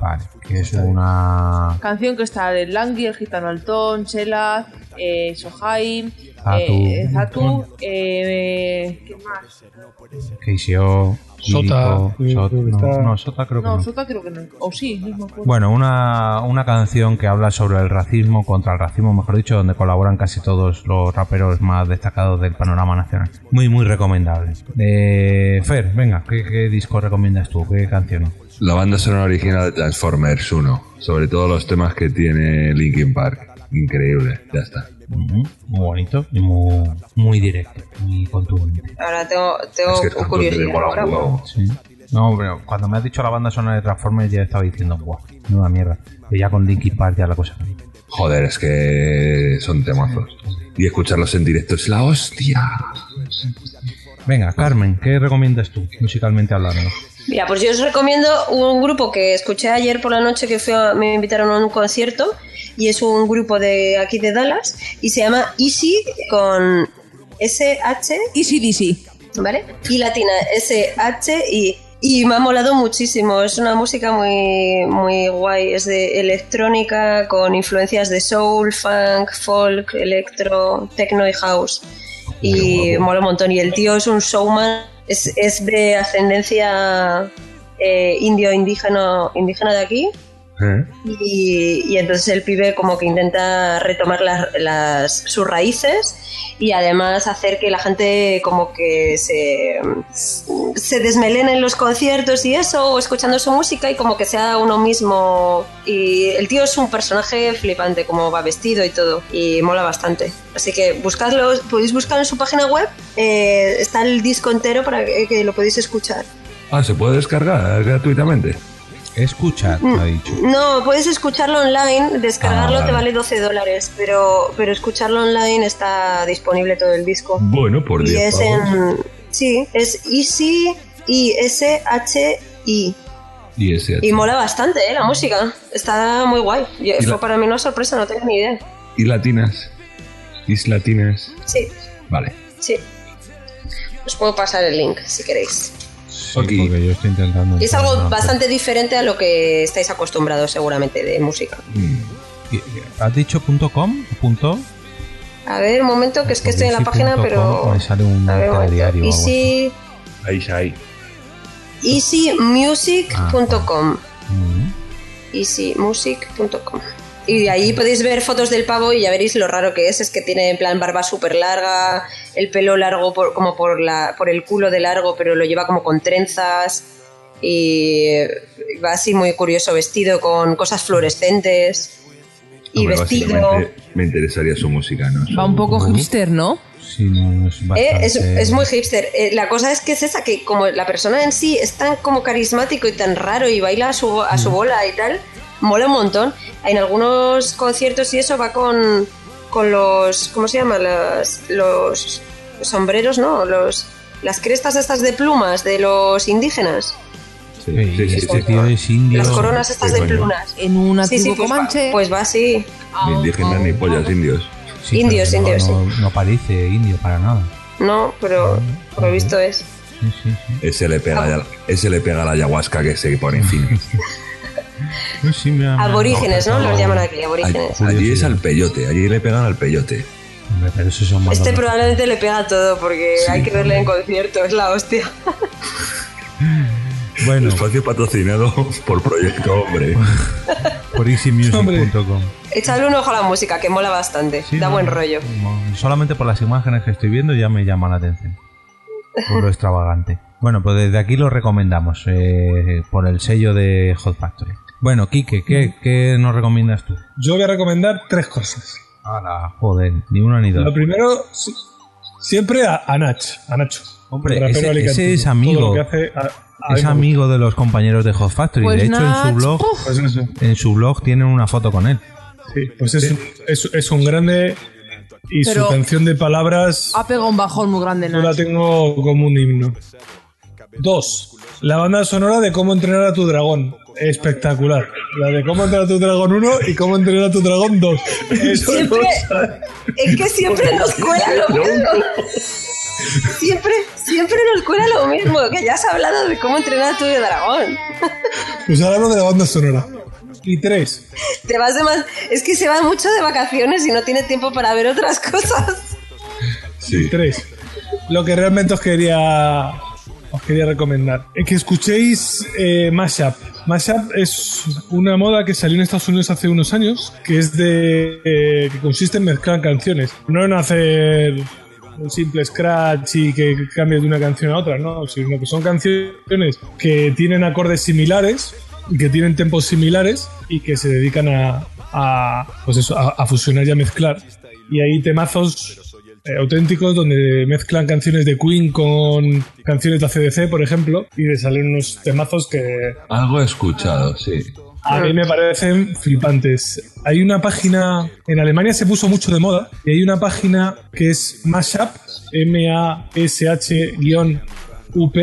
B: vale. Que es una.
C: Canción que está de Langui, el gitano Altón, Chela, eh, Sohaim,
B: Zatu.
C: eh, Zatu, eh, ¿qué más?
B: KCO,
P: Sota.
B: Sota. No,
P: Está-
B: no, Sota creo que
C: No,
B: no.
C: Sota creo que no. O sí, no me acuerdo.
B: Bueno, una, una canción que habla sobre el racismo, contra el racismo, mejor dicho, donde colaboran casi todos los raperos más destacados del panorama nacional. Muy, muy recomendable. Eh, Fer, venga, ¿qué, qué disco recomiendas tú? ¿Qué canción?
E: La banda sonora original de Transformers 1. Sobre todo los temas que tiene Linkin Park. Increíble, ya está.
B: Muy bonito y muy, muy directo, muy contundente.
F: Ahora tengo, tengo
E: Es que tanto
F: curiosidad.
E: te mola
F: ahora.
E: un huevo.
B: Sí. No, pero cuando me has dicho la banda sonora de Transformers ya estaba diciendo, guau, una mierda. Pero ya con Linkin Park ya la cosa.
E: Joder, es que son temazos. Y escucharlos en directo es la hostia.
B: Venga, Carmen, ¿qué recomiendas tú, musicalmente hablando?
F: Mira, pues yo os recomiendo un grupo que escuché ayer por la noche que fui a- me invitaron a un concierto y es un grupo de aquí de Dallas y se llama Easy con SH.
C: Easy DC.
F: ¿Vale? Y latina SH y, y me ha molado muchísimo. Es una música muy, muy guay. Es de electrónica con influencias de soul, funk, folk, electro, techno y house. Y mola un montón. Y el tío es un showman. Es, es de ascendencia eh, indio indígena, indígena de aquí Y, y entonces el pibe como que intenta retomar las, las- sus raíces y además hacer que la gente como que se, se desmelene en los conciertos y eso, o escuchando su música y como que sea uno mismo. Y el tío es un personaje flipante, como va vestido y todo, y mola bastante. Así que buscadlo, podéis buscar en su página web, eh, está el disco entero para que, que lo podéis escuchar.
E: Ah, se puede descargar gratuitamente.
B: Escuchar,
F: Mm.
B: me ha dicho.
F: No, puedes escucharlo online, descargarlo
E: Ah,
F: te
E: vale.
F: vale 12 dólares, pero, pero escucharlo online está disponible todo el disco.
E: Bueno, por
F: y
E: 10
F: es en. Sí, es Easy I S H I.
E: Y ese-
F: Y mola bastante, ¿eh? La música. Está muy guay. Yo-
E: Y la-
F: Fue para mí una sorpresa, no tenía ni idea.
E: Y latinas. Is latinas.
F: Sí,
E: Vale.
F: sí. Os puedo pasar el link si queréis.
B: Sí, porque yo estoy intentando.
F: Y es
B: entrar
F: algo
B: a la-
F: bastante diferente a lo que estáis acostumbrados seguramente de música.
E: Mm.
B: Y- eh, ¿Has dicho punto .com? Punto?
F: A ver, un momento, que es que estoy en la
B: Easy
F: página,
B: punto com,
F: pero...
B: Me sale un
F: A ver, un
B: telediario.
F: momento.
B: o algo así.
F: Easy,
E: Ahí, ahí.
F: easymusic.com
B: Ah. Mm.
F: easymusic.com y de ahí podéis ver fotos del pavo y ya veréis lo raro que es, es que tiene en plan barba súper larga, el pelo largo por- como por, la, por el culo de largo, pero lo lleva como con trenzas y va así muy curioso vestido con cosas fluorescentes y
E: Hombre,
F: vestido...
E: básicamente Me interesaría su música, ¿no?
C: Va un poco
E: Ujú.
C: hipster, ¿no?
B: Sí, no, es
F: Eh,
B: bastante...
F: es, es muy hipster. Eh, la cosa es que es esa, que como la persona en sí es tan como carismático y tan raro y baila a su, a su bola y tal, mola un montón. En algunos conciertos y eso va con, con los, ¿cómo se llama? Las- Los, sombreros, ¿no? Los, las crestas estas de plumas de los indígenas.
E: Sí,
B: sí, este tío es indio.
F: Las coronas estas de
E: coño.
F: plumas.
C: En una
F: sí, sí,
C: tribu
F: pues va,
C: comanche.
F: pues va así.
E: Ni indígenas
F: Ah.
E: ni pollas indios.
B: Sí,
F: indios,
B: pero no-
F: indios,
B: No, no parece indio para nada.
F: No, pero
B: Ah,
F: por lo visto es.
E: Ese le pega, la- ese le pega la ayahuasca que se pone fin.
B: ah, No, sí, me ha- me ha-
F: Aborígenes, ¿no? Los llaman aquí, aborígenes.
E: Allí es al peyote, allí le pegan al peyote.
B: Hombre, pero esos son
F: Este probablemente le pega a todo porque
E: Sí,
F: hay que verle en concierto, es la hostia.
B: Bueno.
E: Espacio patrocinado por Proyecto Hombre.
B: por easymusic.com.
F: Echadle un ojo a la música, que mola bastante,
B: Sí,
F: da
B: no,
F: buen rollo.
B: Solamente por las imágenes que estoy viendo ya me llama la atención. Por lo extravagante. Bueno, pues desde aquí lo recomendamos eh, por el sello de Hot Factory. Bueno, Quique, ¿qué,
F: Mm.
B: qué nos recomiendas tú?
D: Yo voy a recomendar tres cosas.
B: Ahora, joder, ni una ni dos.
D: Lo primero, si- siempre a, a Nach, a Nacho.
B: Hombre,
D: el rapero
B: ese- ese
D: alicantino.
B: es amigo.
D: Todo lo que hace a- a-
B: es amigo de los compañeros de Hot Factory.
D: Pues
B: de hecho, en
D: Nach,
B: su blog,
D: Pues eso.
B: en su blog tienen una foto con él.
D: Sí, pues es, es- es un grande y
C: Pero-
D: su canción de palabras
C: Ha pegado un bajón muy grande,
D: yo la
C: Nacho.
D: tengo como un himno. Dos, la banda sonora de Cómo entrenar a tu dragón. Espectacular. La de Cómo entrenar a tu dragón 1 y Cómo entrenar a tu dragón 2. Eso no
F: Siempre-
D: sale.
F: Es que siempre nos cuela lo mismo. Siempre, siempre nos cuela lo mismo, que ya has hablado de cómo entrenar a tu dragón.
D: Pues ahora hablo de la banda sonora. Y tres,
F: Te vas de más- Es que se va mucho de vacaciones y no tiene tiempo para ver otras cosas.
D: y tres. Lo que realmente os quería os quería recomendar es que escuchéis eh, Mashup. Mashup es una moda que salió en Estados Unidos hace unos años, que es de eh, que consiste en mezclar canciones, no en hacer un simple scratch y que cambie de una canción a otra, no, sino que son canciones que tienen acordes similares y que tienen tempos similares y que se dedican a, a, pues eso, a- a fusionar y a mezclar. Y hay temazos eh, auténticos donde mezclan canciones de Queen con canciones de ACDC, por ejemplo, y le salen unos temazos que
E: Algo he escuchado, sí.
D: a mí me parecen flipantes. Hay una página, en Alemania se puso mucho de moda, y hay una página que es Mashup, M-A-S-H-UP,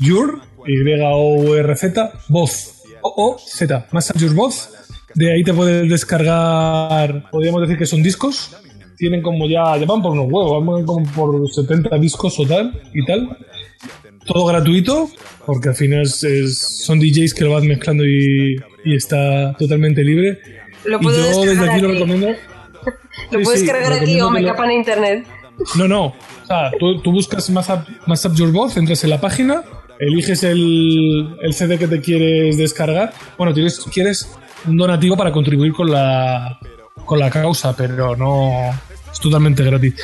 D: Your, Y-O-U-R-Z, Voz, O-O-Z, Mashup Your Voz. De ahí te puedes descargar, podríamos decir que son discos. Tienen como ya, ya van por unos huevos, van como por 70 discos o tal, y tal todo gratuito, porque al final es- es- son DJs que lo van mezclando y, y está totalmente libre.
F: Lo
D: y
F: puedo
D: yo desde
F: descargar
D: aquí lo
F: aquí.
D: recomiendo.
F: Lo
D: Sí,
F: puedes
D: sí,
F: cargar aquí
D: recomiendo
F: o me
D: que lo-
F: capan a internet.
D: No, no. O sea, tú, tú buscas Mass Up, Mass Up Your Voz, entras en la página, eliges el, el CD que te quieres descargar. Bueno, tienes, quieres un donativo para contribuir con la, con la causa, pero no es totalmente gratis.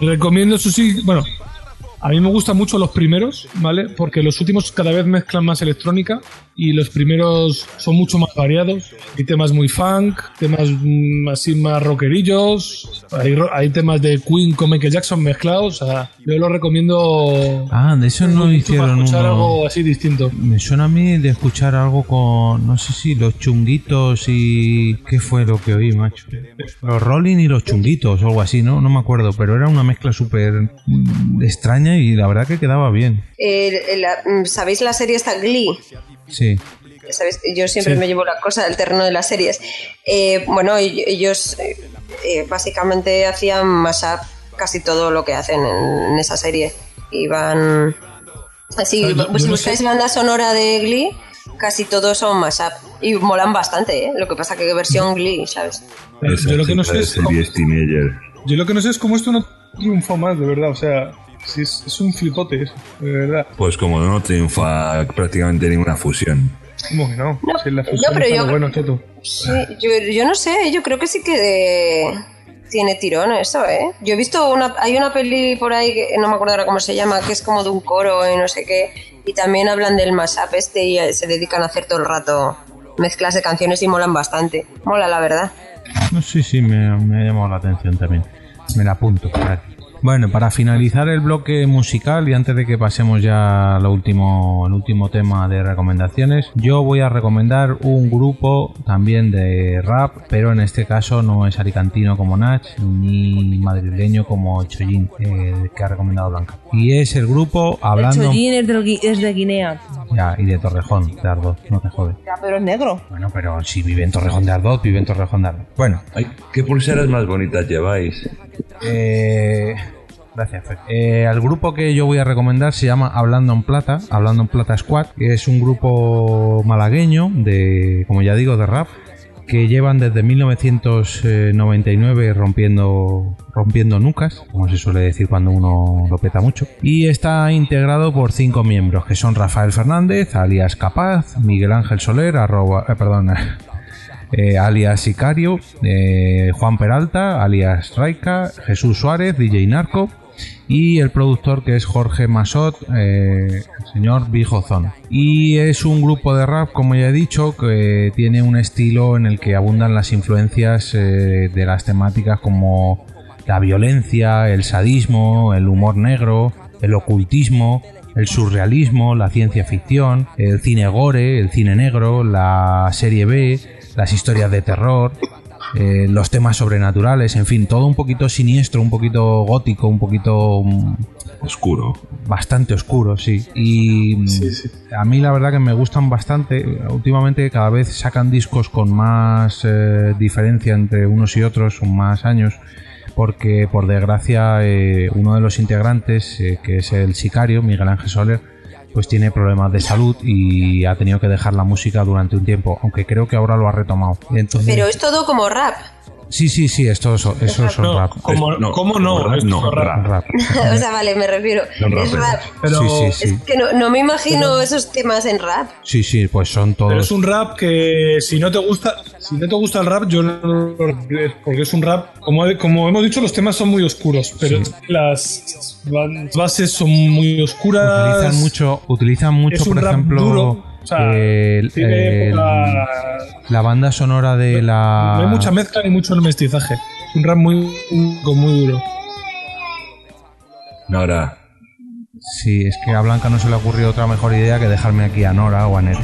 D: Recomiendo, eso sí, bueno, a mí me gustan mucho los primeros, ¿vale? Porque los últimos cada vez mezclan más electrónica y los primeros son mucho más variados. Hay temas muy funk, temas mm, así más rockerillos, hay, ro- hay temas de Queen con Michael Jackson mezclados. O sea, yo lo recomiendo
B: Ah, de eso no
D: mucho para
B: hicieron
D: escuchar
B: uno.
D: algo así distinto.
B: Me suena a mí de escuchar algo con, no sé si los chunguitos y... ¿Qué fue lo que oí, macho? Los Rolling y los chunguitos o algo así, ¿no? No me acuerdo, pero era una mezcla súper mm, extraña y la verdad que quedaba bien.
F: Eh, la- mm, ¿Sabéis la serie esta Glee?
B: Sí.
F: ¿Sabéis? Yo siempre
B: Sí.
F: me llevo la cosa del terreno de las series. Eh, bueno, y- ellos eh, eh, básicamente hacían mashup casi todo lo que hacen en, en esa serie. Y van... Así,
Q: Yo-
F: pues
Q: yo
F: si
Q: no
F: buscáis
Q: sé.
F: banda sonora de Glee, casi todos son mashup. Y molan bastante, ¿eh? Lo que pasa que versión Glee, ¿sabes?
D: Yo lo que no sé es cómo-
E: series teenager.
D: Yo lo que no sé es cómo esto no triunfó más, de verdad. O sea, sí es, es un flipote, eso, de verdad.
E: Pues como no triunfa prácticamente ninguna fusión.
D: ¿Cómo que no? Si la fusión
F: pero
D: está
F: yo-
D: lo bueno, chato.
F: Sí, yo, yo no sé, yo creo que sí que eh, tiene tirón eso, ¿eh? Yo he visto una, hay una peli por ahí que no me acuerdo ahora cómo se llama, que es como de un coro y no sé qué, y también hablan del mashup este y eh, se dedican a hacer todo el rato mezclas de canciones y molan bastante. Mola, la verdad.
B: No sé si me, me ha llamado la atención también. Me la apunto para aquí. Bueno, para finalizar el bloque musical y antes de que pasemos ya al último, al último tema de recomendaciones, yo voy a recomendar un grupo también de rap, pero en este caso no es alicantino como Nach ni madrileño como Chollín, eh, que ha recomendado Blanca. Y es el grupo Hablando
Q: Chollín es, del Gui- es de Guinea.
B: Ya, y de Torrejón, de Ardoz, no te jodes.
Q: Ya, pero es negro.
B: Bueno, pero si vive en Torrejón de Ardoz, vive en Torrejón de Ardoz. Bueno,
E: Ay, ¿Qué pulseras más bonitas lleváis?
B: Eh, gracias, Fer. Eh, al grupo que yo voy a recomendar se llama Hablando en Plata, Hablando en Plata Squad, que es un grupo malagueño de, como ya digo, de rap, que llevan desde 1999 rompiendo, rompiendo nucas, como se suele decir cuando uno lo peta mucho. Y está integrado por cinco miembros, que son Rafael Fernández, alias Capaz, Miguel Ángel Soler, arroba, eh, perdón, eh, alias Sicario, eh, Juan Peralta, alias Raika, Jesús Suárez, DJ Narco y el productor que es Jorge Masot, eh, el señor Bijozón. Y es un grupo de rap, como ya he dicho, que tiene un estilo en el que abundan las influencias eh, de las temáticas como la violencia, el sadismo, el humor negro, el ocultismo, el surrealismo, la ciencia ficción, el cine gore, el cine negro, la serie B, las historias de terror, eh, los temas sobrenaturales, en fin, todo un poquito siniestro, un poquito gótico, un poquito mm,
E: oscuro.
B: Bastante oscuro, sí. Y mm, a mí la verdad que me gustan bastante. Últimamente cada vez sacan discos con más eh, diferencia entre unos y otros, con más años. Porque por desgracia eh, uno de los integrantes, eh, que es el sicario, Miguel Ángel Soler, pues tiene problemas de salud y ha tenido que dejar la música durante un tiempo, aunque creo que ahora lo ha retomado. Entonces,
F: Pero es todo como rap.
B: sí, sí, sí, esto eso, eso es rap.
D: ¿Cómo no? ¿Cómo no? Esto es raro.
B: Rap.
F: o sea, vale, me refiero.
B: Son
F: Es
B: raperos.
F: rap.
B: Pero- Sí, sí, sí.
F: Es que no, no me imagino esos temas en rap.
B: Sí, sí, pues son
D: Pero es
B: todos.
D: un rap que si no te gusta, si no te gusta el rap, yo no lo recomiendo, porque es un rap, como, como hemos dicho, los temas son muy oscuros, pero las ban- bases son muy oscuras.
B: Utilizan mucho, utilizan
D: Es
B: mucho
D: un
B: por
D: rap
B: ejemplo,
D: duro, o sea,
B: el- eh,
D: tiene
B: el-
D: poca-
B: la banda sonora de la.
D: No hay mucha mezcla ni mucho mestizaje. Es un rap muy, muy duro.
E: Nora.
B: Sí, es que a Blanca no se le ocurrió otra mejor idea que dejarme aquí a Nora o a Nero.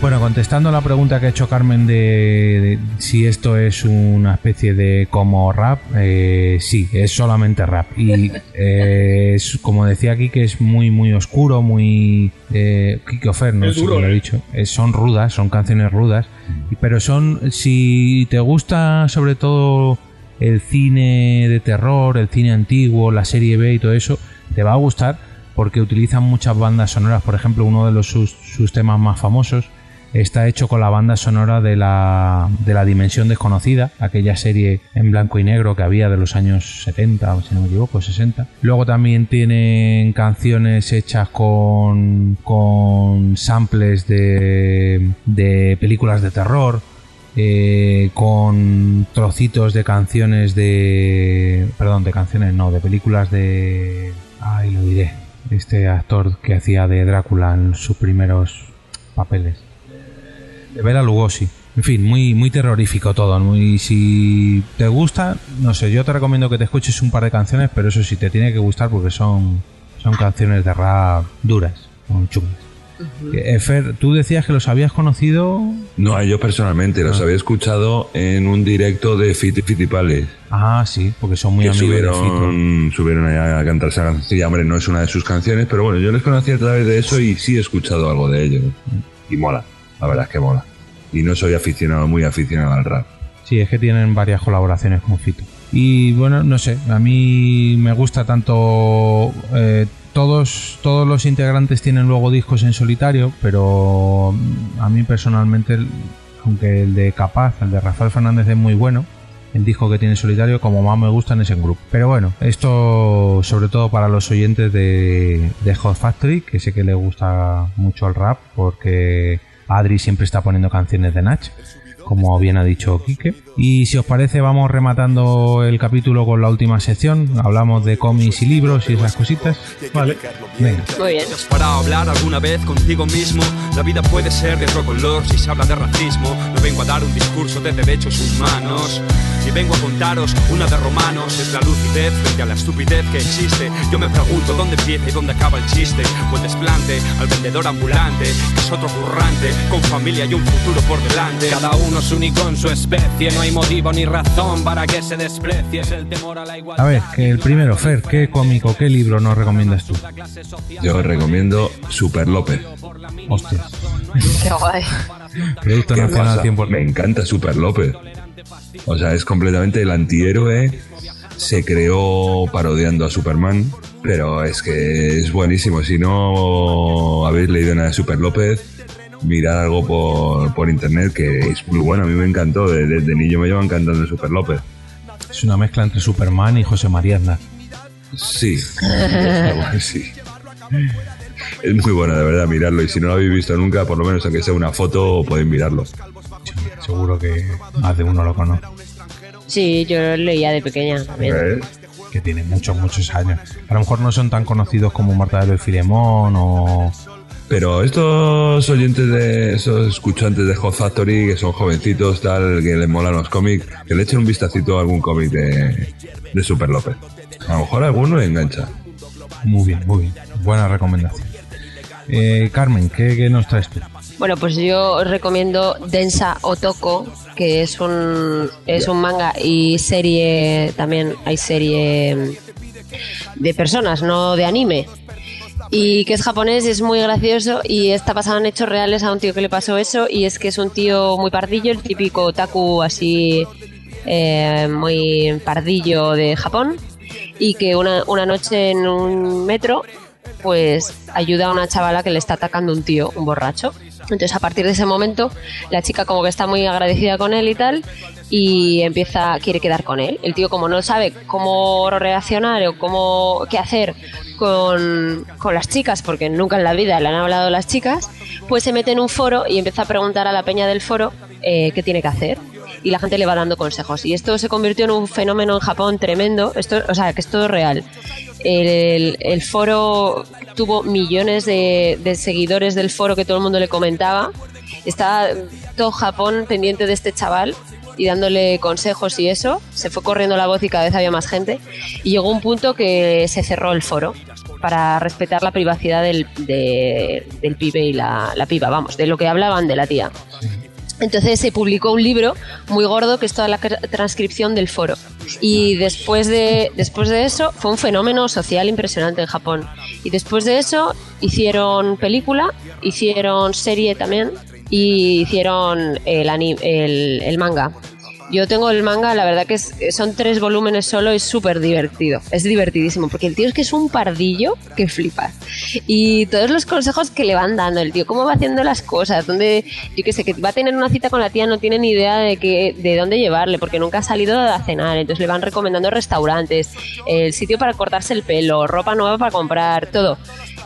B: Bueno, contestando la pregunta que ha hecho Carmen de, de si esto es una especie de como rap, eh, sí, es solamente rap. Y eh, es, como decía aquí, que es muy, muy oscuro, muy... Eh, Kike Ofer, no
D: Es
B: sé
D: duro,
B: si lo he
D: ¿eh? Mm.
B: dicho. Eh, son rudas, son canciones rudas. y- Pero son, si te gusta sobre todo el cine de terror, el cine antiguo, la serie B y todo eso, te va a gustar porque utilizan muchas bandas sonoras. Por ejemplo, uno de los sus, sus temas más famosos está hecho con la banda sonora de la, de la Dimensión Desconocida, aquella serie en blanco y negro que había de los años 70, si no me equivoco, 60. Luego también tienen canciones hechas con, con samples de, de películas de terror. eh, con trocitos de canciones de... Perdón, de canciones, no, de películas de... Ay, lo diré. Este actor que hacía de Drácula en sus primeros papeles de Bela Lugosi. En fin, muy, muy terrorífico todo. Muy, si te gusta, no sé, yo te recomiendo que te escuches un par de canciones, pero eso sí, te tiene que gustar porque son, son canciones de rap duras, son chungas. Eh, Fer, tú decías que los habías conocido.
E: No, a ellos personalmente,
D: Ah.
E: los había escuchado en un directo de Fiti Fitipales.
B: Ah, sí, porque son muy
E: que
B: amigos de Fito.
E: subieron, subieron allá a cantar esa canción. Ya, hombre, no es una de sus canciones, pero bueno, yo les conocí a través de eso y sí he escuchado algo de ellos. Y mola, la verdad es que mola. Y no soy aficionado, muy aficionado al rap.
B: Sí, es que tienen varias colaboraciones con Fito. Y bueno, no sé, a mí me gusta tanto... eh, todos, todos los integrantes tienen luego discos en solitario, pero mm, a mí personalmente, el- aunque el de Capaz, el de Rafael Fernández es muy bueno, el disco que tiene en solitario, como más me gustan es en grupo. Pero bueno, esto sobre todo para los oyentes de, de Hot Factory, que sé que le gusta mucho el rap, porque Adri siempre está poniendo canciones de Nach como bien ha dicho Quique. Y si os parece, vamos rematando el capítulo con la última sección. Hablamos de cómics y libros y esas cositas. Vale. Venga.
R: Muy bien. Para hablar alguna vez contigo mismo, la vida puede ser de otro color si se habla de racismo. No vengo a dar un discurso de derechos humanos, ni vengo a contaros una de romanos. Es la lucidez frente a la estupidez que existe. Yo me pregunto dónde empieza y dónde acaba el chiste. Buen desplante al vendedor ambulante, que es otro currante, con familia y un futuro por delante.
S: Cada uno es único en su especie, no hay motivo ni razón para que se desprecie. Es el temor a la igualdad.
B: A ver, que el primero, Fer, ¿qué cómico, qué libro nos recomiendas tú?
E: Yo os recomiendo Super López.
B: Hostias.
T: Qué guay.
B: Producto
E: ¿Qué
B: nacional
E: pasa? Me encanta Super López. O sea, es completamente el antihéroe. Se creó parodiando a Superman, pero es que es buenísimo. Si no habéis leído nada de Super López, mirad algo por, por internet que es muy bueno. A mí me encantó. de- Desde, niño me lleva encantando Super López.
B: Es una mezcla entre Superman y José María Aznar.
E: Sí. sí. Es muy bueno, de verdad, mirarlo. Y si no lo habéis visto nunca, por lo menos aunque sea una foto, podéis mirarlo.
B: Seguro que más de uno lo conoce.
F: Sí, yo lo leía de pequeña también.
B: Que tiene muchos, muchos años. A lo mejor no son tan conocidos como Marta de Filemón o...
E: Pero estos oyentes de esos escuchantes de Hot Factory que son jovencitos, tal, que les molan los cómics, que le echen un vistacito a algún cómic de, de Super López. A lo mejor alguno le engancha.
B: Muy bien, muy bien. Buena recomendación. Eh, Carmen, ¿qué, qué nos traes tú?
F: Bueno, pues yo os recomiendo Densa Otoko, que es un, es un manga y serie, también hay serie de personas, no de anime. Y que es japonés y es muy gracioso y está basado en hechos reales a un tío que le pasó eso y es que es un tío muy pardillo, el típico otaku así eh, muy pardillo de Japón y que una, una noche en un metro pues ayuda a una chavala que le está atacando un tío, un borracho. Entonces a partir de ese momento la chica como que está muy agradecida con él y tal y empieza quiere quedar con él. El tío como no sabe cómo reaccionar o cómo qué hacer con, con las chicas porque nunca en la vida le han hablado las chicas, pues se mete en un foro y empieza a preguntar a la peña del foro eh, qué tiene que hacer y la gente le va dando consejos. Y esto se convirtió en un fenómeno en Japón tremendo, esto, o sea, que es todo real. El, el foro tuvo millones de, de seguidores del foro que todo el mundo le comentaba. Está todo Japón pendiente de este chaval y dándole consejos y eso. Se fue corriendo la voz y cada vez había más gente. Y llegó un punto que se cerró el foro para respetar la privacidad del, de- del pibe y la, la piba, vamos, de lo que hablaban de la tía. Entonces se publicó un libro muy gordo que es toda la cr- transcripción del foro. Y después de, después de eso fue un fenómeno social impresionante en Japón. Y después de eso hicieron película, hicieron serie también y hicieron el, ani- el, el manga. Yo tengo el manga, la verdad que es- son tres volúmenes solo, es súper divertido. Es divertidísimo, porque el tío es que es un pardillo que flipas. Y todos los consejos que le van dando el tío, cómo va haciendo las cosas, dónde, yo qué sé, que va a tener una cita con la tía, no tiene ni idea de, qué, de dónde llevarle, porque nunca ha salido a cenar, entonces le van recomendando restaurantes, el sitio para cortarse el pelo, ropa nueva para comprar, todo.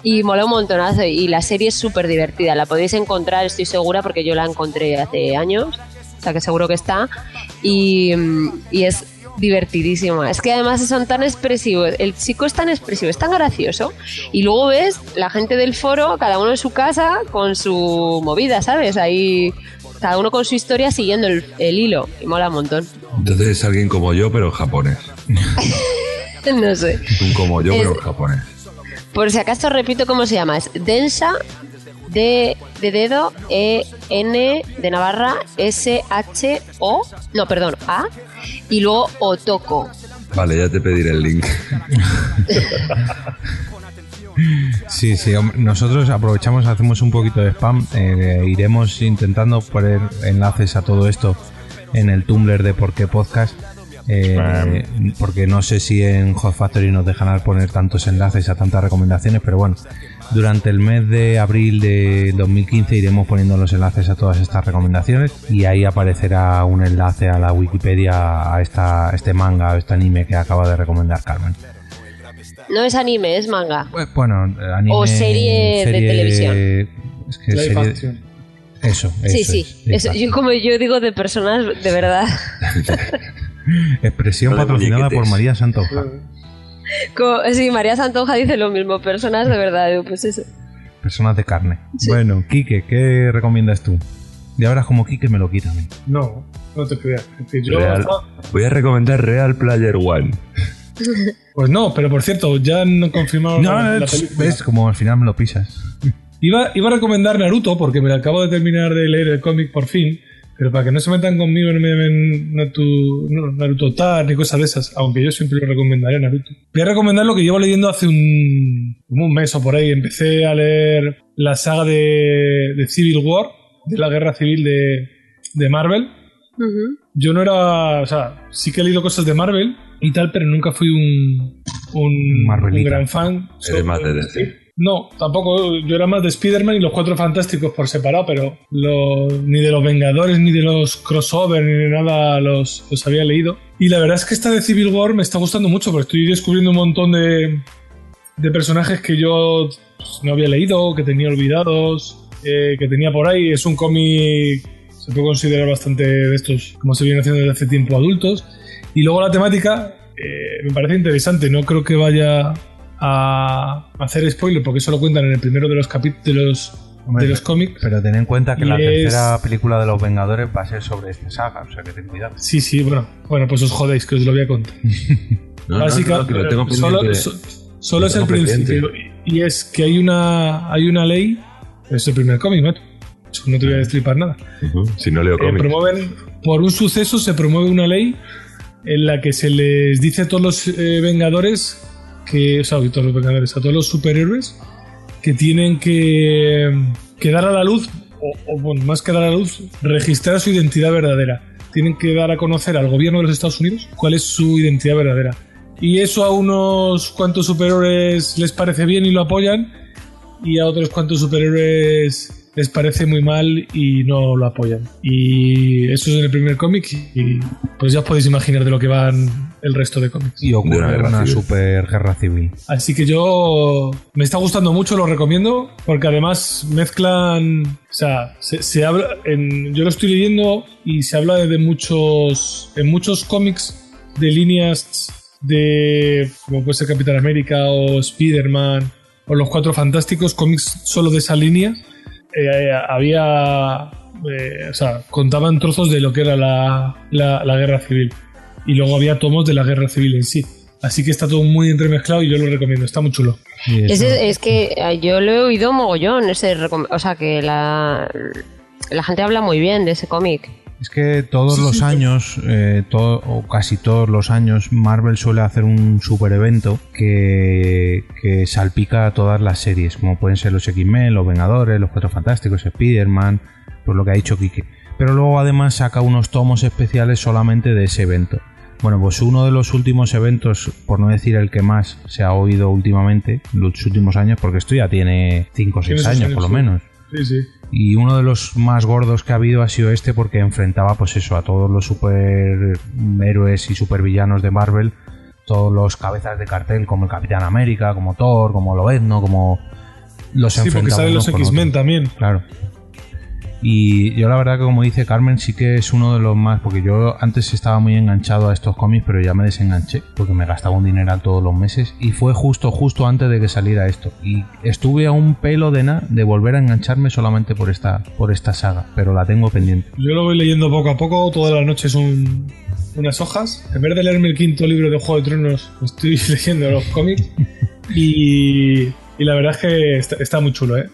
F: Y mola un montonazo y la serie es súper divertida, la podéis encontrar, estoy segura, porque yo la encontré hace años o sea que seguro que está, y, mm, y es divertidísima. Es que además son tan expresivos, el chico es tan expresivo, es tan gracioso, y luego ves la gente del foro, cada uno en su casa, con su movida, ¿sabes? Ahí, cada uno con su historia siguiendo el, el hilo, y mola un montón.
E: Entonces es alguien como yo, pero en japonés.
F: no sé.
E: Un como yo,
F: Es-
E: pero en japonés.
F: Por si acaso repito cómo se llama, es Densa de, de dedo E N de Navarra S H O no perdón A y luego Otoko
E: Vale, ya te pediré el link.
B: Sí, sí, hombre, nosotros aprovechamos, hacemos un poquito de spam, eh, iremos intentando poner enlaces a todo esto en el Tumblr de Porqué Podcast, eh, porque no sé si en Hot Factory nos dejan al poner tantos enlaces a tantas recomendaciones, pero bueno, durante el mes de abril de 2015 iremos poniendo los enlaces a todas estas recomendaciones y ahí aparecerá un enlace a la Wikipedia a, esta, a este manga, a este anime que acaba de recomendar Carmen.
F: no es anime es manga
B: Bueno, eh, anime,
F: O serie de televisión.
B: Es que
F: Live
B: serie-
F: action.
B: Eso, eso
F: sí
B: es,
F: sí
B: live
F: Eso,
B: action.
F: yo como yo digo de personas de verdad
B: Expresión patrocinada por María Santoja.
F: Como- sí María Santoja dice lo mismo personas de verdad digo, pues eso
B: Personas de carne. Bueno, Quique, ¿qué recomiendas tú? Ya verás como Quique me lo quita a mí.
D: No, no te creas. Es que yo-
E: Real- voy a recomendar Real Player One.
D: Pues no, pero por cierto, ya no confirmaron
B: No,
D: la, la
B: es-
D: película.
B: ves como al final me lo pisas.
D: Iba, iba a recomendar Naruto porque me lo acabo de terminar de leer el cómic por fin, pero para que no se metan conmigo no me llamen Natu- no, Naruto Tar ni cosas de esas, aunque yo siempre lo recomendaré Naruto. Voy a recomendar lo que llevo leyendo hace un, como un mes o por ahí. Empecé a leer la saga de, de Civil War, de la guerra civil de, de Marvel. Yo no era, o sea, sí que he leído cosas de Marvel y tal, pero nunca fui un, un, un
E: Marvelita.
D: gran fan.
E: Eres más de DC.
D: No, tampoco. Yo era más de Spider-Man y los cuatro fantásticos por separado, pero los- ni de los Vengadores, ni de los crossover, ni de nada los, los había leído. Y la verdad es que esta de Civil War me está gustando mucho, porque estoy descubriendo un montón de, de personajes que yo pues, no había leído, que tenía olvidados, eh, que tenía por ahí. Es un cómic, se puede considerar bastante de estos, como se viene haciendo desde hace tiempo adultos. Y luego la temática eh, me parece interesante, no creo que vaya a hacer spoiler, porque eso lo cuentan en el primero de los capítulos de los cómics.
B: Pero ten en cuenta que la
D: Y es-
B: tercera película de los Vengadores va a ser sobre esta saga, o sea que ten cuidado.
D: Sí, sí, bueno, bueno, pues os jodéis, que os lo voy a contar.
B: No, no, no, que lo tengo
D: solo,
B: pendiente.
D: so- solo
B: Lo
D: es el
B: tengo pendiente.
D: principio. Y y es que hay una, hay una ley. Es el primer cómic, macho. No te voy a destripar nada.
E: Si no leo
D: Eh,
E: cómics.
D: promueven, por un suceso se promueve una ley en la que se les dice a todos los eh, vengadores que, o sea, a todos los vengadores, a todos los superhéroes que tienen que, que dar a la luz, o, o, bueno, más que dar a la luz, registrar su identidad verdadera. Tienen que dar a conocer al gobierno de los Estados Unidos cuál es su identidad verdadera. Y eso a unos cuantos superhéroes les parece bien y lo apoyan, y a otros cuantos superhéroes les parece muy mal y no lo apoyan. Y eso es en el primer cómic y pues ya os podéis imaginar de lo que van el resto de cómics.
B: Y ocurre
D: De una
B: una,
D: guerra civil.
B: super guerra civil.
D: Así que yo me está gustando mucho, lo recomiendo, porque además mezclan, o sea, se, se habla, en- yo lo estoy leyendo y se habla de muchos, en muchos cómics de líneas de, como puede ser Capitán América o Spider-Man o los Cuatro Fantásticos, cómics solo de esa línea, eh, había, eh, o sea, contaban trozos de lo que era la, la- la guerra civil. Y luego había tomos de la guerra civil en sí. Así que está todo muy entremezclado y yo lo recomiendo, está muy chulo.
F: Ese- es que eh, yo lo he oído mogollón ese recom- o sea que la la gente habla muy bien de ese cómic
B: Es que todos los años, eh, todo, o casi todos los años, Marvel suele hacer un super evento que, que salpica a todas las series, como pueden ser los X-Men, los Vengadores, los Cuatro Fantásticos, Spider-Man, por lo que ha dicho Quique. pero luego además saca unos tomos especiales solamente de ese evento. Bueno, pues uno de los últimos eventos, por no decir el que más se ha oído últimamente, en los últimos años, porque esto ya tiene 5 o
D: Tiene
B: 6
D: sus
B: años por lo
D: sí.
B: menos.
D: Sí, sí.
B: Y uno de los más gordos que ha habido ha sido este porque enfrentaba pues eso a todos los superhéroes y supervillanos de Marvel, todos los cabezas de cartel como el Capitán América, como Thor, como Loezno, como los
D: Sí, porque
B: enfrentaba
D: salen
B: unos
D: los
B: con otros.
D: X-Men también.
B: Claro. Y yo la verdad que como dice Carmen sí que es uno de los más, porque yo antes estaba muy enganchado a estos cómics, pero ya me desenganché porque me gastaba un dineral todos los meses y fue justo, justo antes de que saliera esto. Y estuve a un pelo de nada de volver a engancharme solamente por esta, por esta saga, pero la tengo pendiente.
D: Yo lo voy leyendo poco a poco, todas las noches un- unas hojas. En vez de leerme el quinto libro de Juego de Tronos, estoy leyendo los cómics. Y, y la verdad es que está, está muy chulo, ¿eh?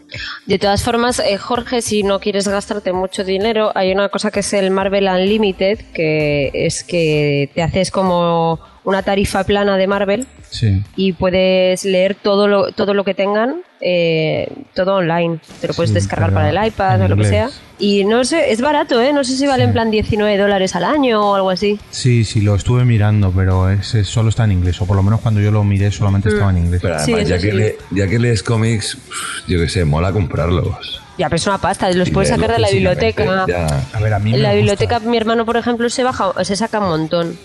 F: De todas formas, eh, Jorge, si no quieres gastarte mucho dinero, hay una cosa que es el Marvel Unlimited, que es que te haces como una tarifa plana de Marvel
B: Sí.
F: y puedes leer todo lo, todo lo que tengan, eh, todo online. Te lo puedes
U: Sí,
F: descargar
U: pero
F: para el iPad
U: en
F: o lo que
B: inglés.
F: sea. Y no sé, es barato, ¿eh? No sé si vale en plan 19 dólares al año o algo así.
B: Sí, sí, lo estuve mirando, pero ese solo está en inglés, o por lo menos cuando yo lo miré solamente
F: Mm.
B: estaba en inglés.
F: Pero
E: Además, ya, que le- ya que lees cómics, pff, yo qué sé, mola comprarlos.
F: Ya, pero es una pasta, los
E: Y
F: puedes
E: leerlos
F: sacar de la
E: físicamente,
F: biblioteca.
E: ya.
B: A ver, a mí
F: En
B: me
F: la
B: gusta.
F: biblioteca, mi hermano, por ejemplo, se baja, se saca un montón.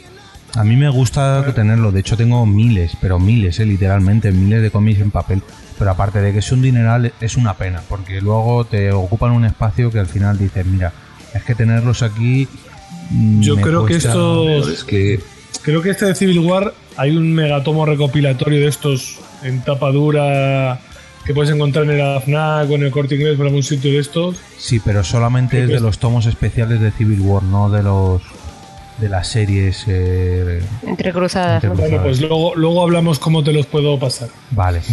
B: A mí me gusta tenerlo, de hecho tengo miles, pero miles, eh, literalmente, miles de cómics en papel. Pero aparte de que es un dineral, es una pena, porque luego te ocupan un espacio que al final dices, mira, es que tenerlos aquí... mm,
D: Yo
B: me
D: creo que
B: cuesta".
D: estos.
E: pues
D: Creo que este de Civil War hay un megatomo recopilatorio de estos en tapa dura que puedes encontrar en el AFNAC o en el Corte Inglés por algún sitio de estos.
B: Sí, pero solamente
D: Creo
B: es
D: que
B: de
D: es-
B: los tomos especiales de Civil War, no de los... de las series... eh,
F: Entre cruzadas.
B: Entre
D: Bueno, pues luego, luego hablamos cómo te los puedo pasar.
B: Vale.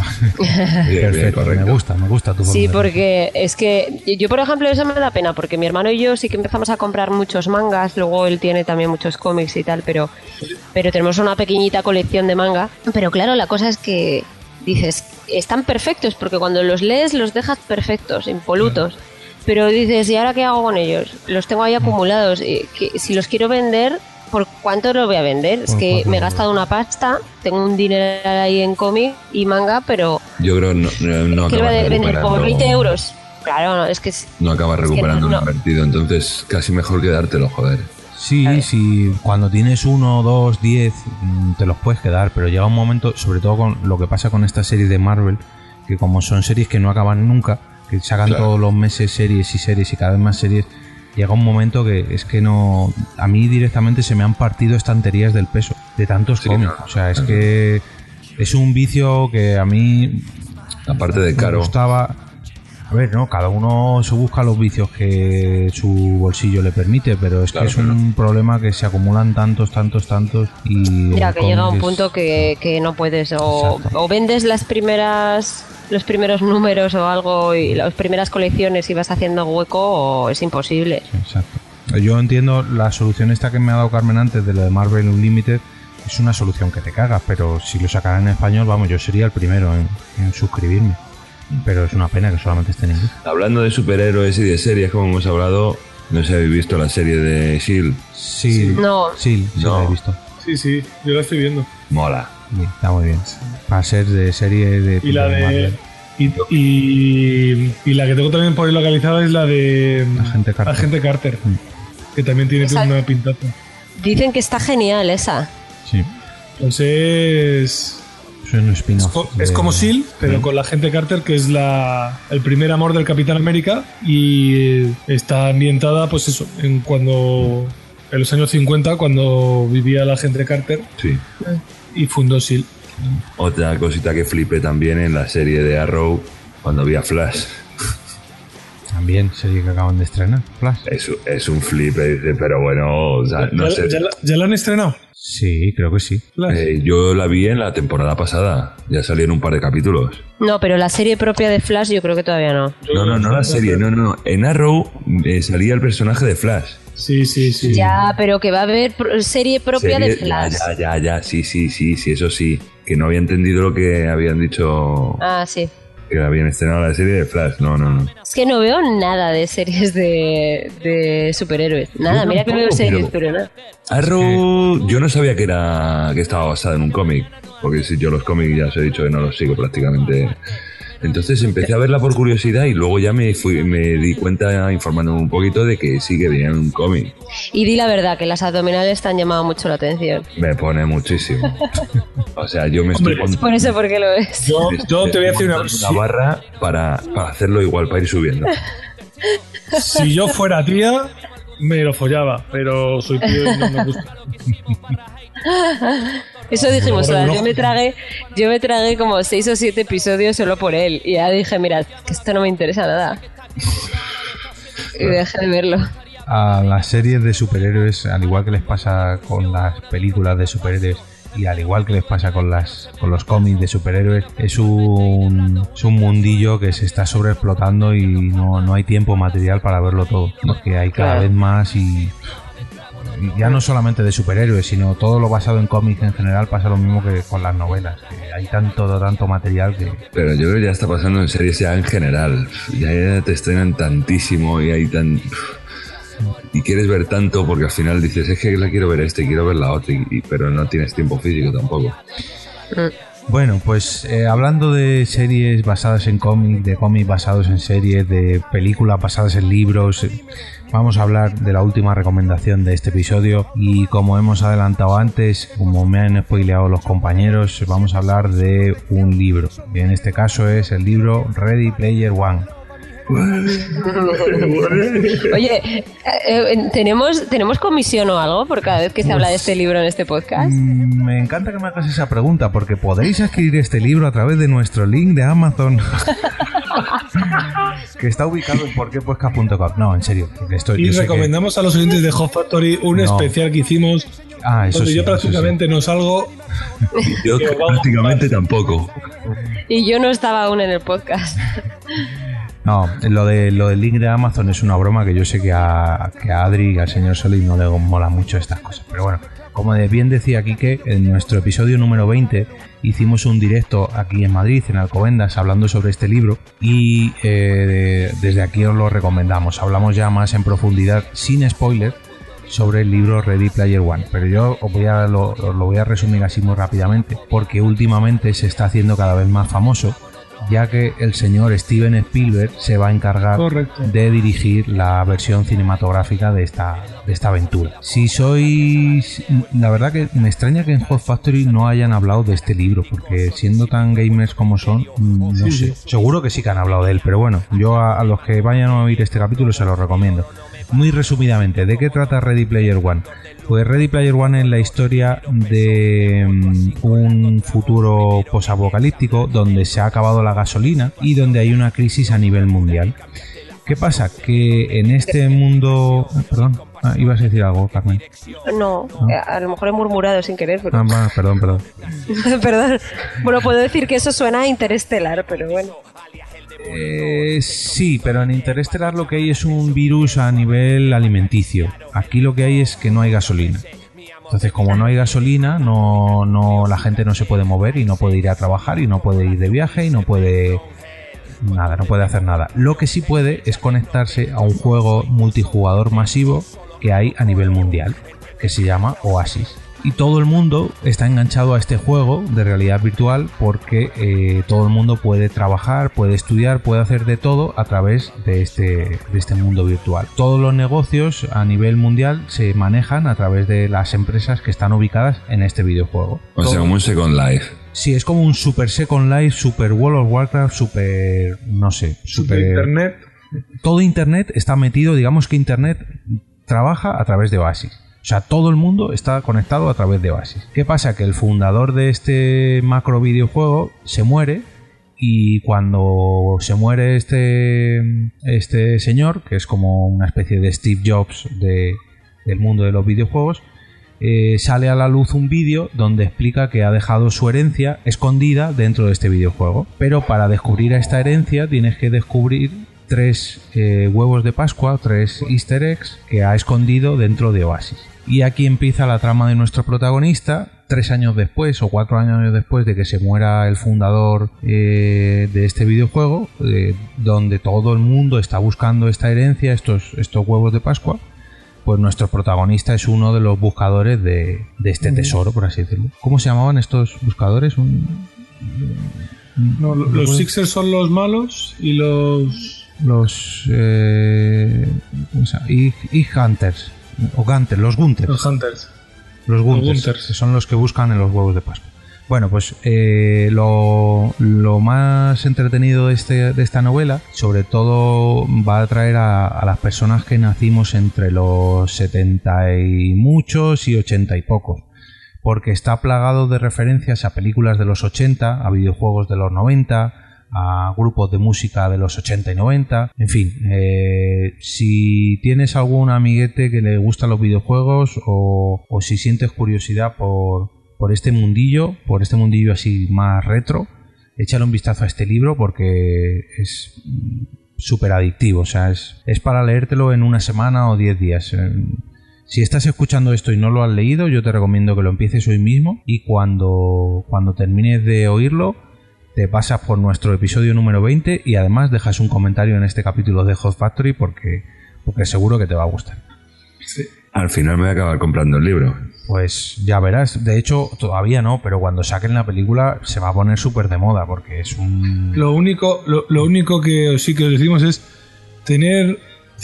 B: Ah,
E: eh,
B: Perfecto, me gusta, me gusta tu forma
F: Sí,
B: de-
F: porque es que yo, por ejemplo, eso me da pena, porque mi hermano y yo sí que empezamos a comprar muchos mangas, luego él tiene también muchos cómics y tal, pero, pero tenemos una pequeñita colección de manga. Pero claro, la cosa es que dices, están perfectos, porque cuando los lees los dejas perfectos, impolutos. Pero dices, ¿y ahora qué hago con ellos? Los tengo ahí acumulados. y que- si los quiero vender, ¿por cuánto los voy a vender? Es
E: Por
F: que
E: cuatro
F: me he gastado una pasta, tengo un dinero ahí en cómic y manga, pero
E: Yo creo no, no, no
F: que lo
E: acabas
F: voy a vender por
E: recuperando-
F: 20 euros. Claro, no, es que es-
E: No acabas
F: Es que
E: recuperando
F: no.
E: lo invertido, entonces casi mejor quedártelo, joder.
B: Sí, sí, cuando tienes uno, dos, diez, mm, te los puedes quedar, pero llega un momento, sobre todo con lo que pasa con esta serie de Marvel, que como son series que no acaban nunca, que sacan
E: Claro.
B: todos los meses series y series y cada vez más series, llega un momento que es que no. A mí directamente se me han partido estanterías del peso, de tantos cómics. O sea, es que es un vicio que a mí.
E: Aparte de
B: me
E: caro.
B: gustaba. A ver, ¿no? Cada uno se busca los vicios que su bolsillo le permite, pero es que es un problema que se acumulan tantos, tantos, tantos y...
F: ya
B: el
F: que llega un
B: cómic es-
F: punto que, que no puedes o, o vendes las primeras los primeros números o algo y las primeras colecciones y vas haciendo hueco o es imposible.
B: Exacto. Yo entiendo la solución esta que me ha dado Carmen antes de lo de Marvel Unlimited, es una solución que te cagas, pero si lo sacaran en español, vamos, yo sería el primero en, en suscribirme. Pero es una pena que solamente esté en inglés.
E: Hablando de superhéroes y de series, como hemos hablado, no sé si habéis visto la serie de S.H.I.E.L.D.
B: Sí.
F: No.
B: Sí, sí
E: No.
B: la he visto.
D: Sí, sí, yo la estoy viendo.
E: Mola.
B: Sí, está muy bien. Va a ser de serie de...
D: Y la de.
B: Marvel.
D: Y, y- y la que tengo también por ahí localizada es la de. mm,
B: Agente Carter.
D: Agente Carter.
E: Mm.
D: Que también tiene
F: Esa-
D: una pintata.
F: Dicen que está genial esa.
B: Sí.
D: Entonces.
B: Soy un spin
D: Es, co-
E: eh,
D: es como Seal, pero con la gente Carter, que es la, el primer amor del Capitán América. Y eh, está ambientada, pues eso, en cuando. En los años 50, cuando vivía la gente Carter.
E: Sí.
D: Y fundó Seal.
E: Otra cosita que flipé también en la serie de Arrow, cuando vi a Flash.
B: También serie que acaban de estrenar. Flash.
E: Es, un- es un flipe, dice, pero bueno, o sea, no
D: ¿Ya,
E: sé.
D: ya la, ya la han estrenado?
B: Sí, creo que sí.
E: Eh, yo la vi en la temporada pasada, ya salieron un par de capítulos.
F: No, pero la serie propia de Flash yo creo que todavía no.
E: No, no, no la serie, no, no. no. En Arrow eh, salía el personaje de Flash.
D: Sí, sí, sí.
F: Ya, pero que va a haber pro- serie propia de
E: Serie- ya,
F: Flash.
E: Ya, ya, ya, sí, sí, sí, sí, eso sí. Que no había entendido lo que habían dicho
F: Ah, sí.
E: queda bien estrenada la serie de Flash. No, no, no.
V: Es que no veo nada de series de, de superhéroes. Nada,
E: Yo
V: mira que veo
E: tampoco,
V: series,
E: pero-
V: pero nada.
E: Arrow, yo no sabía que era que estaba basada en un cómic, porque si yo los cómics ya os he dicho que no los sigo prácticamente. Entonces empecé a verla por curiosidad y luego ya me fui, me di cuenta informándome un poquito de que sí que venía en un cómic.
V: Y di la verdad, que las abdominales te han llamado mucho la atención.
E: Me pone muchísimo. O sea, yo me estoy montando
V: Por eso, porque lo es.
D: yo te voy a decir una-
E: una barra para, para hacerlo igual, para ir subiendo.
D: Si yo fuera tía, me lo follaba, pero soy tío y no me gusta.
V: Eso dijimos, o
D: Bueno,
V: sea,
D: no.
V: yo me tragué, yo me tragué como seis o siete episodios solo por él. Y ya dije, mira, que esto no me interesa nada. Y dejé de verlo.
B: a las series de superhéroes, al igual que les pasa con las películas de superhéroes y al igual que les pasa con las con los cómics de superhéroes, es un, es un mundillo que se está sobreexplotando y no, no hay tiempo material para verlo todo, porque hay cada
V: Claro.
B: vez más y y ya no solamente de superhéroes, sino todo lo basado en cómics en general pasa lo mismo que con las novelas, que hay tanto tanto material que
E: Pero yo creo que ya está pasando en series ya en general. Ya, ya te estrenan tantísimo y hay tan. Y quieres ver tanto porque al final dices, es que la quiero ver este, quiero ver la otra, y- y- pero no tienes tiempo físico tampoco.
B: Bueno, pues eh, hablando de series basadas en cómics, de cómics basados en series, de películas basadas en libros, eh, vamos a hablar de la última recomendación de este episodio. Y como hemos adelantado antes, como me han spoileado los compañeros, vamos a hablar de un libro. Y en este caso es el libro Ready Player One.
V: Oye, eh, eh, ¿tenemos, ¿tenemos comisión o algo por cada vez que se habla de este libro en este podcast?
B: Mm, Me encanta que me hagas esa pregunta porque podéis adquirir este libro a través de nuestro link de Amazon. que está ubicado en porquepuescas.com. No, en serio. Estoy,
D: Y
B: yo sé que-
D: recomendamos a los oyentes de Hot Factory un
B: No.
D: especial que hicimos
B: Ah, eso
D: donde
B: sí,
D: yo
B: eso sí.
D: prácticamente no salgo.
E: Yo prácticamente tampoco.
V: Y yo no estaba aún en el podcast.
B: No, lo, de, lo del link de Amazon es una broma que yo sé que a, que a Adri y al señor Solís no le mola mucho estas cosas. Pero bueno, como de- bien decía Quique, en nuestro episodio número 20 hicimos un directo aquí en Madrid, en Alcobendas, hablando sobre este libro y eh, de- desde aquí os lo recomendamos. Hablamos ya más en profundidad, sin spoiler, sobre el libro Ready Player One. Pero yo os voy a, lo, os lo voy a resumir así muy rápidamente, porque últimamente se está haciendo cada vez más famoso ya que el señor Steven Spielberg se va a encargar de dirigir la versión cinematográfica de esta, de esta aventura. Si sois... La verdad que me extraña que en Hot Factory no hayan hablado de este libro, porque siendo tan gamers como son, mm, no
D: Sí,
B: sé.
D: sí.
B: Seguro que sí que han hablado de él, pero bueno, yo a, a los que vayan a oír este capítulo se lo recomiendo. Muy resumidamente, ¿de qué trata Ready Player One? Pues Ready Player One es la historia de mm, un futuro posapocalíptico donde se ha acabado la gasolina y donde hay una crisis a nivel mundial. ¿Qué pasa? Que en este mundo... eh, Perdón, ah, ibas a decir algo, Carmen.
V: No, eh, a lo mejor he murmurado sin querer, pero...
B: Ah, va, perdón, perdón.
V: Perdón. Bueno, puedo decir que eso suena a interestelar, pero bueno.
B: Eh, sí, pero en Interestelar lo que hay es un virus a nivel alimenticio. Aquí lo que hay es que no hay gasolina. Entonces, como no hay gasolina, no, no, la gente no se puede mover y no puede ir a trabajar y no puede ir de viaje y no puede nada, no puede hacer nada. Lo que sí puede es conectarse a un juego multijugador masivo que hay a nivel mundial, que se llama Oasis. Y todo el mundo está enganchado a este juego de realidad virtual porque eh, todo el mundo puede trabajar, puede estudiar, puede hacer de todo a través de este, de este mundo virtual. Todos los negocios a nivel mundial se manejan a través de las empresas que están ubicadas en este videojuego.
E: O sea, como un Second Life.
B: Sí, es como un Super Second Life, Super World of Warcraft, Super. no sé, Super.
D: Internet.
B: Todo Internet está metido, digamos que Internet trabaja a través de Oasis. O sea, todo el mundo está conectado a través de Oasis. ¿Qué pasa? Que el fundador de este macro videojuego se muere y cuando se muere este, este señor, que es como una especie de Steve Jobs de- del mundo de los videojuegos, eh, sale a la luz un vídeo donde explica que ha dejado su herencia escondida dentro de este videojuego. Pero para descubrir a esta herencia tienes que descubrir, tres eh, huevos de Pascua, tres easter eggs que ha escondido dentro de Oasis. Y aquí empieza la trama de nuestro protagonista, tres años después o cuatro años después de que se muera el fundador eh, de este videojuego, eh, donde todo el mundo está buscando esta herencia, estos, estos huevos de Pascua. Pues nuestro protagonista es uno de los buscadores de, de este
D: Ujú.
B: tesoro, por así decirlo. ¿Cómo se llamaban estos buscadores? Un-
D: No, lo-
B: ¿Recuerdas?
D: los Sixers son los malos y los.
B: los eh, ¿cómo se llama? y, y Hunters o Gunters, los Gunters.
D: Los Hunters.
B: Los Gunters,
D: Gunters.
B: que son los que buscan en los huevos de Pascua. Bueno, pues eh, lo, lo más entretenido de, este, de esta novela, sobre todo, va a atraer a, a las personas que nacimos entre los 70 y muchos y 80 y pocos, porque está plagado de referencias a películas de los 80, a videojuegos de los 90, a grupos de música de los 80 y 90. En fin, eh, si tienes algún amiguete que le gustan los videojuegos o, o si sientes curiosidad por, por este mundillo, por este mundillo así más retro, échale un vistazo a este libro porque es mm, súper adictivo. O sea, es, es para leértelo en una semana o 10 días. Eh, si estás escuchando esto y no lo has leído, yo te recomiendo que lo empieces hoy mismo y cuando, cuando termines de oírlo, te pasas por nuestro episodio número 20 y además dejas un comentario en este capítulo de Hot Factory porque, porque seguro que te va a gustar.
E: Al final me voy a acabar comprando el libro.
B: Pues ya verás, de hecho todavía no, pero cuando saquen la película se va a poner súper de moda porque es un...
D: Lo único, lo, lo único que sí que os decimos es tener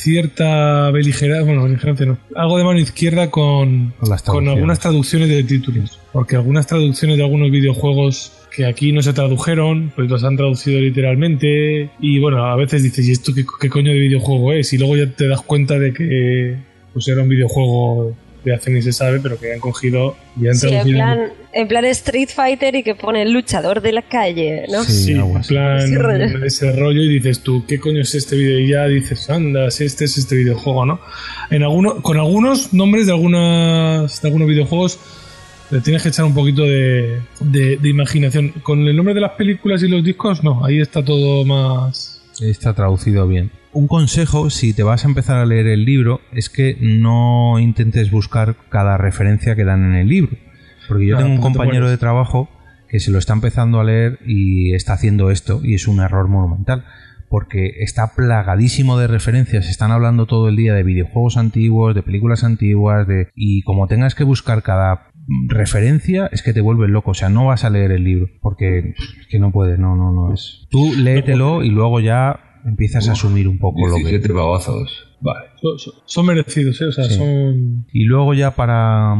D: cierta beligerancia, bueno, beligerancia no, algo de mano izquierda con,
B: las
D: con
B: traducciones.
D: algunas traducciones de títulos, porque algunas traducciones de algunos videojuegos que aquí no se tradujeron, pues los han traducido literalmente y bueno, a veces dices, ¿y esto qué, qué coño de videojuego es? Y luego ya te das cuenta de que pues era un videojuego de hace ni se sabe, pero que han cogido y han
F: Sí, en
D: traducido.
F: plan, en plan Street Fighter y que pone el luchador de la calle, ¿no?
D: Sí, en plan
F: Sí, rollo.
D: ese rollo y dices tú, ¿qué coño es este video? Y ya dices, anda, si este es este videojuego, ¿no? En alguno, con algunos nombres de, algunas, de algunos videojuegos le tienes que echar un poquito de, de- de imaginación. Con el nombre de las películas y los discos, no, ahí está todo más...
B: Está traducido bien. Un consejo, si te vas a empezar a leer el libro, es que no intentes buscar cada referencia que dan en el libro. Porque yo
D: Claro,
B: tengo un
D: porque te
B: compañero
D: mueres.
B: de trabajo que se lo está empezando a leer y está haciendo esto, y es un error monumental. Porque está plagadísimo de referencias, están hablando todo el día de videojuegos antiguos, de películas antiguas, de. Y como tengas que buscar cada referencia, es que te vuelves loco. O sea, no vas a leer el libro. Porque es que no puedes, no, no, no es. Tú léetelo y luego ya empiezas a asumir un poco lo que.
E: 17 pavazos. Vale.
D: Son, son- son merecidos, ¿eh? O sea,
B: Sí.
D: son...
B: Y luego ya para,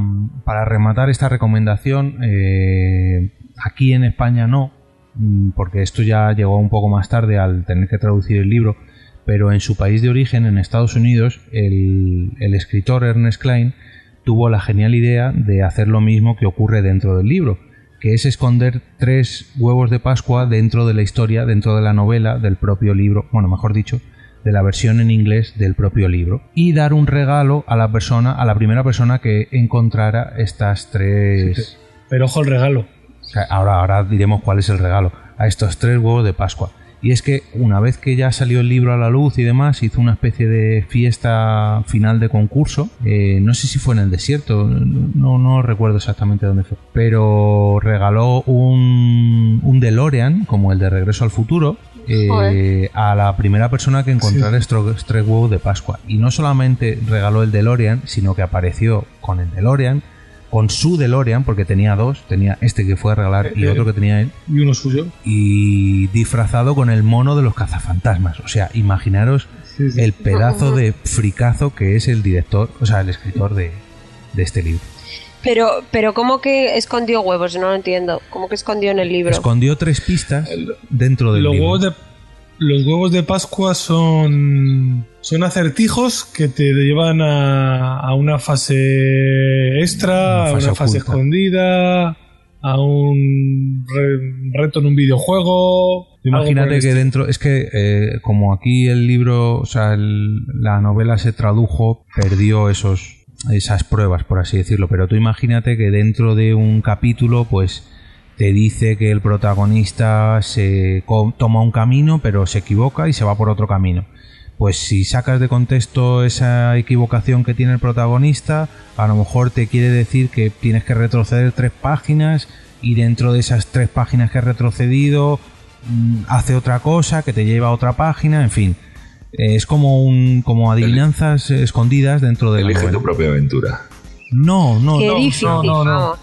B: para rematar esta recomendación, eh, aquí en España no, mm, porque esto ya llegó un poco más tarde al tener que traducir el libro, pero en su país de origen, en Estados Unidos, el, el escritor Ernest Klein tuvo la genial idea de hacer lo mismo que ocurre dentro del libro, que es esconder tres huevos de Pascua dentro de la historia, dentro de la novela, del propio libro, bueno, mejor dicho, de la versión en inglés del propio libro y dar un regalo a la persona, a la primera persona que encontrara estas tres.
D: Pero ojo el regalo.
B: Ahora, ahora diremos cuál es el regalo a estos tres huevos de Pascua. Y es que una vez que ya salió el libro a la luz y demás, hizo una especie de fiesta final de concurso. Eh, no sé si fue en el desierto, no, no recuerdo exactamente dónde fue. Pero regaló un, un DeLorean, como el de Regreso al Futuro, eh,
W: Joder.
B: a la primera persona que encontrara estos tres huevos de Pascua. Y no solamente regaló el DeLorean, sino que apareció con el DeLorean, con su DeLorean, porque tenía dos, tenía este que fue a regalar y
D: Eh,
B: otro que tenía él,
D: Y uno suyo.
B: y disfrazado con el mono de los cazafantasmas. O sea, imaginaros el pedazo de fricazo que es el director, o sea, el escritor de, de este libro.
F: Pero, pero ¿cómo que escondió huevos? No lo entiendo. ¿Cómo que escondió en el libro?
B: Escondió tres pistas dentro del
D: Los
B: libro.
D: huevos, de, los huevos de Pascua son, son acertijos que te llevan a, a una fase extra,
B: Una
D: a
B: fase
D: una fase
B: oculta.
D: escondida, a un re- reto en un videojuego. pues, algo por
B: Imagínate
D: el
B: que dentro, es que eh, como aquí el libro, o sea, el- la novela se tradujo, perdió esos esas pruebas, por así decirlo. Pero tú imagínate que dentro de un capítulo, pues te dice que el protagonista se co- toma un camino, pero se equivoca y se va por otro camino. pues si sacas de contexto esa equivocación que tiene el protagonista, a lo mejor te quiere decir que tienes que retroceder tres páginas y dentro de esas tres páginas que has retrocedido mm, hace otra cosa que te lleva a otra página, en fin. Eh, Es como un como adivinanzas escondidas dentro de
E: Elige
B: la novela.
E: tu propia aventura.
B: No, no,
E: Qué
B: no,
E: difícil,
B: no, no, no.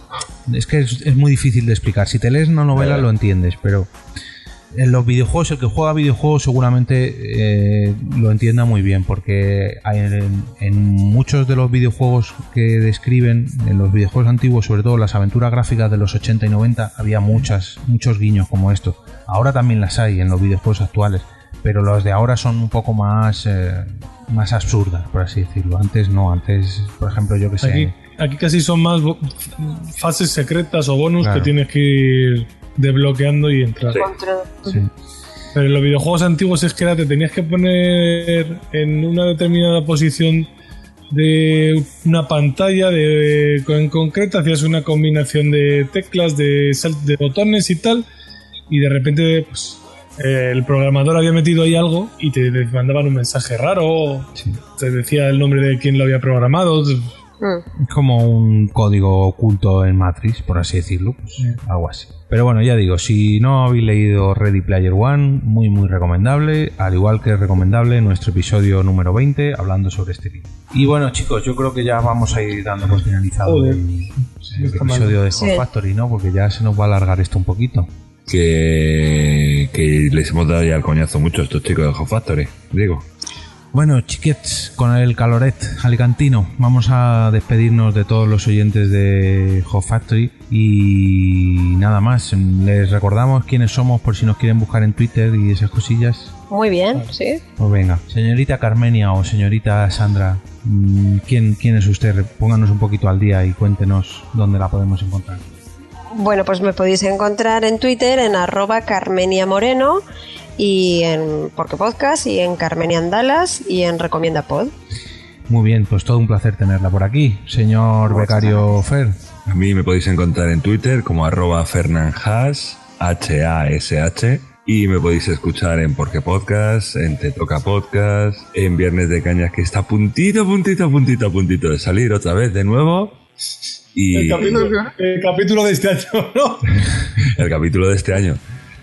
B: Es que es, es muy difícil de explicar. Si te lees una novela lo entiendes, pero en los videojuegos, el que juega videojuegos seguramente eh, lo entienda muy bien, porque hay en, en muchos de los videojuegos que describen, en los videojuegos antiguos, sobre todo las aventuras gráficas de los 80 y 90, había muchas, muchos guiños como estos. Ahora también las hay en los videojuegos actuales, pero los de ahora son un poco más, eh, más absurdas, por así decirlo. Antes no, antes, por ejemplo, yo que sé.
D: Aquí, aquí casi son más bo- fases secretas o bonus
B: Claro.
D: que tienes que ir desbloqueando y entrar. Pero en los videojuegos antiguos es que era, te tenías que poner en una determinada posición de una pantalla de, en concreto, hacías una combinación de teclas, de, sal- de botones y tal, y de repente pues, eh, el programador había metido ahí algo y te te mandaban un mensaje raro, te decía el nombre de quien lo había programado,
F: Mm.
B: Es como un código oculto en Matrix, por así decirlo, pues, algo así. Pero bueno, ya digo, si no habéis leído Ready Player One, muy muy recomendable, al igual que es recomendable nuestro episodio número 20 hablando sobre este vídeo. Y bueno chicos, yo creo que ya vamos a ir dando por finalizado
D: Joder.
B: el, el
D: está mal.
B: episodio de Hot
D: Sí.
B: Factory, ¿no? Porque ya se nos va a alargar esto un poquito.
E: Que, que les hemos dado ya el coñazo mucho a estos chicos de Hot Factory, digo.
B: Bueno, chiquets, con el caloret alicantino, vamos a despedirnos de todos los oyentes de Hot Factory y nada más. Les recordamos quiénes somos por si nos quieren buscar en Twitter y esas cosillas.
F: Muy bien, sí.
B: Pues venga, señorita Carmenia o señorita Sandra, mm, ¿quién, quién es usted? Pónganos un poquito al día y cuéntenos dónde la podemos encontrar.
F: Bueno, pues me podéis encontrar en Twitter en arroba Carmenia Moreno y en Porque Podcast y en Carmenia Andalas y en Recomienda Pod.
B: Muy bien, pues todo un placer tenerla por aquí, señor becario Fer.
E: A mí me podéis encontrar en Twitter como arroba fernanhas, H-A-S-H, y me podéis escuchar en Porque Podcast, en Te Toca Podcast, en Viernes de Cañas, que está puntito, puntito, puntito, puntito de salir otra vez de nuevo. Y
D: El capítulo, el capítulo de este año, ¿no?
E: el capítulo de este año.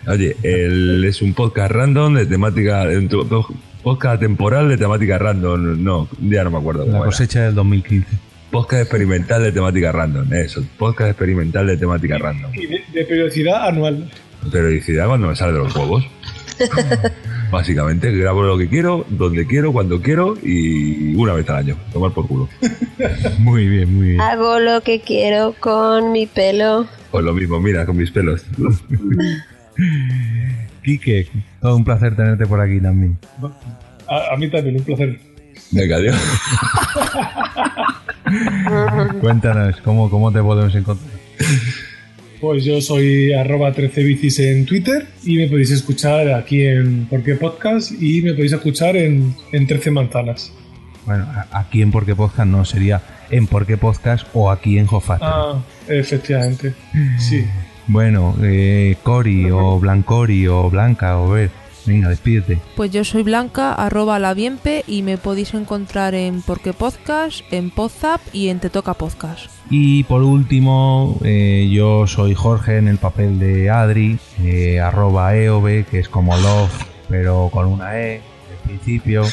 E: Oye, el- es un podcast random de temática. un to- Podcast temporal de temática random. No, ya no me acuerdo.
B: La
E: cómo era.
B: cosecha del 2015.
E: Podcast experimental de temática random. Eso, podcast experimental de temática random.
D: Y de, de periodicidad anual.
E: Periodicidad cuando me sale de los huevos. Básicamente, grabo lo que quiero, donde quiero, cuando quiero y una vez al año. Tomar por culo.
B: Muy bien, muy bien.
F: Hago lo que quiero con mi pelo.
E: Pues lo mismo, mira, con mis pelos.
B: Quique, todo un placer tenerte por aquí también.
D: A, a mí también, un placer.
E: Venga, adiós.
B: Cuéntanos, ¿cómo, cómo te podemos encontrar?
D: Pues yo soy arroba 13bicis en Twitter y me podéis escuchar aquí en Porque Podcast y me podéis escuchar en, en 13 Manzanas.
B: Bueno, a- aquí en Porque Podcast no, sería en Porque Podcast o aquí en Jofat.
D: Ah, Mm. efectivamente. Sí.
B: Bueno, eh, Cori o Blancori o Blanca o Ver, venga, despídete.
C: Pues yo soy Blanca, arroba la Bienpe y me podéis encontrar en Porque Podcast, en Podzap y en Te Toca Podcast.
B: Y por último, eh, yo soy Jorge en el papel de Adri, eh, arroba EOB, que es como Love, pero con una E al principio.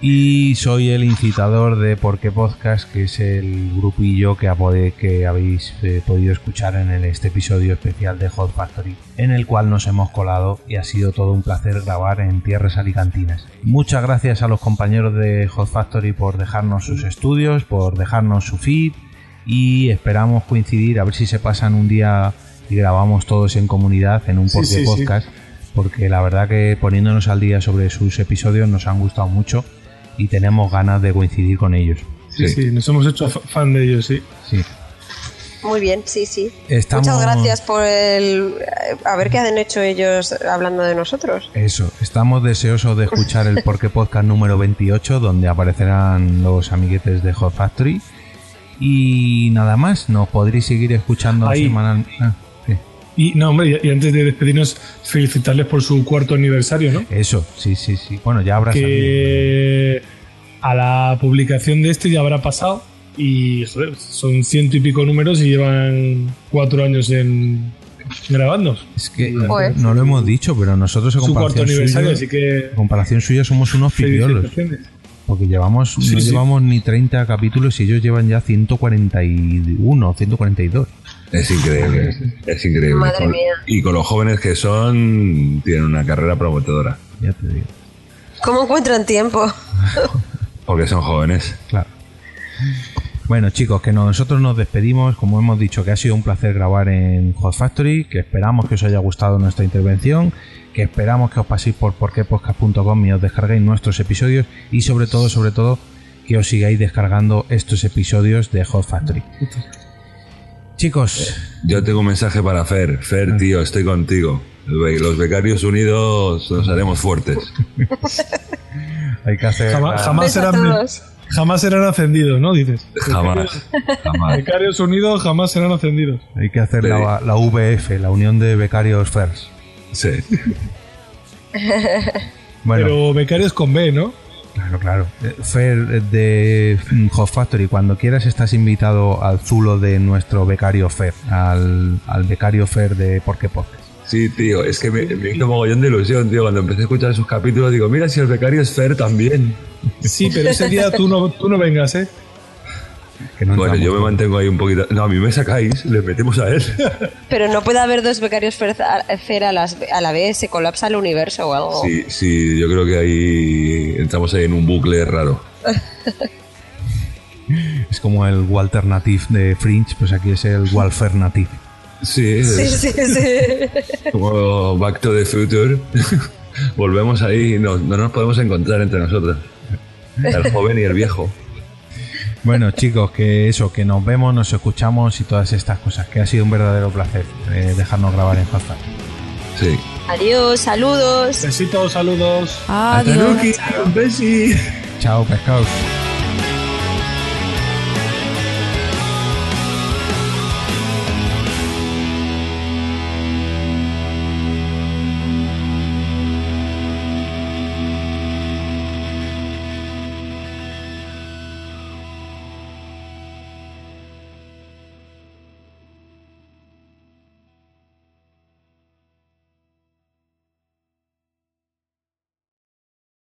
B: Y soy el incitador de Porque Podcast, que es el grupillo que, apode- que habéis eh, podido escuchar en el- este episodio especial de Hot Factory, en el cual nos hemos colado y ha sido todo un placer grabar en tierras alicantinas. Muchas gracias a los compañeros de Hot Factory por dejarnos sus estudios, por dejarnos su feed y esperamos coincidir, a ver si se pasan un día y grabamos todos en comunidad en un
D: Sí,
B: Porque
D: sí, sí.
B: Podcast porque la verdad que poniéndonos al día sobre sus episodios nos han gustado mucho y tenemos ganas de coincidir con ellos.
D: Sí, sí, nos hemos hecho fa- fan de ellos, sí.
B: Sí.
F: Muy bien, sí, sí.
B: Estamos-
F: Muchas gracias por el... eh, A ver qué han hecho ellos hablando de nosotros.
B: Eso, estamos deseosos de escuchar el Porque Podcast número 28, donde aparecerán los amiguetes de Hot Factory. Y nada más, nos podréis seguir escuchando
D: Ahí.
B: semanal- ah, sí.
D: Y no, hombre, y, y antes de despedirnos, felicitarles por su cuarto aniversario, ¿no?
B: Eso, sí, sí, sí. Bueno, ya habrá
D: que a la publicación de este ya habrá pasado y joder, son ciento y pico números y llevan cuatro años en grabando.
B: Es que no, no lo hemos dicho, pero nosotros en
D: Su cuarto
B: comparación
D: aniversario,
B: suya,
D: así que
B: en comparación suya somos unos pipiolos.
D: felicitaciones.
B: Porque llevamos,
D: Sí,
B: no
D: sí.
B: llevamos ni 30 capítulos y ellos llevan ya 141 o 142.
E: Es increíble, es increíble.
B: Madre
E: Con-
B: mía.
E: Y con los jóvenes que son, tienen una carrera prometedora.
B: Ya te digo.
F: ¿Cómo encuentran tiempo?
E: Porque son jóvenes.
B: Claro. Bueno, chicos, que nosotros nos despedimos. Como hemos dicho, que ha sido un placer grabar en Hot Factory. Que esperamos que os haya gustado nuestra intervención. Que esperamos que os paséis por porquepodcast.com y os descarguéis nuestros episodios. Y sobre todo, sobre todo, que os sigáis descargando estos episodios de Hot Factory.
D: Eh,
B: Chicos,
E: Yo tengo un mensaje para Fer. Fer, tío, estoy contigo. Be- Los becarios unidos nos haremos fuertes.
B: hay que hacer.
D: jamás, jamás serán, jamás serán ascendidos, ¿no? Dices.
E: Jamás.
D: Becarios unidos jamás serán ascendidos.
B: Hay que hacer la, la VF, la Unión de Becarios Fers.
E: Sí.
B: Bueno.
D: Pero becarios con B, ¿no?
B: Claro, claro. Eh, Fer eh, de mm, Hot Factory, cuando quieras estás invitado al zulo de nuestro becario Fer, al, al becario Fer de Porque Podcast.
E: Sí, tío, es que me, me hizo mogollón de ilusión, tío. Cuando empecé a escuchar sus capítulos, digo, mira si el becario es Fer también.
D: Sí, pero ese día tú no, tú no vengas, ¿eh?
E: bueno, yo me mantengo ahí un poquito. No, a mí me sacáis, le metemos a él.
F: Pero no puede haber dos becarios fer a, fer a las- a la vez, se colapsa el universo o algo.
E: Sí, sí, yo creo que ahí entramos ahí en un bucle raro.
B: Es como el Walternative de Fringe, pues aquí es el Walfernative.
E: Sí,
F: Sí,
E: es
F: sí, sí.
E: como Back to the Future. Volvemos ahí y no, no nos podemos encontrar entre nosotros. El joven y el viejo.
B: Bueno, chicos, que eso, que nos vemos, nos escuchamos y todas estas cosas, que ha sido un verdadero placer eh, dejarnos grabar en Hot Factory.
E: Sí.
F: Adiós, saludos.
D: Besitos, saludos.
B: Hasta Adiós. luego.
E: Besi.
B: Chao, pescados.